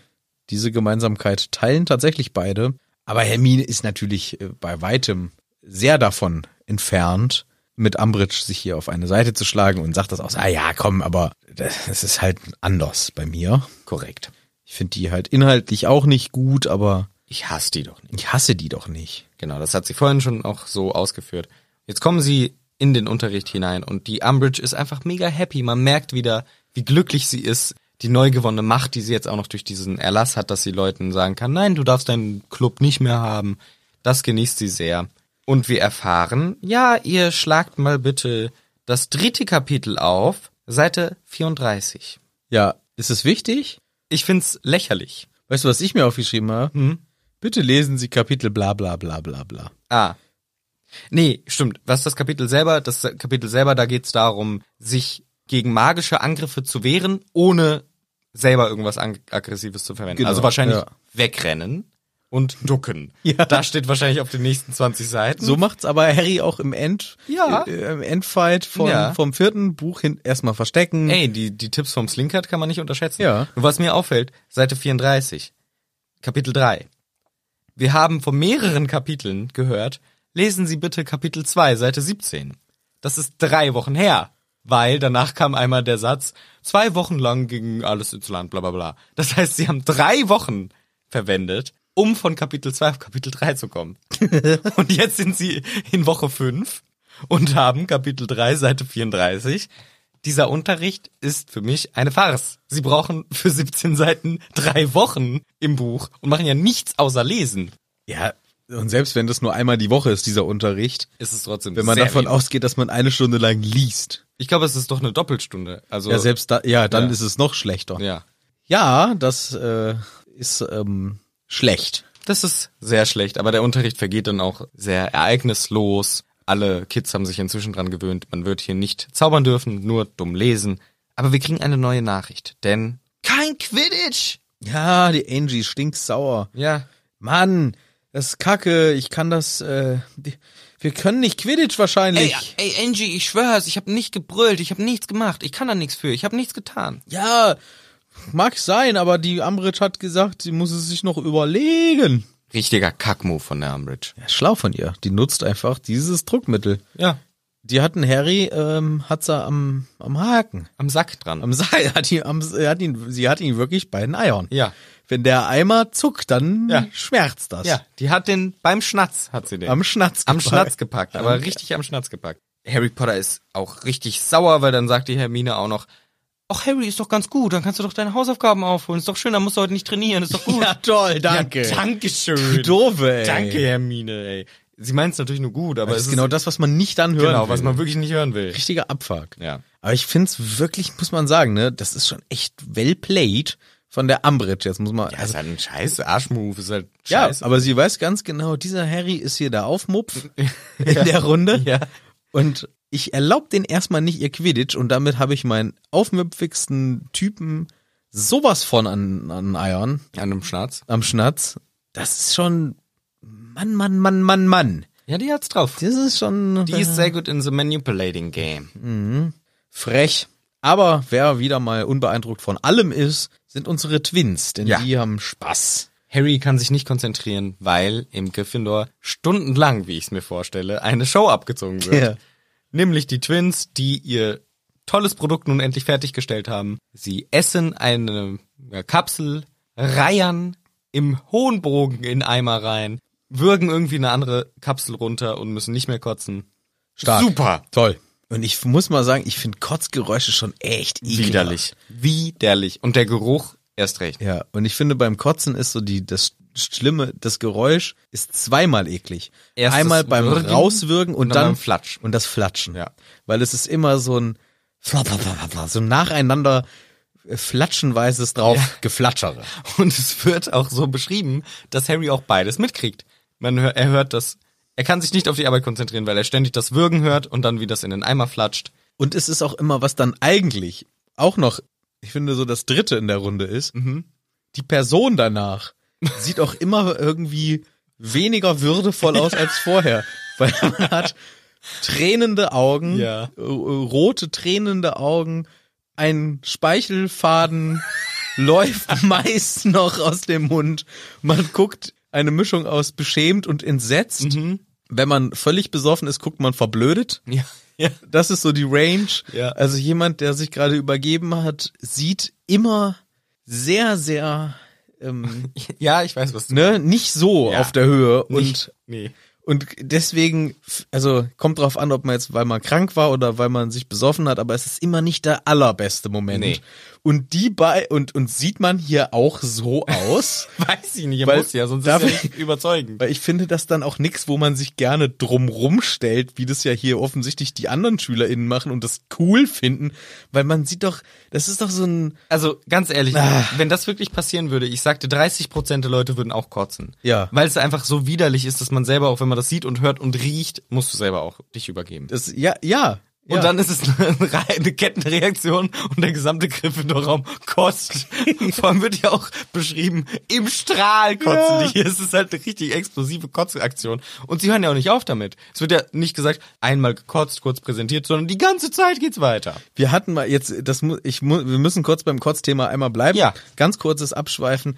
[SPEAKER 2] Diese Gemeinsamkeit teilen tatsächlich beide. Aber Hermine ist natürlich äh, bei weitem sehr davon entfernt, mit Umbridge sich hier auf eine Seite zu schlagen und sagt das aus, ah ja, komm, aber das, das ist halt anders bei mir. Korrekt. Ich finde die halt inhaltlich auch nicht gut, aber
[SPEAKER 1] Ich hasse die doch nicht.
[SPEAKER 2] ich hasse die doch nicht.
[SPEAKER 1] Genau, das hat sie vorhin schon auch so ausgeführt. Jetzt kommen sie in den Unterricht hinein und die Umbridge ist einfach mega happy. Man merkt wieder, wie glücklich sie ist, die neu gewonnene Macht, die sie jetzt auch noch durch diesen Erlass hat, dass sie Leuten sagen kann, nein, du darfst deinen Club nicht mehr haben. Das genießt sie sehr. Und wir erfahren, ja, ihr schlagt mal bitte das dritte Kapitel auf, Seite 34.
[SPEAKER 2] Ja, ist es wichtig?
[SPEAKER 1] Ich find's lächerlich.
[SPEAKER 2] Weißt du, was ich mir aufgeschrieben habe? Bitte lesen Sie Kapitel bla bla bla bla bla.
[SPEAKER 1] Ah. Nee, stimmt. Was das Kapitel selber, das Kapitel selber, da geht's darum, sich gegen magische Angriffe zu wehren, ohne selber irgendwas an Aggressives zu verwenden.
[SPEAKER 2] Genau,
[SPEAKER 1] also wahrscheinlich
[SPEAKER 2] ja.
[SPEAKER 1] wegrennen und ducken.
[SPEAKER 2] Ja.
[SPEAKER 1] Da steht wahrscheinlich auf den nächsten 20 Seiten.
[SPEAKER 2] So macht's aber Harry auch im End,
[SPEAKER 1] Ja.
[SPEAKER 2] äh, im Endfight von,
[SPEAKER 1] Ja.
[SPEAKER 2] vom vierten Buch hin erstmal verstecken.
[SPEAKER 1] Ey, die, die Tipps vom Slinkert kann man nicht unterschätzen.
[SPEAKER 2] Ja.
[SPEAKER 1] Nur was mir auffällt, Seite 34, Kapitel 3. Wir haben von mehreren Kapiteln gehört, lesen Sie bitte Kapitel 2, Seite 17. Das ist drei Wochen her, weil danach kam einmal der Satz, zwei Wochen lang ging alles ins Land, bla bla bla. Das heißt, Sie haben drei Wochen verwendet, um von Kapitel 2 auf Kapitel 3 zu kommen. und jetzt sind Sie in Woche 5 und haben Kapitel 3, Seite 34. Dieser Unterricht ist für mich eine Farce. Sie brauchen für 17 Seiten drei Wochen im Buch und machen ja nichts außer lesen.
[SPEAKER 2] Ja, und selbst wenn das nur einmal die Woche ist, dieser Unterricht,
[SPEAKER 1] Ist es trotzdem
[SPEAKER 2] wenn man
[SPEAKER 1] sehr
[SPEAKER 2] davon
[SPEAKER 1] wenig.
[SPEAKER 2] ausgeht, dass man eine Stunde lang liest.
[SPEAKER 1] Ich glaube, es ist doch eine Doppelstunde. Also
[SPEAKER 2] Ja, selbst da, ja, dann
[SPEAKER 1] Ja.
[SPEAKER 2] ist es noch schlechter.
[SPEAKER 1] ja.
[SPEAKER 2] Ja, das äh, ist ähm, schlecht.
[SPEAKER 1] Das ist sehr schlecht, aber der Unterricht vergeht dann auch sehr ereignislos. Alle Kids haben sich inzwischen dran gewöhnt, man wird hier nicht zaubern dürfen, nur dumm lesen. Aber wir kriegen eine neue Nachricht, denn kein Quidditch!
[SPEAKER 2] Ja, die Angie stinksauer.
[SPEAKER 1] Ja,
[SPEAKER 2] Mann, das ist kacke. Ich kann das. Äh, die- wir können nicht Quidditch wahrscheinlich.
[SPEAKER 1] ey, Angie, ich schwör's, ich habe nicht gebrüllt, ich habe nichts gemacht, ich kann da nichts für, ich habe nichts getan.
[SPEAKER 2] Ja, mag sein, aber die Ambridge hat gesagt, sie muss es sich noch überlegen.
[SPEAKER 1] Richtiger Kackmove von der Umbridge.
[SPEAKER 2] Ja, schlau von ihr. Die nutzt einfach dieses Druckmittel.
[SPEAKER 1] Ja,
[SPEAKER 2] Die hatten Harry, ähm, hat sie am, am Haken.
[SPEAKER 1] am Sack dran.
[SPEAKER 2] Am Seil hat ihn, am, sie hat ihn, sie hat ihn wirklich bei den Eiern.
[SPEAKER 1] Ja.
[SPEAKER 2] Wenn der Eimer zuckt, dann
[SPEAKER 1] Ja.
[SPEAKER 2] schmerzt das.
[SPEAKER 1] ja, die hat den beim Schnatz hat sie den.
[SPEAKER 2] Am Schnatz.
[SPEAKER 1] Am
[SPEAKER 2] gepackt.
[SPEAKER 1] Schnatz gepackt, aber richtig am Schnatz gepackt. Harry Potter ist auch richtig sauer, weil dann sagt die Hermine auch noch, ach Harry, ist doch ganz gut, dann kannst du doch deine Hausaufgaben aufholen, ist doch schön, dann musst du heute nicht trainieren, ist doch gut.
[SPEAKER 2] Ja, toll, danke.
[SPEAKER 1] Dankeschön.
[SPEAKER 2] Doofe, ey.
[SPEAKER 1] Danke, Hermine, ey. Sie meint es natürlich nur gut, aber
[SPEAKER 2] Das
[SPEAKER 1] es
[SPEAKER 2] ist genau das, was man nicht dann
[SPEAKER 1] ist
[SPEAKER 2] hören
[SPEAKER 1] genau, was
[SPEAKER 2] will.
[SPEAKER 1] man wirklich nicht hören will.
[SPEAKER 2] richtiger Abfuck.
[SPEAKER 1] Ja.
[SPEAKER 2] Aber ich find's wirklich, muss man sagen, ne, das ist schon echt well played von der Ambridge. Jetzt muss man,
[SPEAKER 1] Das
[SPEAKER 2] also,
[SPEAKER 1] ist halt ein scheiß Arschmove, ist halt
[SPEAKER 2] ja,
[SPEAKER 1] scheiße.
[SPEAKER 2] aber sie weiß ganz genau, dieser Harry ist hier der Aufmupf in der Runde.
[SPEAKER 1] Ja.
[SPEAKER 2] Und ich erlaub den erstmal nicht ihr Quidditch und damit habe ich meinen aufmüpfigsten Typen sowas von an, an Eiern,
[SPEAKER 1] An einem Schnatz.
[SPEAKER 2] am Schnatz. Das ist schon, Mann, Mann, Mann, Mann, Mann.
[SPEAKER 1] Ja, die hat's drauf.
[SPEAKER 2] Das ist schon
[SPEAKER 1] Die ist sehr gut in the manipulating game.
[SPEAKER 2] frech. Aber wer wieder mal unbeeindruckt von allem ist, sind unsere Twins, denn
[SPEAKER 1] Ja.
[SPEAKER 2] die haben Spaß.
[SPEAKER 1] Harry kann sich nicht konzentrieren, weil im Gryffindor stundenlang, wie ich es mir vorstelle, eine Show abgezogen wird.
[SPEAKER 2] Ja.
[SPEAKER 1] Nämlich die Twins, die ihr tolles Produkt nun endlich fertiggestellt haben. Sie essen eine äh, Kapsel, reiern im hohen Bogen in Eimer rein, würgen irgendwie eine andere Kapsel runter und müssen nicht mehr kotzen.
[SPEAKER 2] Stark.
[SPEAKER 1] Super.
[SPEAKER 2] Toll. Und ich muss mal sagen, ich finde Kotzgeräusche schon echt ekelhaft.
[SPEAKER 1] Widerlich. Widerlich. Und der Geruch erst recht.
[SPEAKER 2] Ja, und ich finde beim Kotzen ist so die das Schlimme, das Geräusch ist zweimal eklig.
[SPEAKER 1] Erst
[SPEAKER 2] Einmal
[SPEAKER 1] das
[SPEAKER 2] beim
[SPEAKER 1] Würgen
[SPEAKER 2] Rauswürgen und,
[SPEAKER 1] und dann
[SPEAKER 2] dann,
[SPEAKER 1] beim Flatschen.
[SPEAKER 2] Und das Flatschen.
[SPEAKER 1] Ja.
[SPEAKER 2] Weil es ist immer so ein so nacheinander flatschenweises drauf geflatschere.
[SPEAKER 1] Und es wird auch so beschrieben, dass Harry auch beides mitkriegt. Man hör, er hört das, er kann sich nicht auf die Arbeit konzentrieren, weil er ständig das Würgen hört und dann wie das in den Eimer flatscht.
[SPEAKER 2] Und es ist auch immer, was dann eigentlich auch noch, ich finde, so das Dritte in der Runde ist, die Person danach sieht auch immer irgendwie weniger würdevoll aus als vorher. Weil man hat tränende Augen,
[SPEAKER 1] Ja.
[SPEAKER 2] äh, äh, rote tränende Augen, ein Speichelfaden läuft meist noch aus dem Mund. Man guckt eine Mischung aus beschämt und entsetzt. Wenn man völlig besoffen ist, guckt man verblödet.
[SPEAKER 1] Ja, ja.
[SPEAKER 2] Das ist so die Range.
[SPEAKER 1] Ja.
[SPEAKER 2] Also jemand, der sich gerade übergeben hat, sieht immer sehr, sehr ähm,
[SPEAKER 1] Ja, ich weiß, was du
[SPEAKER 2] ne, nicht so
[SPEAKER 1] Ja.
[SPEAKER 2] auf der Höhe und
[SPEAKER 1] Nee.
[SPEAKER 2] und deswegen, f- also kommt drauf an, ob man jetzt, weil man krank war oder weil man sich besoffen hat, aber es ist immer nicht der allerbeste Moment.
[SPEAKER 1] Nee.
[SPEAKER 2] Und die bei und und sieht man hier auch so aus,
[SPEAKER 1] Weiß ich nicht, er
[SPEAKER 2] Weil-
[SPEAKER 1] muss ja, sonst
[SPEAKER 2] darf
[SPEAKER 1] ist er
[SPEAKER 2] ich-
[SPEAKER 1] nicht überzeugend.
[SPEAKER 2] weil ich finde das dann auch nix, wo man sich gerne drumrum stellt, wie das ja hier offensichtlich die anderen SchülerInnen machen und das cool finden, weil man sieht doch, das ist doch so ein
[SPEAKER 1] Also ganz ehrlich,
[SPEAKER 2] Ah.
[SPEAKER 1] wenn das wirklich passieren würde, ich sagte, 30% der Leute würden auch kotzen.
[SPEAKER 2] Ja.
[SPEAKER 1] Weil es einfach so widerlich ist, dass man selber, auch wenn man das sieht und hört und riecht, musst du selber auch dich übergeben.
[SPEAKER 2] das ja ja
[SPEAKER 1] Und
[SPEAKER 2] ja.
[SPEAKER 1] dann ist es eine, Reihe- eine Kettenreaktion und der gesamte Gryffindor-Raum kotzt. Vor allem wird ja auch beschrieben, im Strahl kotzen
[SPEAKER 2] Ja.
[SPEAKER 1] die. Es ist halt eine richtig explosive Kotzaktion. Und sie hören ja auch nicht auf damit. Es wird ja nicht gesagt, einmal gekotzt, kurz präsentiert, sondern die ganze Zeit geht's weiter.
[SPEAKER 2] Wir hatten mal jetzt, das mu- ich mu wir müssen kurz beim Kotzthema einmal bleiben.
[SPEAKER 1] Ja.
[SPEAKER 2] Ganz kurzes Abschweifen.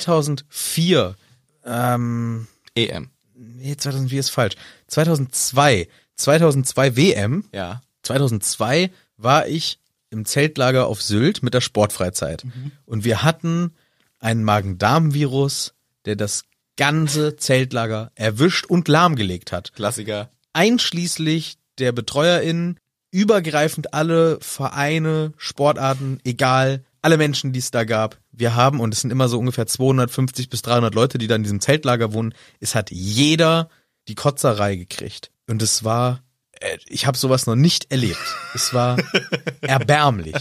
[SPEAKER 2] 2004, ähm,
[SPEAKER 1] EM.
[SPEAKER 2] nee, 2004 ist falsch. 2002, 2002 WM.
[SPEAKER 1] Ja.
[SPEAKER 2] 2002 war ich im Zeltlager auf Sylt mit der Sportfreizeit. Und wir hatten einen Magen-Darm-Virus, der das ganze Zeltlager erwischt und lahmgelegt hat
[SPEAKER 1] Klassiker.
[SPEAKER 2] einschließlich der BetreuerInnen, übergreifend alle Vereine, Sportarten, egal, alle Menschen, die es da gab. Wir haben, und es sind immer so ungefähr 250 bis 300 Leute, die da in diesem Zeltlager wohnen, es hat jeder die Kotzerei gekriegt. Und es war, äh, ich habe sowas noch nicht erlebt. Es war erbärmlich.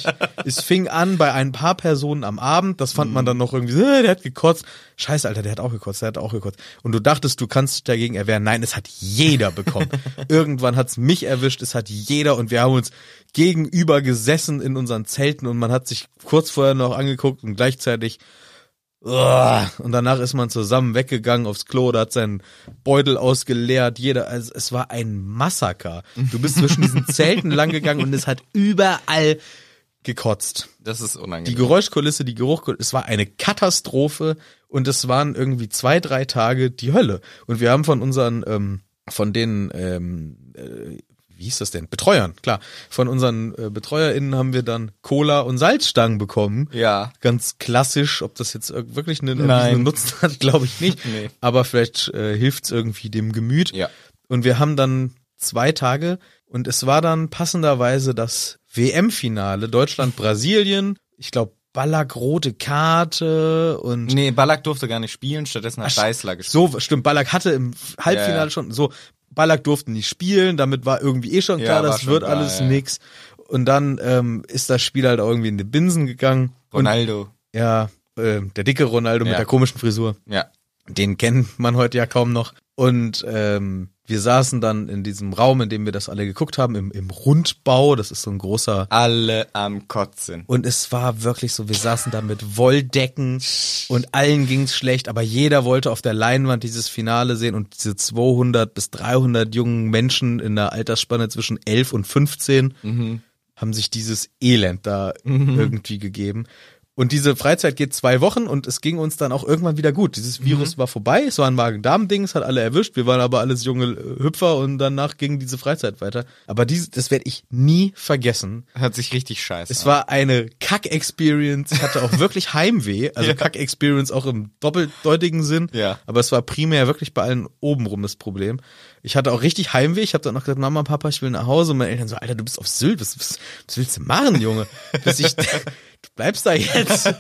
[SPEAKER 2] Es fing an bei ein paar Personen am Abend, das fand man dann noch irgendwie, so, äh, der hat gekotzt. Scheiße, Alter, der hat auch gekotzt, der hat auch gekotzt. Und du dachtest, du kannst dich dagegen erwehren. Nein, es hat jeder bekommen. Irgendwann hat's mich erwischt, es hat jeder und wir haben uns gegenüber gesessen in unseren Zelten und man hat sich kurz vorher noch angeguckt und gleichzeitig Uah. und danach ist man zusammen weggegangen aufs Klo, da hat seinen Beutel ausgeleert, jeder, also es war ein Massaker. Du bist zwischen diesen Zelten lang gegangen und es hat überall gekotzt.
[SPEAKER 1] Das ist
[SPEAKER 2] Die
[SPEAKER 1] unangenehm.
[SPEAKER 2] Geräuschkulisse, die Geruchkulisse, es war eine Katastrophe und es waren irgendwie zwei, drei Tage die Hölle. Und wir haben von unseren, ähm, von den, ähm, äh, wie hieß das denn? Betreuern, klar. Von unseren äh, BetreuerInnen haben wir dann Cola und Salzstangen bekommen.
[SPEAKER 1] Ja.
[SPEAKER 2] Ganz klassisch, ob das jetzt irg- wirklich einen
[SPEAKER 1] Nein.
[SPEAKER 2] erwiesenen Nutzen hat, glaube ich nicht.
[SPEAKER 1] Nee.
[SPEAKER 2] Aber vielleicht äh, hilft's irgendwie dem Gemüt.
[SPEAKER 1] Ja.
[SPEAKER 2] Und wir haben dann zwei Tage und es war dann passenderweise das WM-Finale Deutschland-Brasilien. Ich glaube, Ballack rote Karte und
[SPEAKER 1] nee, Ballack durfte gar nicht spielen, stattdessen hat Deißler gespielt.
[SPEAKER 2] so, stimmt, Ballack hatte im Halbfinale
[SPEAKER 1] Ja, ja.
[SPEAKER 2] schon, so, Ballack durfte nicht spielen, damit war irgendwie eh schon
[SPEAKER 1] Ja,
[SPEAKER 2] klar,
[SPEAKER 1] war
[SPEAKER 2] das
[SPEAKER 1] schon
[SPEAKER 2] wird
[SPEAKER 1] klar,
[SPEAKER 2] alles
[SPEAKER 1] ja.
[SPEAKER 2] nix. Und dann ähm, ist das Spiel halt irgendwie in die Binsen gegangen. Und,
[SPEAKER 1] Ronaldo.
[SPEAKER 2] ja, äh, der dicke Ronaldo mit
[SPEAKER 1] Ja.
[SPEAKER 2] der komischen Frisur
[SPEAKER 1] Ja.
[SPEAKER 2] den kennt man heute ja kaum noch. Und ähm, wir saßen dann in diesem Raum, in dem wir das alle geguckt haben, im, im Rundbau. Das ist so ein großer.
[SPEAKER 1] Alle am Kotzen.
[SPEAKER 2] Und es war wirklich so, wir saßen da mit Wolldecken und allen ging's schlecht, aber jeder wollte auf der Leinwand dieses Finale sehen und diese 200 bis 300 jungen Menschen in der Altersspanne zwischen 11 und 15 haben sich dieses Elend da irgendwie gegeben. Und diese Freizeit geht zwei Wochen und es ging uns dann auch irgendwann wieder gut. Dieses Virus war vorbei, es war ein Magen-Darm-Ding, es hat alle erwischt, wir waren aber alles junge äh, Hüpfer und danach ging diese Freizeit weiter. Aber dies, das werde ich nie vergessen.
[SPEAKER 1] Hört sich richtig scheiße
[SPEAKER 2] Es war eine Kack-Experience. Ich hatte auch wirklich Heimweh. Also Kack-Experience auch im doppeldeutigen Sinn.
[SPEAKER 1] Ja.
[SPEAKER 2] Aber es war primär wirklich bei allen obenrum das Problem. Ich hatte auch richtig Heimweh. Ich habe dann noch gesagt, Mama, Papa, ich will nach Hause. Und meine Eltern so, Alter, du bist auf Sylt. Was, was, was willst du machen, Junge? Bis ich, bleibst da jetzt.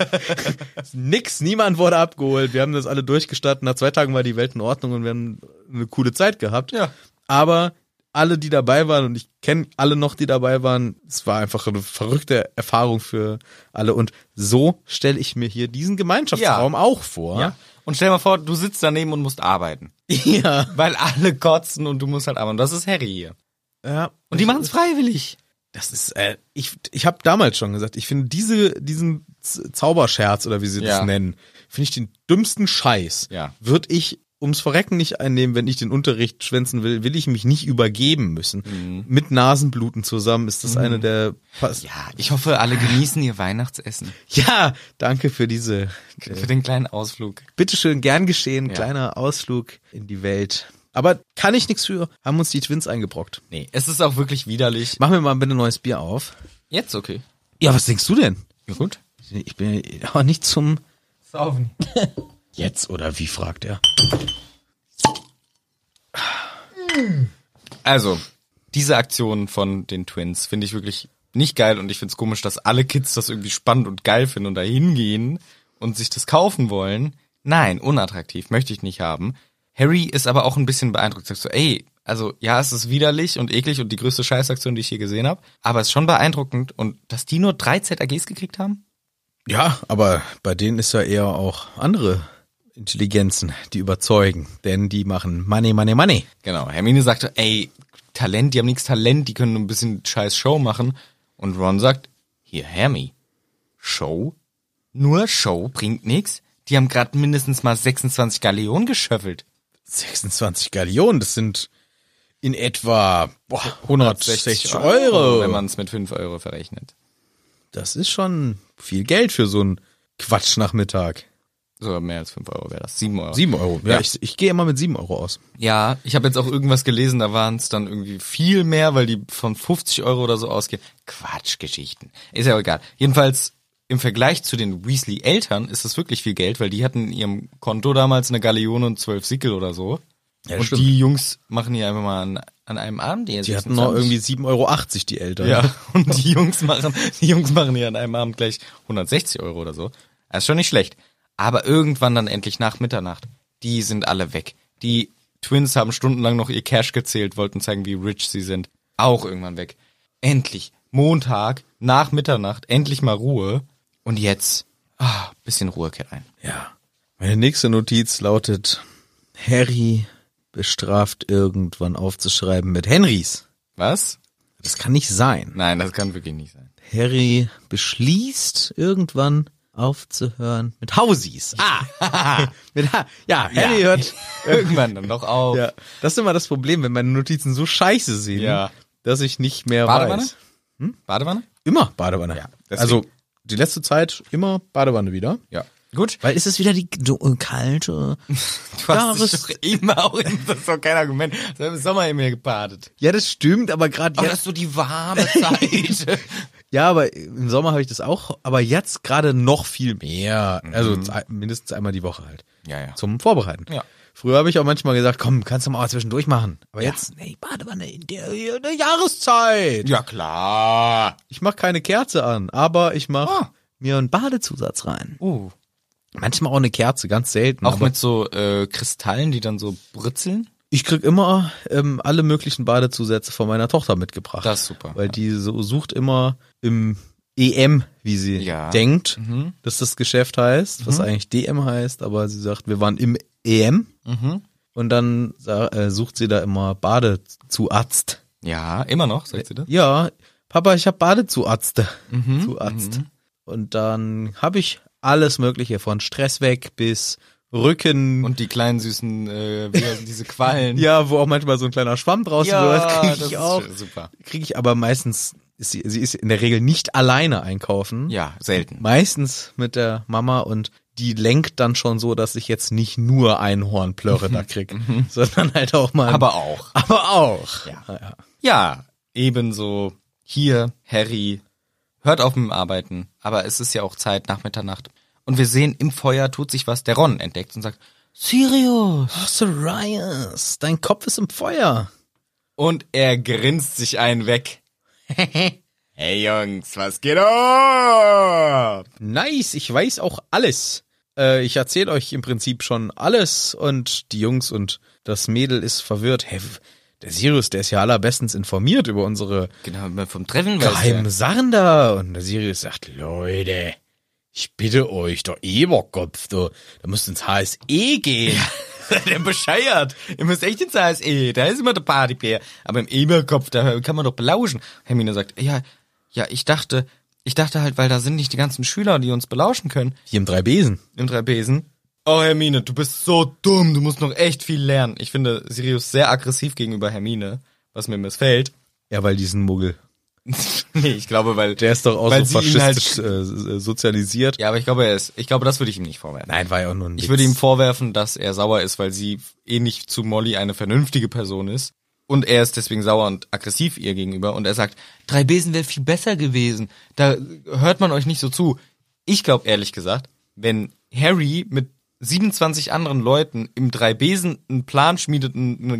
[SPEAKER 2] Nix, niemand wurde abgeholt. Wir haben das alle durchgestattet. Nach zwei Tagen war die Welt in Ordnung und wir haben eine coole Zeit gehabt.
[SPEAKER 1] Ja.
[SPEAKER 2] Aber alle, die dabei waren, und ich kenne alle noch, die dabei waren, es war einfach eine verrückte Erfahrung für alle. Und so stelle ich mir hier diesen Gemeinschaftsraum auch vor.
[SPEAKER 1] Ja. Und stell mal vor, du sitzt daneben und musst arbeiten.
[SPEAKER 2] Ja.
[SPEAKER 1] Weil alle kotzen und du musst halt arbeiten. Das ist Harry hier.
[SPEAKER 2] ja.
[SPEAKER 1] Und die machen es freiwillig.
[SPEAKER 2] Das ist, äh, ich, ich habe damals schon gesagt, ich finde diese, diesen Z- Zauberscherz oder wie sie
[SPEAKER 1] Ja.
[SPEAKER 2] das nennen, finde ich den dümmsten Scheiß.
[SPEAKER 1] Ja.
[SPEAKER 2] Würde ich ums Verrecken nicht einnehmen, wenn ich den Unterricht schwänzen will, will ich mich nicht übergeben müssen.
[SPEAKER 1] Mhm.
[SPEAKER 2] Mit Nasenbluten zusammen ist das eine der. Pass
[SPEAKER 1] Ja, ich hoffe, alle genießen ihr Weihnachtsessen.
[SPEAKER 2] ja, danke für diese.
[SPEAKER 1] Für den kleinen Ausflug.
[SPEAKER 2] Bitteschön, gern geschehen, kleiner Ausflug in die Welt. Aber kann ich nichts für, haben uns die Twins eingebrockt.
[SPEAKER 1] Nee, es ist auch wirklich widerlich.
[SPEAKER 2] Machen wir mal bitte ein neues Bier auf.
[SPEAKER 1] Jetzt okay.
[SPEAKER 2] Ja, was denkst du denn?
[SPEAKER 1] Ja, gut.
[SPEAKER 2] Ich bin auch nicht zum.
[SPEAKER 1] Saufen.
[SPEAKER 2] Jetzt oder wie, fragt er.
[SPEAKER 1] Also, diese Aktion von den Twins finde ich wirklich nicht geil und ich finde es komisch, dass alle Kids das irgendwie spannend und geil finden und da hingehen und sich das kaufen wollen. Nein, unattraktiv, möchte ich nicht haben. Harry ist aber auch ein bisschen beeindruckt, sagt so, ey, also ja, es ist widerlich und eklig und die größte Scheißaktion, die ich hier gesehen habe, aber es ist schon beeindruckend und dass die nur drei ZAGs gekriegt haben?
[SPEAKER 2] Ja, aber bei denen ist ja eher auch andere Intelligenzen, die überzeugen. Denn die machen Money, Money, Money.
[SPEAKER 1] Genau, Hermine sagt, ey, Talent, die haben nichts Talent, die können nur ein bisschen scheiß Show machen und Ron sagt, hier, Hermie, Show Nur Show bringt nix. Die haben gerade mindestens mal 26 Galeonen geschöffelt.
[SPEAKER 2] 26 Gallionen, das sind in etwa boah, 160
[SPEAKER 1] Wenn
[SPEAKER 2] Euro.
[SPEAKER 1] man es mit 5 Euro verrechnet.
[SPEAKER 2] Das ist schon viel Geld für so einen Quatschnachmittag.
[SPEAKER 1] So mehr als 5 Euro wäre das. 7 Euro.
[SPEAKER 2] 7 Euro. Ja,
[SPEAKER 1] Ja.
[SPEAKER 2] ich, ich gehe immer mit 7 Euro aus.
[SPEAKER 1] Ja, ich habe jetzt auch irgendwas gelesen, da waren es dann irgendwie viel mehr, weil die von 50 Euro oder so ausgehen. Quatschgeschichten. Ist ja auch egal. Jedenfalls im Vergleich zu den Weasley-Eltern ist das wirklich viel Geld, weil die hatten in ihrem Konto damals eine Galeone und 12 Sickel oder so.
[SPEAKER 2] Ja, das
[SPEAKER 1] und
[SPEAKER 2] stimmt.
[SPEAKER 1] die Jungs machen hier einfach mal an, an einem Abend ihr
[SPEAKER 2] Die hatten noch irgendwie 7,80 Euro die Eltern.
[SPEAKER 1] Ja, und die Jungs machen, die Jungs machen hier an einem Abend gleich 160 Euro oder so. Das ist schon nicht schlecht. Aber irgendwann dann endlich nach Mitternacht, die sind alle weg. Die Twins haben stundenlang noch ihr Cash gezählt, wollten zeigen, wie rich sie sind. Auch irgendwann weg. Endlich. Montag, nach Mitternacht, endlich mal Ruhe. Und jetzt, ah, bisschen Ruhe kehrt ein.
[SPEAKER 2] Ja. Meine nächste Notiz lautet, Harry bestraft irgendwann aufzuschreiben mit Henrys.
[SPEAKER 1] Was?
[SPEAKER 2] Das kann nicht sein.
[SPEAKER 1] Nein, das kann wirklich nicht sein.
[SPEAKER 2] Harry beschließt irgendwann aufzuhören mit Hausies. Ah! mit ha ja, Harry hört.
[SPEAKER 1] Irgendwann dann doch auf.
[SPEAKER 2] Ja. Das ist immer das Problem, wenn meine Notizen so scheiße sind,
[SPEAKER 1] Ja.
[SPEAKER 2] dass ich nicht mehr
[SPEAKER 1] Badewanne?
[SPEAKER 2] weiß.
[SPEAKER 1] Badewanne?
[SPEAKER 2] Immer Badewanne.
[SPEAKER 1] deswegen.
[SPEAKER 2] also die letzte Zeit immer Badewanne wieder.
[SPEAKER 1] Ja. Gut.
[SPEAKER 2] Weil ist es wieder die do- kalte
[SPEAKER 1] Du hast
[SPEAKER 2] Jahres-
[SPEAKER 1] dich doch immer auch in, das ist doch kein Argument. Du hast im Sommer immer gebadet.
[SPEAKER 2] Ja, das stimmt, aber gerade
[SPEAKER 1] Aber
[SPEAKER 2] jetzt.
[SPEAKER 1] das ist so die warme Zeit.
[SPEAKER 2] Ja, aber im Sommer habe ich das auch, aber jetzt gerade noch viel mehr. Also z- mindestens einmal die Woche halt.
[SPEAKER 1] Mhm. Ja, ja.
[SPEAKER 2] Zum Vorbereiten.
[SPEAKER 1] Ja.
[SPEAKER 2] Früher habe ich auch manchmal gesagt, komm, kannst du mal zwischendurch machen. Aber jetzt, nee, Badewanne in der, in der Jahreszeit.
[SPEAKER 1] ja, klar.
[SPEAKER 2] Ich mache keine Kerze an, aber ich mache
[SPEAKER 1] Ah.
[SPEAKER 2] mir einen Badezusatz rein.
[SPEAKER 1] Oh.
[SPEAKER 2] Manchmal auch eine Kerze, ganz selten.
[SPEAKER 1] Auch
[SPEAKER 2] aber
[SPEAKER 1] mit so äh, Kristallen, die dann so britzeln.
[SPEAKER 2] ich krieg immer ähm, alle möglichen Badezusätze von meiner Tochter mitgebracht.
[SPEAKER 1] Das ist super.
[SPEAKER 2] Weil die so sucht immer im EM, wie sie
[SPEAKER 1] Ja. Mhm.
[SPEAKER 2] denkt, dass das Geschäft heißt, was eigentlich DM heißt, aber sie sagt, wir waren im EM.
[SPEAKER 1] Mhm.
[SPEAKER 2] Und dann sa- äh, sucht sie da immer Badezuarzt.
[SPEAKER 1] Ja, immer noch, sagt sie das?
[SPEAKER 2] Ja, Papa, ich habe Badezuarzte.
[SPEAKER 1] Mhm.
[SPEAKER 2] Zuarzt. Und dann habe ich alles Mögliche von Stress weg bis Rücken.
[SPEAKER 1] Und die kleinen süßen, äh, wie heißen diese Quallen.
[SPEAKER 2] ja, wo auch manchmal so ein kleiner Schwamm draußen wird, kriege ich auch.
[SPEAKER 1] super.
[SPEAKER 2] Kriege ich aber meistens, ist sie, sie ist in der Regel nicht alleine einkaufen.
[SPEAKER 1] Ja, selten.
[SPEAKER 2] Meistens mit der Mama und die lenkt dann schon so, dass ich jetzt nicht nur ein Hornplörre da krieg, sondern halt auch mal.
[SPEAKER 1] Aber auch.
[SPEAKER 2] aber auch.
[SPEAKER 1] Ja. Ja, ebenso hier Harry hört auf mit dem Arbeiten, aber es ist ja auch Zeit nach Mitternacht. Und wir sehen im Feuer tut sich was. Der Ron entdeckt und sagt Sirius.
[SPEAKER 2] Ach, Sirius, dein Kopf ist im Feuer.
[SPEAKER 1] Und er grinst sich einen weg. Hey Jungs, was geht ab?
[SPEAKER 2] Nice, ich weiß auch alles. Äh, ich erzähle euch im Prinzip schon alles und die Jungs und das Mädel ist verwirrt. Hä, w- der Sirius, der ist ja allerbestens informiert über unsere
[SPEAKER 1] Genau, immer vom Treffen weiß
[SPEAKER 2] geheimen
[SPEAKER 1] der.
[SPEAKER 2] Sachen da. Und der Sirius sagt, Leute, ich bitte euch, der Eberkopf, du, da müsst ins HSE gehen.
[SPEAKER 1] Der bescheuert. Ihr müsst echt ins HSE, da ist immer der Partybär. Aber im Eberkopf, da kann man doch belauschen. Hermine sagt, ja, ja, ich dachte, ich dachte halt, weil da sind nicht die ganzen Schüler, die uns belauschen können.
[SPEAKER 2] Hier im Dreibesen.
[SPEAKER 1] im Trapesen. Oh, Hermine, du bist so dumm, du musst noch echt viel lernen. Ich finde Sirius sehr aggressiv gegenüber Hermine, was mir missfällt.
[SPEAKER 2] Ja, weil diesen Muggel.
[SPEAKER 1] nee, ich glaube, weil
[SPEAKER 2] Der ist doch auch
[SPEAKER 1] weil
[SPEAKER 2] so
[SPEAKER 1] sie ihn
[SPEAKER 2] faschistisch
[SPEAKER 1] Halt,
[SPEAKER 2] äh, so- sozialisiert.
[SPEAKER 1] ja, aber ich glaube, er ist, ich glaube, das würde ich ihm nicht vorwerfen.
[SPEAKER 2] Nein, war ja auch nur ein
[SPEAKER 1] Ich
[SPEAKER 2] Witz.
[SPEAKER 1] würde ihm vorwerfen, dass er sauer ist, weil sie ähnlich zu Molly eine vernünftige Person ist. Und er ist deswegen sauer und aggressiv ihr gegenüber. Und er sagt, drei Besen wäre viel besser gewesen. Da hört man euch nicht so zu. Ich glaube ehrlich gesagt, wenn Harry mit 27 anderen Leuten im drei Besen einen Plan schmiedet, n- eine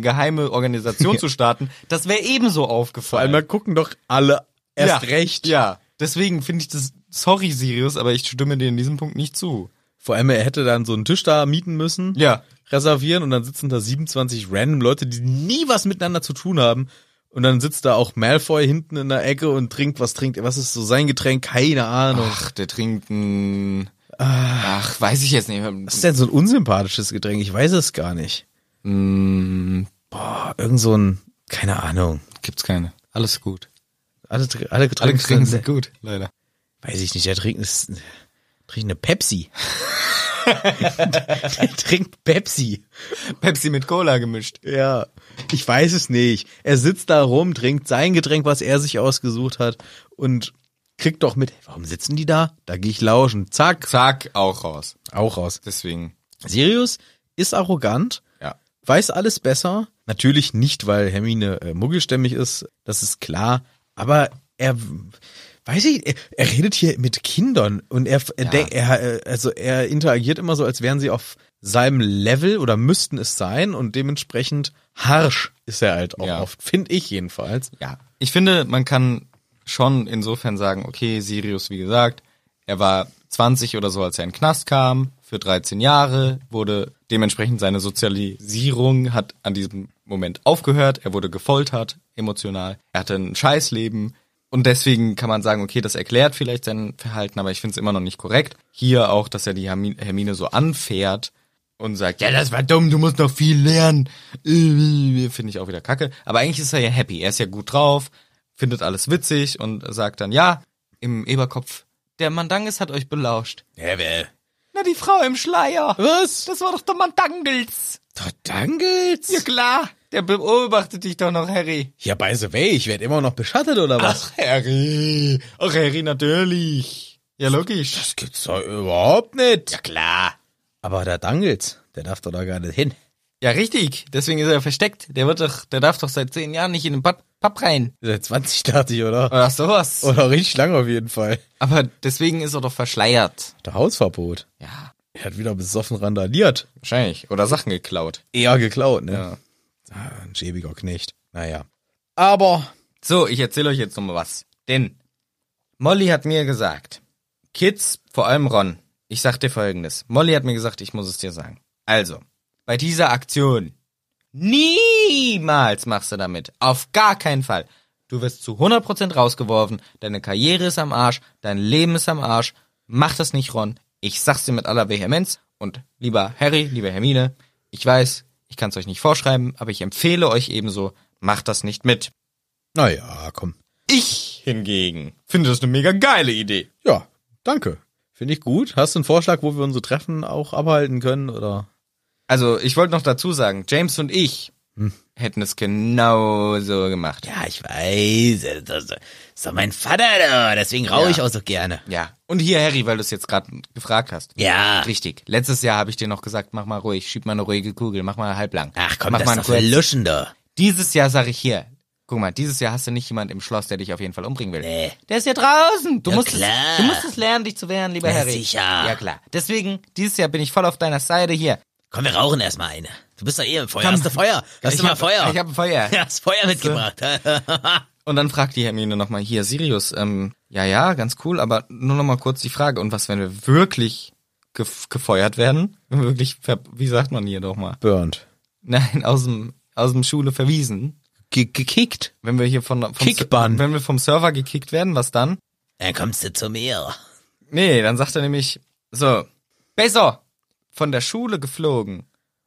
[SPEAKER 1] geheime Organisation zu starten, das wäre ebenso
[SPEAKER 2] Vor allem,
[SPEAKER 1] aufgefallen.
[SPEAKER 2] da gucken doch alle erst
[SPEAKER 1] ja,
[SPEAKER 2] recht.
[SPEAKER 1] Ja, deswegen finde ich das, sorry Sirius, aber ich stimme dir in diesem Punkt nicht zu.
[SPEAKER 2] Vor allem, er hätte dann so einen Tisch da mieten müssen.
[SPEAKER 1] Ja.
[SPEAKER 2] Reservieren und dann sitzen da 27 random Leute, die nie was miteinander zu tun haben. Und dann sitzt da auch Malfoy hinten in der Ecke und trinkt, was trinkt er? Was ist so sein Getränk? Keine Ahnung.
[SPEAKER 1] Ach, der trinkt ein. Ach, weiß ich jetzt nicht.
[SPEAKER 2] Was ist denn so ein unsympathisches Getränk? Ich weiß es gar nicht.
[SPEAKER 1] Mm,
[SPEAKER 2] Boah, irgend so ein, keine Ahnung.
[SPEAKER 1] gibt's keine. Alles gut.
[SPEAKER 2] Alle, Tr- alle
[SPEAKER 1] Alle
[SPEAKER 2] Getränke
[SPEAKER 1] Getränke sind gut, leider.
[SPEAKER 2] Weiß ich nicht, der trinkt, ist, trinkt eine Pepsi. der trinkt Pepsi.
[SPEAKER 1] Pepsi mit Cola gemischt.
[SPEAKER 2] Ja, ich weiß es nicht. Er sitzt da rum, trinkt sein Getränk, was er sich ausgesucht hat und kriegt doch mit, warum sitzen die da? Da gehe ich lauschen. Zack,
[SPEAKER 1] Zack, auch raus.
[SPEAKER 2] auch raus.
[SPEAKER 1] Deswegen,
[SPEAKER 2] Sirius ist arrogant,
[SPEAKER 1] ja.
[SPEAKER 2] weiß alles besser. Natürlich nicht, weil Hermine äh, muggelstämmig ist, das ist klar. Aber er, weiß ich, er, er redet hier mit Kindern und er, er, denk, er, äh, also er interagiert immer so, als wären sie auf seinem Level oder müssten es sein und dementsprechend harsch ist er halt auch
[SPEAKER 1] Ja.
[SPEAKER 2] oft, finde ich jedenfalls.
[SPEAKER 1] Ja. Ich finde, man kann schon insofern sagen, okay, Sirius, wie gesagt, er war 20 oder so, als er in den Knast kam, für 13 Jahre, wurde dementsprechend seine Sozialisierung hat an diesem Moment aufgehört, er wurde gefoltert, emotional, er hatte ein Scheißleben und deswegen kann man sagen, okay, das erklärt vielleicht sein Verhalten, aber ich finde es immer noch nicht korrekt. Hier auch, dass er die Hermi- Hermine so anfährt, und sagt, ja, das war dumm, du musst noch viel lernen. Äh, Finde ich auch wieder kacke. Aber eigentlich ist er ja happy. Er ist ja gut drauf, findet alles witzig und sagt dann, ja, im Eberkopf, der Mandangis hat euch belauscht.
[SPEAKER 2] Ja, wer?
[SPEAKER 1] Na, die Frau im Schleier.
[SPEAKER 2] Was?
[SPEAKER 1] Das war doch der Mandangels.
[SPEAKER 2] Verdangelt?
[SPEAKER 1] Ja,
[SPEAKER 2] Ja.
[SPEAKER 1] klar. Der beobachtet dich doch noch, Harry.
[SPEAKER 2] ja, by the way, ich werde immer noch beschattet oder was?
[SPEAKER 1] Ach, Harry. Ach, Harry, natürlich. Ja, logisch.
[SPEAKER 2] Das gibt's doch überhaupt nicht.
[SPEAKER 1] klar.
[SPEAKER 2] Aber der Dangelt, der darf doch da gar nicht hin.
[SPEAKER 1] Ja, richtig. Deswegen ist er versteckt. Der wird doch, der darf doch seit zehn Jahren nicht in den Papp, Papp rein.
[SPEAKER 2] Seit 20 dachte ich, oder?
[SPEAKER 1] Oder sowas.
[SPEAKER 2] Oder richtig lang auf jeden Fall.
[SPEAKER 1] Aber deswegen ist er doch verschleiert.
[SPEAKER 2] Der Hausverbot.
[SPEAKER 1] Ja.
[SPEAKER 2] Er hat wieder besoffen randaliert.
[SPEAKER 1] Wahrscheinlich. Oder Sachen geklaut.
[SPEAKER 2] Eher geklaut, ne? Ah, ein schäbiger Knecht. Naja. Aber
[SPEAKER 1] So, ich erzähle euch jetzt nochmal was. Denn Molly hat mir gesagt, Kids, vor allem Ron, ich sag dir folgendes. Molly hat mir gesagt, ich muss es dir sagen. Also, bei dieser Aktion, niemals machst du damit. Auf gar keinen Fall. Du wirst zu 100% rausgeworfen, deine Karriere ist am Arsch, dein Leben ist am Arsch. Mach das nicht, Ron. Ich sag's dir mit aller Vehemenz. Und lieber Harry, lieber Hermine, ich weiß, ich kann's euch nicht vorschreiben, aber ich empfehle euch ebenso, macht das nicht mit.
[SPEAKER 2] naja, komm.
[SPEAKER 1] Ich hingegen finde das eine mega geile Idee.
[SPEAKER 2] Ja, danke. Finde ich gut. Hast du einen Vorschlag, wo wir unsere Treffen auch abhalten können? Oder?
[SPEAKER 1] Also, ich wollte noch dazu sagen, James und ich
[SPEAKER 4] Hm.
[SPEAKER 1] hätten es genauso gemacht.
[SPEAKER 4] Ja, ich weiß. äh, Das ist doch- ist doch mein Vater da. Deswegen rauche ich auch so gerne.
[SPEAKER 1] Ja. Und hier, Harry, weil du es jetzt gerade gefragt hast.
[SPEAKER 4] Ja.
[SPEAKER 1] Richtig. Letztes Jahr habe ich dir noch gesagt, mach mal ruhig, schieb mal eine ruhige Kugel, mach mal halblang.
[SPEAKER 4] Ach komm,
[SPEAKER 1] mach
[SPEAKER 4] das
[SPEAKER 1] einen
[SPEAKER 4] ist doch
[SPEAKER 1] kurz.
[SPEAKER 4] Luschen da.
[SPEAKER 1] Dieses Jahr sage ich hier, guck mal, dieses Jahr hast du nicht jemand im Schloss, der dich auf jeden Fall umbringen will.
[SPEAKER 4] Nee.
[SPEAKER 1] Der ist ja draußen. Du,
[SPEAKER 4] Ja,
[SPEAKER 1] musst
[SPEAKER 4] klar.
[SPEAKER 1] Es, du musst es lernen, dich zu wehren, lieber
[SPEAKER 4] Na,
[SPEAKER 1] Harry.
[SPEAKER 4] sicher.
[SPEAKER 1] Ja, klar. Deswegen, dieses Jahr bin ich voll auf deiner Seite hier.
[SPEAKER 4] Komm, wir rauchen erstmal eine. Du bist doch eh im Feuer.
[SPEAKER 1] Komm.
[SPEAKER 4] Hast du Feuer? Hast
[SPEAKER 1] ich
[SPEAKER 4] du mal
[SPEAKER 1] hab,
[SPEAKER 4] Feuer?
[SPEAKER 1] Ich habe Feuer.
[SPEAKER 4] ja, hast Feuer mitgebracht.
[SPEAKER 1] Und dann fragt die Hermine nochmal, hier, Sirius, ähm, ja, ja, ganz cool, aber nur nochmal kurz die Frage, und was, wenn wir wirklich gef gefeuert werden? Wenn wir Wirklich, ver wie sagt man hier doch mal?
[SPEAKER 2] Burned.
[SPEAKER 1] Nein, aus dem, aus dem Schule verwiesen.
[SPEAKER 2] Ge gekickt.
[SPEAKER 1] Wenn wir hier von, vom,
[SPEAKER 2] Kickbann.
[SPEAKER 1] wenn wir vom Server gekickt werden, was dann?
[SPEAKER 4] Dann kommst du zu mir.
[SPEAKER 1] Nee, dann sagt er nämlich, so, besser von der Schule geflogen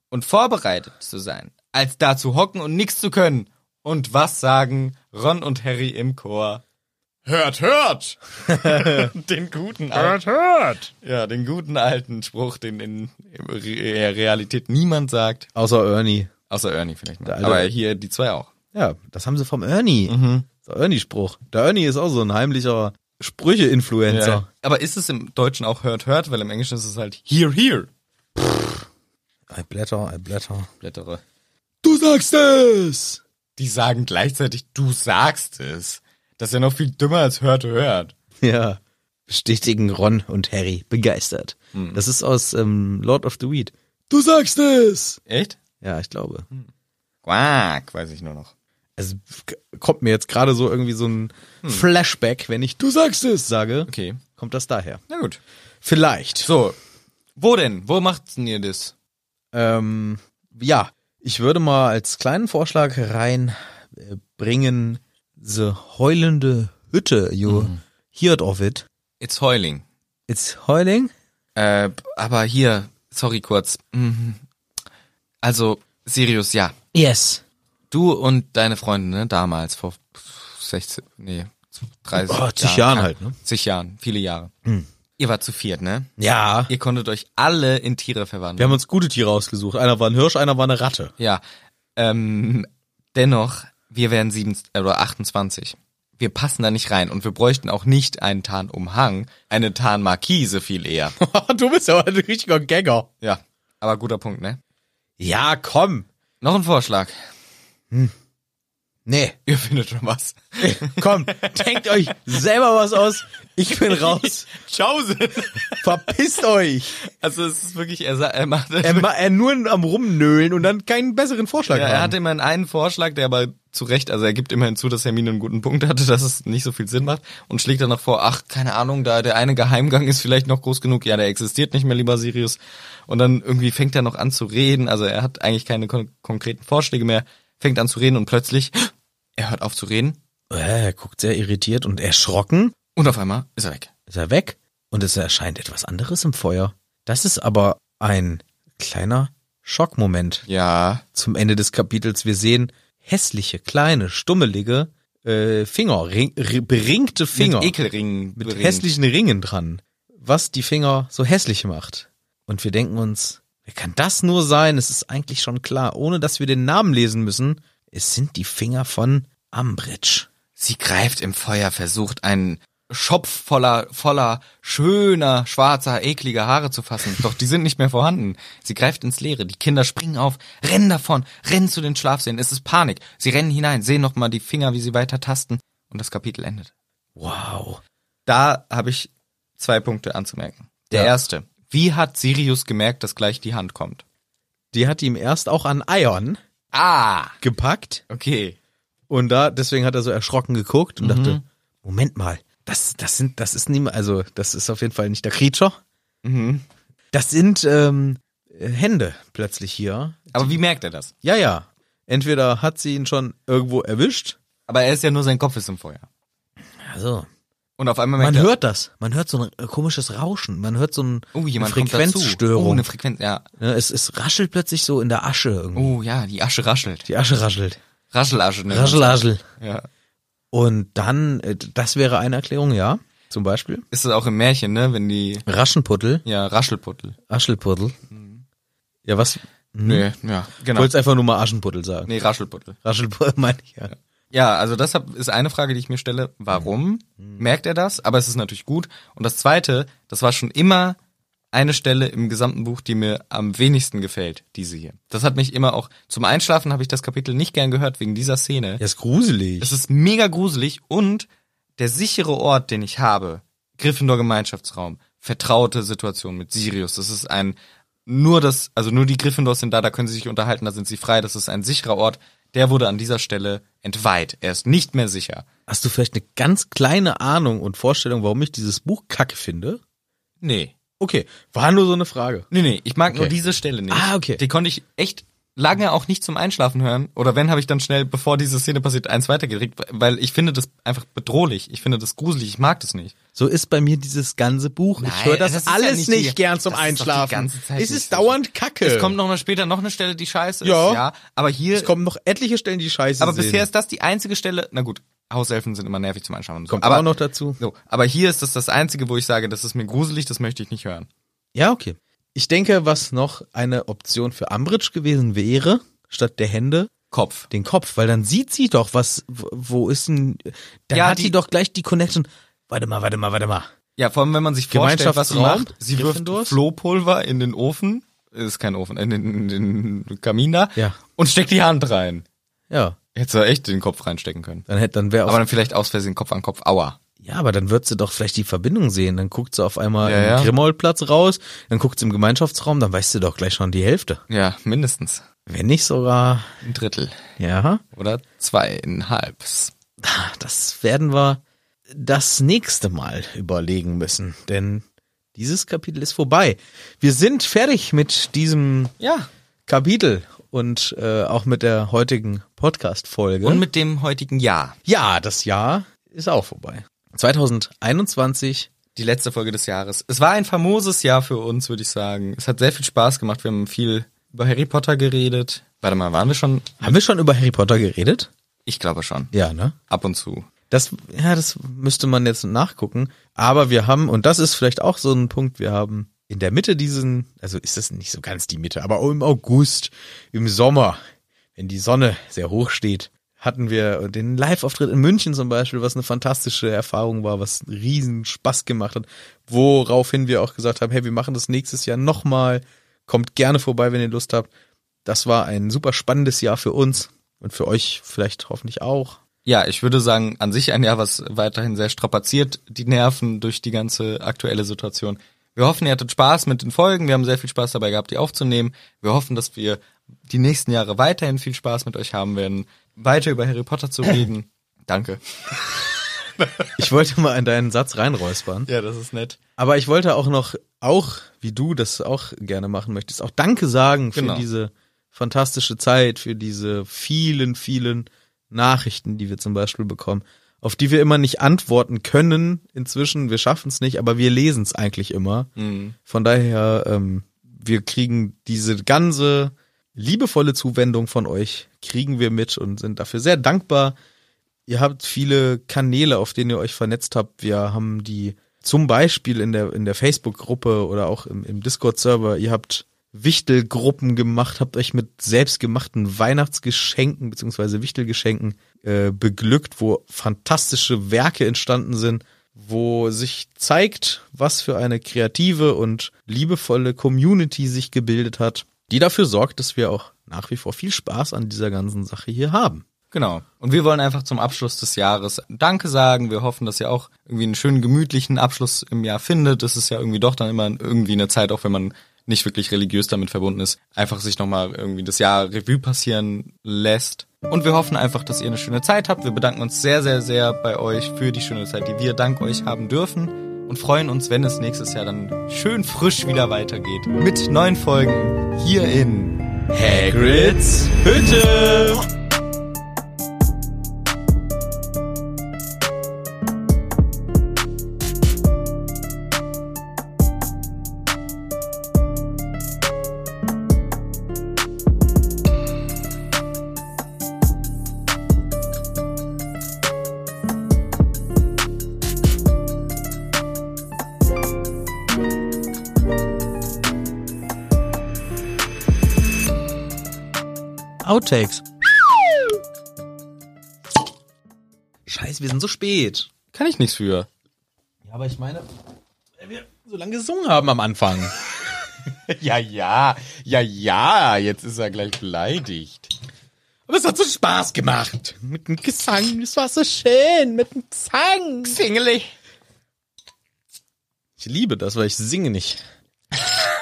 [SPEAKER 1] und vorbereitet zu sein, als da zu hocken und nichts zu können. Und was sagen Ron und Harry im Chor? Hört, hört! den guten alten,
[SPEAKER 2] Hört.
[SPEAKER 1] ja, den guten alten Spruch, den in, in Re- Realität niemand sagt.
[SPEAKER 2] Außer Ernie.
[SPEAKER 1] Außer Ernie vielleicht mal.
[SPEAKER 2] Der alte-
[SPEAKER 1] Aber hier die zwei auch.
[SPEAKER 2] Ja, das haben sie vom Ernie.
[SPEAKER 1] Mhm.
[SPEAKER 2] Der Ernie-Spruch. Der Ernie ist auch so ein heimlicher Sprüche-Influencer.
[SPEAKER 1] Ja. Aber ist es im Deutschen auch hört, hört? Weil im Englischen ist es halt hear, hear.
[SPEAKER 2] Ein Blätter, ein Blätter.
[SPEAKER 1] Blättere.
[SPEAKER 2] Du sagst es!
[SPEAKER 1] die sagen gleichzeitig, du sagst es. Das ist ja noch viel dümmer als hört, hört.
[SPEAKER 2] Ja. Bestätigen Ron und Harry. Begeistert.
[SPEAKER 1] Hm.
[SPEAKER 2] Das ist aus ähm, Lord of the Weed. Du sagst es!
[SPEAKER 1] Echt?
[SPEAKER 2] Ja, ich glaube.
[SPEAKER 1] Quack, weiß ich nur noch.
[SPEAKER 2] Also k- kommt mir jetzt gerade so irgendwie so ein Flashback, wenn ich Hm. du sagst es sage.
[SPEAKER 1] Okay.
[SPEAKER 2] Kommt das daher?
[SPEAKER 1] Na gut.
[SPEAKER 2] Vielleicht.
[SPEAKER 1] So. Wo denn? Wo macht's denn ihr das?
[SPEAKER 2] Ähm, ja, ich würde mal als kleinen Vorschlag reinbringen, The Heulende Hütte, you heard of it.
[SPEAKER 1] It's heuling.
[SPEAKER 2] It's heuling?
[SPEAKER 1] Äh, aber hier, sorry kurz. Mhm. Also, Sirius, ja.
[SPEAKER 4] Yes.
[SPEAKER 1] Du und deine Freundin, ne, damals, vor 16, nee, 30
[SPEAKER 2] Oh, zig Jahren halt, Hm. ne?
[SPEAKER 1] Zig Jahren, viele Jahre. Ihr wart zu viert, ne?
[SPEAKER 2] Ja.
[SPEAKER 1] Ihr konntet euch alle in Tiere verwandeln.
[SPEAKER 2] Wir haben uns gute Tiere ausgesucht. Einer war ein Hirsch, einer war eine Ratte.
[SPEAKER 1] Ja. Ähm, dennoch, wir wären sieben äh, oder 28. Wir passen da nicht rein und wir bräuchten auch nicht einen Tarnumhang, eine Tarnmarkise viel eher.
[SPEAKER 2] du bist aber ein richtiger Gänger.
[SPEAKER 1] ja, aber guter Punkt, ne?
[SPEAKER 2] Ja, komm.
[SPEAKER 1] Noch ein Vorschlag.
[SPEAKER 2] Nee,
[SPEAKER 1] Ihr findet schon was.
[SPEAKER 2] komm. denkt euch selber was aus. Ich bin raus.
[SPEAKER 1] Tschause.
[SPEAKER 2] Verpisst euch.
[SPEAKER 1] Also es ist wirklich, er, sa- er macht
[SPEAKER 2] Er, ma- er nur am Rumnölen und dann keinen besseren Vorschlag
[SPEAKER 1] Ja, er
[SPEAKER 2] haben.
[SPEAKER 1] hatte immerhin einen Vorschlag, der aber zu Recht, also er gibt immerhin zu, dass Hermine einen guten Punkt hatte, dass es nicht so viel Sinn macht und schlägt dann noch vor, ach, keine Ahnung, da der eine Geheimgang ist vielleicht noch groß genug, ja, der existiert nicht mehr, lieber Sirius. Und dann irgendwie fängt er noch an zu reden, also er hat eigentlich keine kon konkreten Vorschläge mehr, fängt an zu reden und plötzlich, er hört auf zu reden
[SPEAKER 2] Äh, Er guckt sehr irritiert und erschrocken.
[SPEAKER 1] und auf einmal ist er weg.
[SPEAKER 2] Ist er weg und es erscheint etwas anderes im Feuer. Das ist aber ein kleiner Schockmoment
[SPEAKER 1] Ja,
[SPEAKER 2] zum Ende des Kapitels. Wir sehen hässliche, kleine, stummelige äh, Finger, ring, ri- beringte Finger
[SPEAKER 1] mit Ekelringen.
[SPEAKER 2] mit
[SPEAKER 1] beringt.
[SPEAKER 2] hässlichen Ringen dran, was die Finger so hässlich macht. Und wir denken uns, wer kann das nur sein? Es ist eigentlich schon klar, ohne dass wir den Namen lesen müssen. Es sind die Finger von Ambridge.
[SPEAKER 1] Sie greift im Feuer, versucht einen Schopf voller, voller, schöner, schwarzer, ekliger Haare zu fassen. Doch die sind nicht mehr vorhanden. Sie greift ins Leere. Die Kinder springen auf, rennen davon, rennen zu den Schlafsälen. Es ist Panik. Sie rennen hinein, sehen nochmal die Finger, wie sie weiter tasten. Und das Kapitel endet.
[SPEAKER 2] Wow.
[SPEAKER 1] Da habe ich zwei Punkte anzumerken. Der
[SPEAKER 2] Ja.
[SPEAKER 1] erste. Wie hat Sirius gemerkt, dass gleich die Hand kommt?
[SPEAKER 2] Die hat ihm erst auch an Eiern
[SPEAKER 1] Ah,
[SPEAKER 2] gepackt
[SPEAKER 1] okay.
[SPEAKER 2] und da deswegen hat er so erschrocken geguckt und dachte, Moment mal, das das sind das ist niemand, also das ist auf jeden Fall nicht der Creature. Mhm. Das sind ähm, Hände plötzlich hier.
[SPEAKER 1] Aber wie merkt er das?
[SPEAKER 2] Ja, ja. Entweder hat sie ihn schon irgendwo erwischt.
[SPEAKER 1] Aber er ist ja nur, sein Kopf ist im Feuer.
[SPEAKER 2] Also,
[SPEAKER 1] Und auf einmal merkt
[SPEAKER 2] man
[SPEAKER 1] er,
[SPEAKER 2] hört das. Man hört so ein äh, komisches Rauschen. Man hört so ein,
[SPEAKER 1] oh, jemand
[SPEAKER 2] eine
[SPEAKER 1] Kommt dazu. Oh,
[SPEAKER 2] Frequenzstörung.
[SPEAKER 1] eine Frequenz, ja.
[SPEAKER 2] Ne, es, es raschelt plötzlich so in der Asche irgendwie.
[SPEAKER 1] Oh ja, die Asche raschelt.
[SPEAKER 2] Die Asche raschelt.
[SPEAKER 1] Raschelasche. Ne?
[SPEAKER 2] Raschel, raschel.
[SPEAKER 1] Ja.
[SPEAKER 2] Und dann, äh, das wäre eine Erklärung, ja. Zum Beispiel.
[SPEAKER 1] Ist es auch im Märchen, ne? Wenn die,
[SPEAKER 2] Raschenputtel,
[SPEAKER 1] ja, Raschelputtel.
[SPEAKER 2] Aschelputtel. Ja, was?
[SPEAKER 1] Nee, ja,
[SPEAKER 2] Ich
[SPEAKER 1] genau.
[SPEAKER 2] Mhm. wollte einfach nur mal Aschenputtel sagen.
[SPEAKER 1] Nee, Raschelputtel.
[SPEAKER 2] Raschelputtel meine ich ja.
[SPEAKER 1] Ja, also das hab- ist eine Frage, die ich mir stelle. Warum
[SPEAKER 2] Mhm.
[SPEAKER 1] merkt er das? Aber es ist natürlich gut. Und das zweite, das war schon immer eine Stelle im gesamten Buch, die mir am wenigsten gefällt, diese hier. Das hat mich immer auch, zum Einschlafen habe ich das Kapitel nicht gern gehört wegen dieser Szene.
[SPEAKER 2] Ja, ist gruselig.
[SPEAKER 1] Es ist mega gruselig und der sichere Ort, den ich habe, Gryffindor Gemeinschaftsraum, vertraute Situation mit Sirius. Das ist ein nur das, also nur die Gryffindors sind da, da können sie sich unterhalten, da sind sie frei. Das ist ein sicherer Ort, der wurde an dieser Stelle entweiht. Er ist nicht mehr sicher.
[SPEAKER 2] Hast du vielleicht eine ganz kleine Ahnung und Vorstellung, warum ich dieses Buch kacke finde?
[SPEAKER 1] Nee.
[SPEAKER 2] Okay, war nur so eine Frage.
[SPEAKER 1] Nee, nee, ich mag nur
[SPEAKER 2] Okay.
[SPEAKER 1] diese Stelle nicht.
[SPEAKER 2] Ah, okay.
[SPEAKER 1] Die konnte ich echt lange auch nicht zum Einschlafen hören. Oder wenn, habe ich dann schnell, bevor diese Szene passiert, eins weitergedreht, weil ich finde das einfach bedrohlich. Ich finde das gruselig. Ich mag das nicht.
[SPEAKER 2] So ist bei mir dieses ganze Buch. ich
[SPEAKER 1] Nein,
[SPEAKER 2] höre das,
[SPEAKER 1] das ist ja
[SPEAKER 2] alles
[SPEAKER 1] nicht
[SPEAKER 2] nicht
[SPEAKER 1] die-
[SPEAKER 2] gern zum
[SPEAKER 1] das ist doch die
[SPEAKER 2] Einschlafen.
[SPEAKER 1] ganze Zeit
[SPEAKER 2] es
[SPEAKER 1] nicht
[SPEAKER 2] ist dauernd kacke.
[SPEAKER 1] Es kommt noch mal später noch eine Stelle, die scheiße ist.
[SPEAKER 2] Ähm. Ja.
[SPEAKER 1] ja aber hier,
[SPEAKER 2] es kommen noch etliche Stellen, die scheiße
[SPEAKER 1] aber
[SPEAKER 2] sind.
[SPEAKER 1] bisher ist das die einzige Stelle, na gut, Hauselfen sind immer nervig zum Einschlafen. und so,
[SPEAKER 2] kommt
[SPEAKER 1] aber,
[SPEAKER 2] auch noch dazu.
[SPEAKER 1] So, aber hier ist das das einzige, wo ich sage, das ist mir gruselig, das möchte ich nicht hören.
[SPEAKER 2] Ja, okay. Ich denke, was noch eine Option für Ambridge gewesen wäre, statt der Hände,
[SPEAKER 1] Kopf.
[SPEAKER 2] den Kopf, weil dann sieht sie doch, was, wo- wo ist denn, dann
[SPEAKER 1] Ja,
[SPEAKER 2] hat
[SPEAKER 1] die-
[SPEAKER 2] die, doch gleich die Connection. Warte mal, warte mal, warte mal.
[SPEAKER 1] Ja, vor allem, wenn man sich vorstellt, was sie
[SPEAKER 2] Gemeinschaftsraum,
[SPEAKER 1] macht. Sie wirft
[SPEAKER 2] Gryffindors.
[SPEAKER 1] Flohpulver in den Ofen, ist kein Ofen, in den, in den Kamin da
[SPEAKER 2] Ja.
[SPEAKER 1] und steckt die Hand rein.
[SPEAKER 2] Ja,
[SPEAKER 1] Hätte sie echt den Kopf reinstecken können.
[SPEAKER 2] dann hätte, dann wäre auch,
[SPEAKER 1] Aber dann vielleicht aus Versehen Kopf an Kopf, aua.
[SPEAKER 2] ja, aber dann wird sie doch vielleicht die Verbindung sehen, dann guckt sie auf einmal
[SPEAKER 1] Ja,
[SPEAKER 2] im
[SPEAKER 1] ja.
[SPEAKER 2] Grimoldplatz raus, dann guckt sie im Gemeinschaftsraum, dann weißt du doch gleich schon die Hälfte.
[SPEAKER 1] Ja, mindestens
[SPEAKER 2] Wenn nicht sogar,
[SPEAKER 1] ein Drittel
[SPEAKER 2] ja,
[SPEAKER 1] oder zweieinhalb.
[SPEAKER 2] das werden wir das nächste Mal überlegen müssen, denn dieses Kapitel ist vorbei. Wir sind fertig mit diesem
[SPEAKER 1] Ja.
[SPEAKER 2] Kapitel und äh, auch mit der heutigen Podcast-Folge.
[SPEAKER 1] Und mit dem heutigen Jahr.
[SPEAKER 2] ja, das Jahr ist auch vorbei. 2021,
[SPEAKER 1] Die letzte Folge des Jahres. Es war ein famoses Jahr für uns, würde ich sagen. Es hat sehr viel Spaß gemacht. Wir haben viel über Harry Potter geredet. Warte mal, waren wir schon?
[SPEAKER 2] haben wir schon über Harry Potter geredet?
[SPEAKER 1] Ich glaube schon.
[SPEAKER 2] Ja, ne?
[SPEAKER 1] Ab und zu.
[SPEAKER 2] Das, ja, das müsste man jetzt nachgucken. Aber wir haben, und das ist vielleicht auch so ein Punkt, wir haben in der Mitte diesen, also ist das nicht so ganz die Mitte, aber auch im August, im Sommer, wenn die Sonne sehr hoch steht, hatten wir den Live-Auftritt in München zum Beispiel, was eine fantastische Erfahrung war, was einen riesen Spaß gemacht hat, woraufhin wir auch gesagt haben, hey, wir machen das nächstes Jahr nochmal, kommt gerne vorbei, wenn ihr Lust habt. Das war ein super spannendes Jahr für uns und für euch vielleicht hoffentlich auch.
[SPEAKER 1] Ja, ich würde sagen, an sich ein Jahr, was weiterhin sehr strapaziert, die Nerven durch die ganze aktuelle Situation. Wir hoffen, ihr hattet Spaß mit den Folgen. Wir haben sehr viel Spaß dabei gehabt, die aufzunehmen. Wir hoffen, dass wir die nächsten Jahre weiterhin viel Spaß mit euch haben werden, weiter über Harry Potter zu reden. Danke.
[SPEAKER 2] Ich wollte mal in deinen Satz reinräuspern.
[SPEAKER 1] Ja, das ist nett.
[SPEAKER 2] Aber ich wollte auch noch, auch wie du das auch gerne machen möchtest, auch Danke sagen für
[SPEAKER 1] Genau.
[SPEAKER 2] diese fantastische Zeit, für diese vielen, vielen Nachrichten, die wir zum Beispiel bekommen, auf die wir immer nicht antworten können. Inzwischen, wir schaffen es nicht, aber wir lesen es eigentlich immer.
[SPEAKER 1] Mhm.
[SPEAKER 2] Von daher, ähm, wir kriegen diese ganze liebevolle Zuwendung von euch, kriegen wir mit und sind dafür sehr dankbar. Ihr habt viele Kanäle, auf denen ihr euch vernetzt habt. Wir haben die zum Beispiel in der, in der Facebook-Gruppe oder auch im, im Discord-Server. Ihr habt Wichtelgruppen gemacht, habt euch mit selbstgemachten Weihnachtsgeschenken beziehungsweise Wichtelgeschenken äh, beglückt, wo fantastische Werke entstanden sind, wo sich zeigt, was für eine kreative und liebevolle Community sich gebildet hat, die dafür sorgt, dass wir auch nach wie vor viel Spaß an dieser ganzen Sache hier haben.
[SPEAKER 1] Genau. Und wir wollen einfach zum Abschluss des Jahres Danke sagen. Wir hoffen, dass ihr auch irgendwie einen schönen, gemütlichen Abschluss im Jahr findet. Das ist ja irgendwie doch dann immer irgendwie eine Zeit, auch wenn man nicht wirklich religiös damit verbunden ist, einfach sich nochmal irgendwie das Jahr Revue passieren lässt. Und wir hoffen einfach, dass ihr eine schöne Zeit habt. Wir bedanken uns sehr, sehr, sehr bei euch für die schöne Zeit, die wir dank euch haben dürfen und freuen uns, wenn es nächstes Jahr dann schön frisch wieder weitergeht mit neuen Folgen hier in Hagrid's Hütte.
[SPEAKER 2] Outtakes. Scheiße, wir sind so spät.
[SPEAKER 1] Kann ich nichts für.
[SPEAKER 2] Ja, aber ich meine, weil wir so lange gesungen haben am Anfang.
[SPEAKER 1] Ja, Ah ja, ja, ja, jetzt ist er gleich beleidigt.
[SPEAKER 2] Aber es hat so Spaß gemacht. Mit dem Gesang. Es war so schön. Mit dem Gesang. Singeli. Ich liebe das, weil ich singe nicht.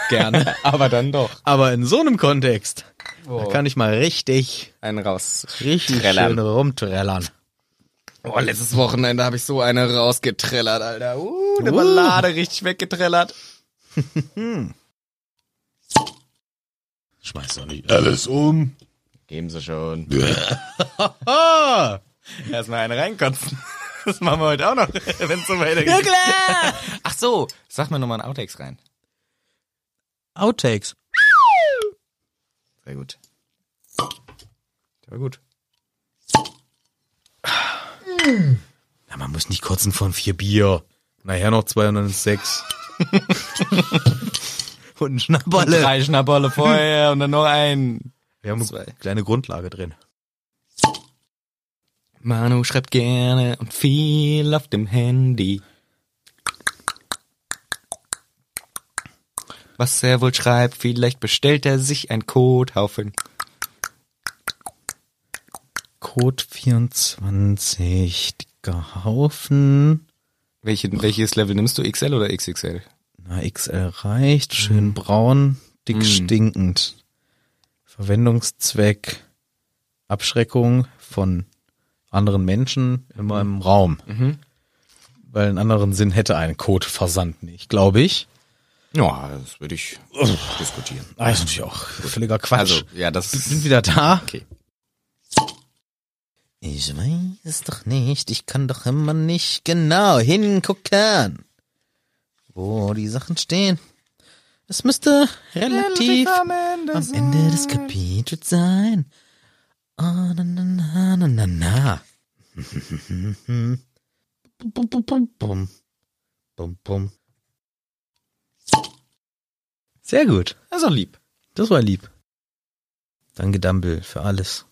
[SPEAKER 2] Gerne.
[SPEAKER 1] Aber dann doch. Oh.
[SPEAKER 2] Aber in so einem Kontext. Da kann ich mal richtig,
[SPEAKER 1] Einen raus.
[SPEAKER 2] richtig
[SPEAKER 1] Trällern.
[SPEAKER 2] schön rumträllern.
[SPEAKER 1] Oh, letztes Wochenende habe ich so eine rausgetrellert, Alter. Uh, eine Ballade richtig weggetrellert.
[SPEAKER 2] Schmeiß doch nicht.
[SPEAKER 5] Alles um.
[SPEAKER 1] Geben sie schon. Erstmal eine reinkotzen. Das machen wir heute auch noch, wenn es so weitergeht. Ja, klar! Ach so, sag mir nochmal einen Outtakes rein.
[SPEAKER 6] Outtakes.
[SPEAKER 1] Sehr gut. Sehr gut.
[SPEAKER 2] Na, man muss nicht kotzen von vier Bier. Nachher noch zwei und dann ist sechs. und ein Schnapperle.
[SPEAKER 1] Drei Schnapperle vorher und dann noch einen.
[SPEAKER 2] Wir haben
[SPEAKER 1] Zwei.
[SPEAKER 2] eine kleine Grundlage drin.
[SPEAKER 1] Manu schreibt gerne und viel auf dem Handy. Was er wohl schreibt, vielleicht bestellt er sich ein Kothaufen.
[SPEAKER 2] Code 24, dicker Haufen.
[SPEAKER 1] Welche, welches Level nimmst du? XL oder XXL?
[SPEAKER 2] Na, XL reicht, schön braun, dick stinkend. Verwendungszweck, Abschreckung von anderen Menschen in meinem Raum. Weil einen anderen Sinn hätte ein Codeversand nicht, glaube ich.
[SPEAKER 1] Ja, das würde ich diskutieren.
[SPEAKER 2] Ah, ist natürlich auch völliger Quatsch.
[SPEAKER 1] Also, ja, das
[SPEAKER 2] Wir sind
[SPEAKER 1] ist.
[SPEAKER 2] wieder da.
[SPEAKER 1] Okay.
[SPEAKER 2] Ich weiß doch nicht, ich kann doch immer nicht genau hingucken, wo die Sachen stehen. Es müsste relativ am Ende, des Kapitels sein. Oh, na, na, na, na, na, na. bum, bum, bum, bum. Bum, bum. Sehr gut.
[SPEAKER 1] Das ist auch lieb.
[SPEAKER 2] Das war lieb. Danke, Dumble, für alles.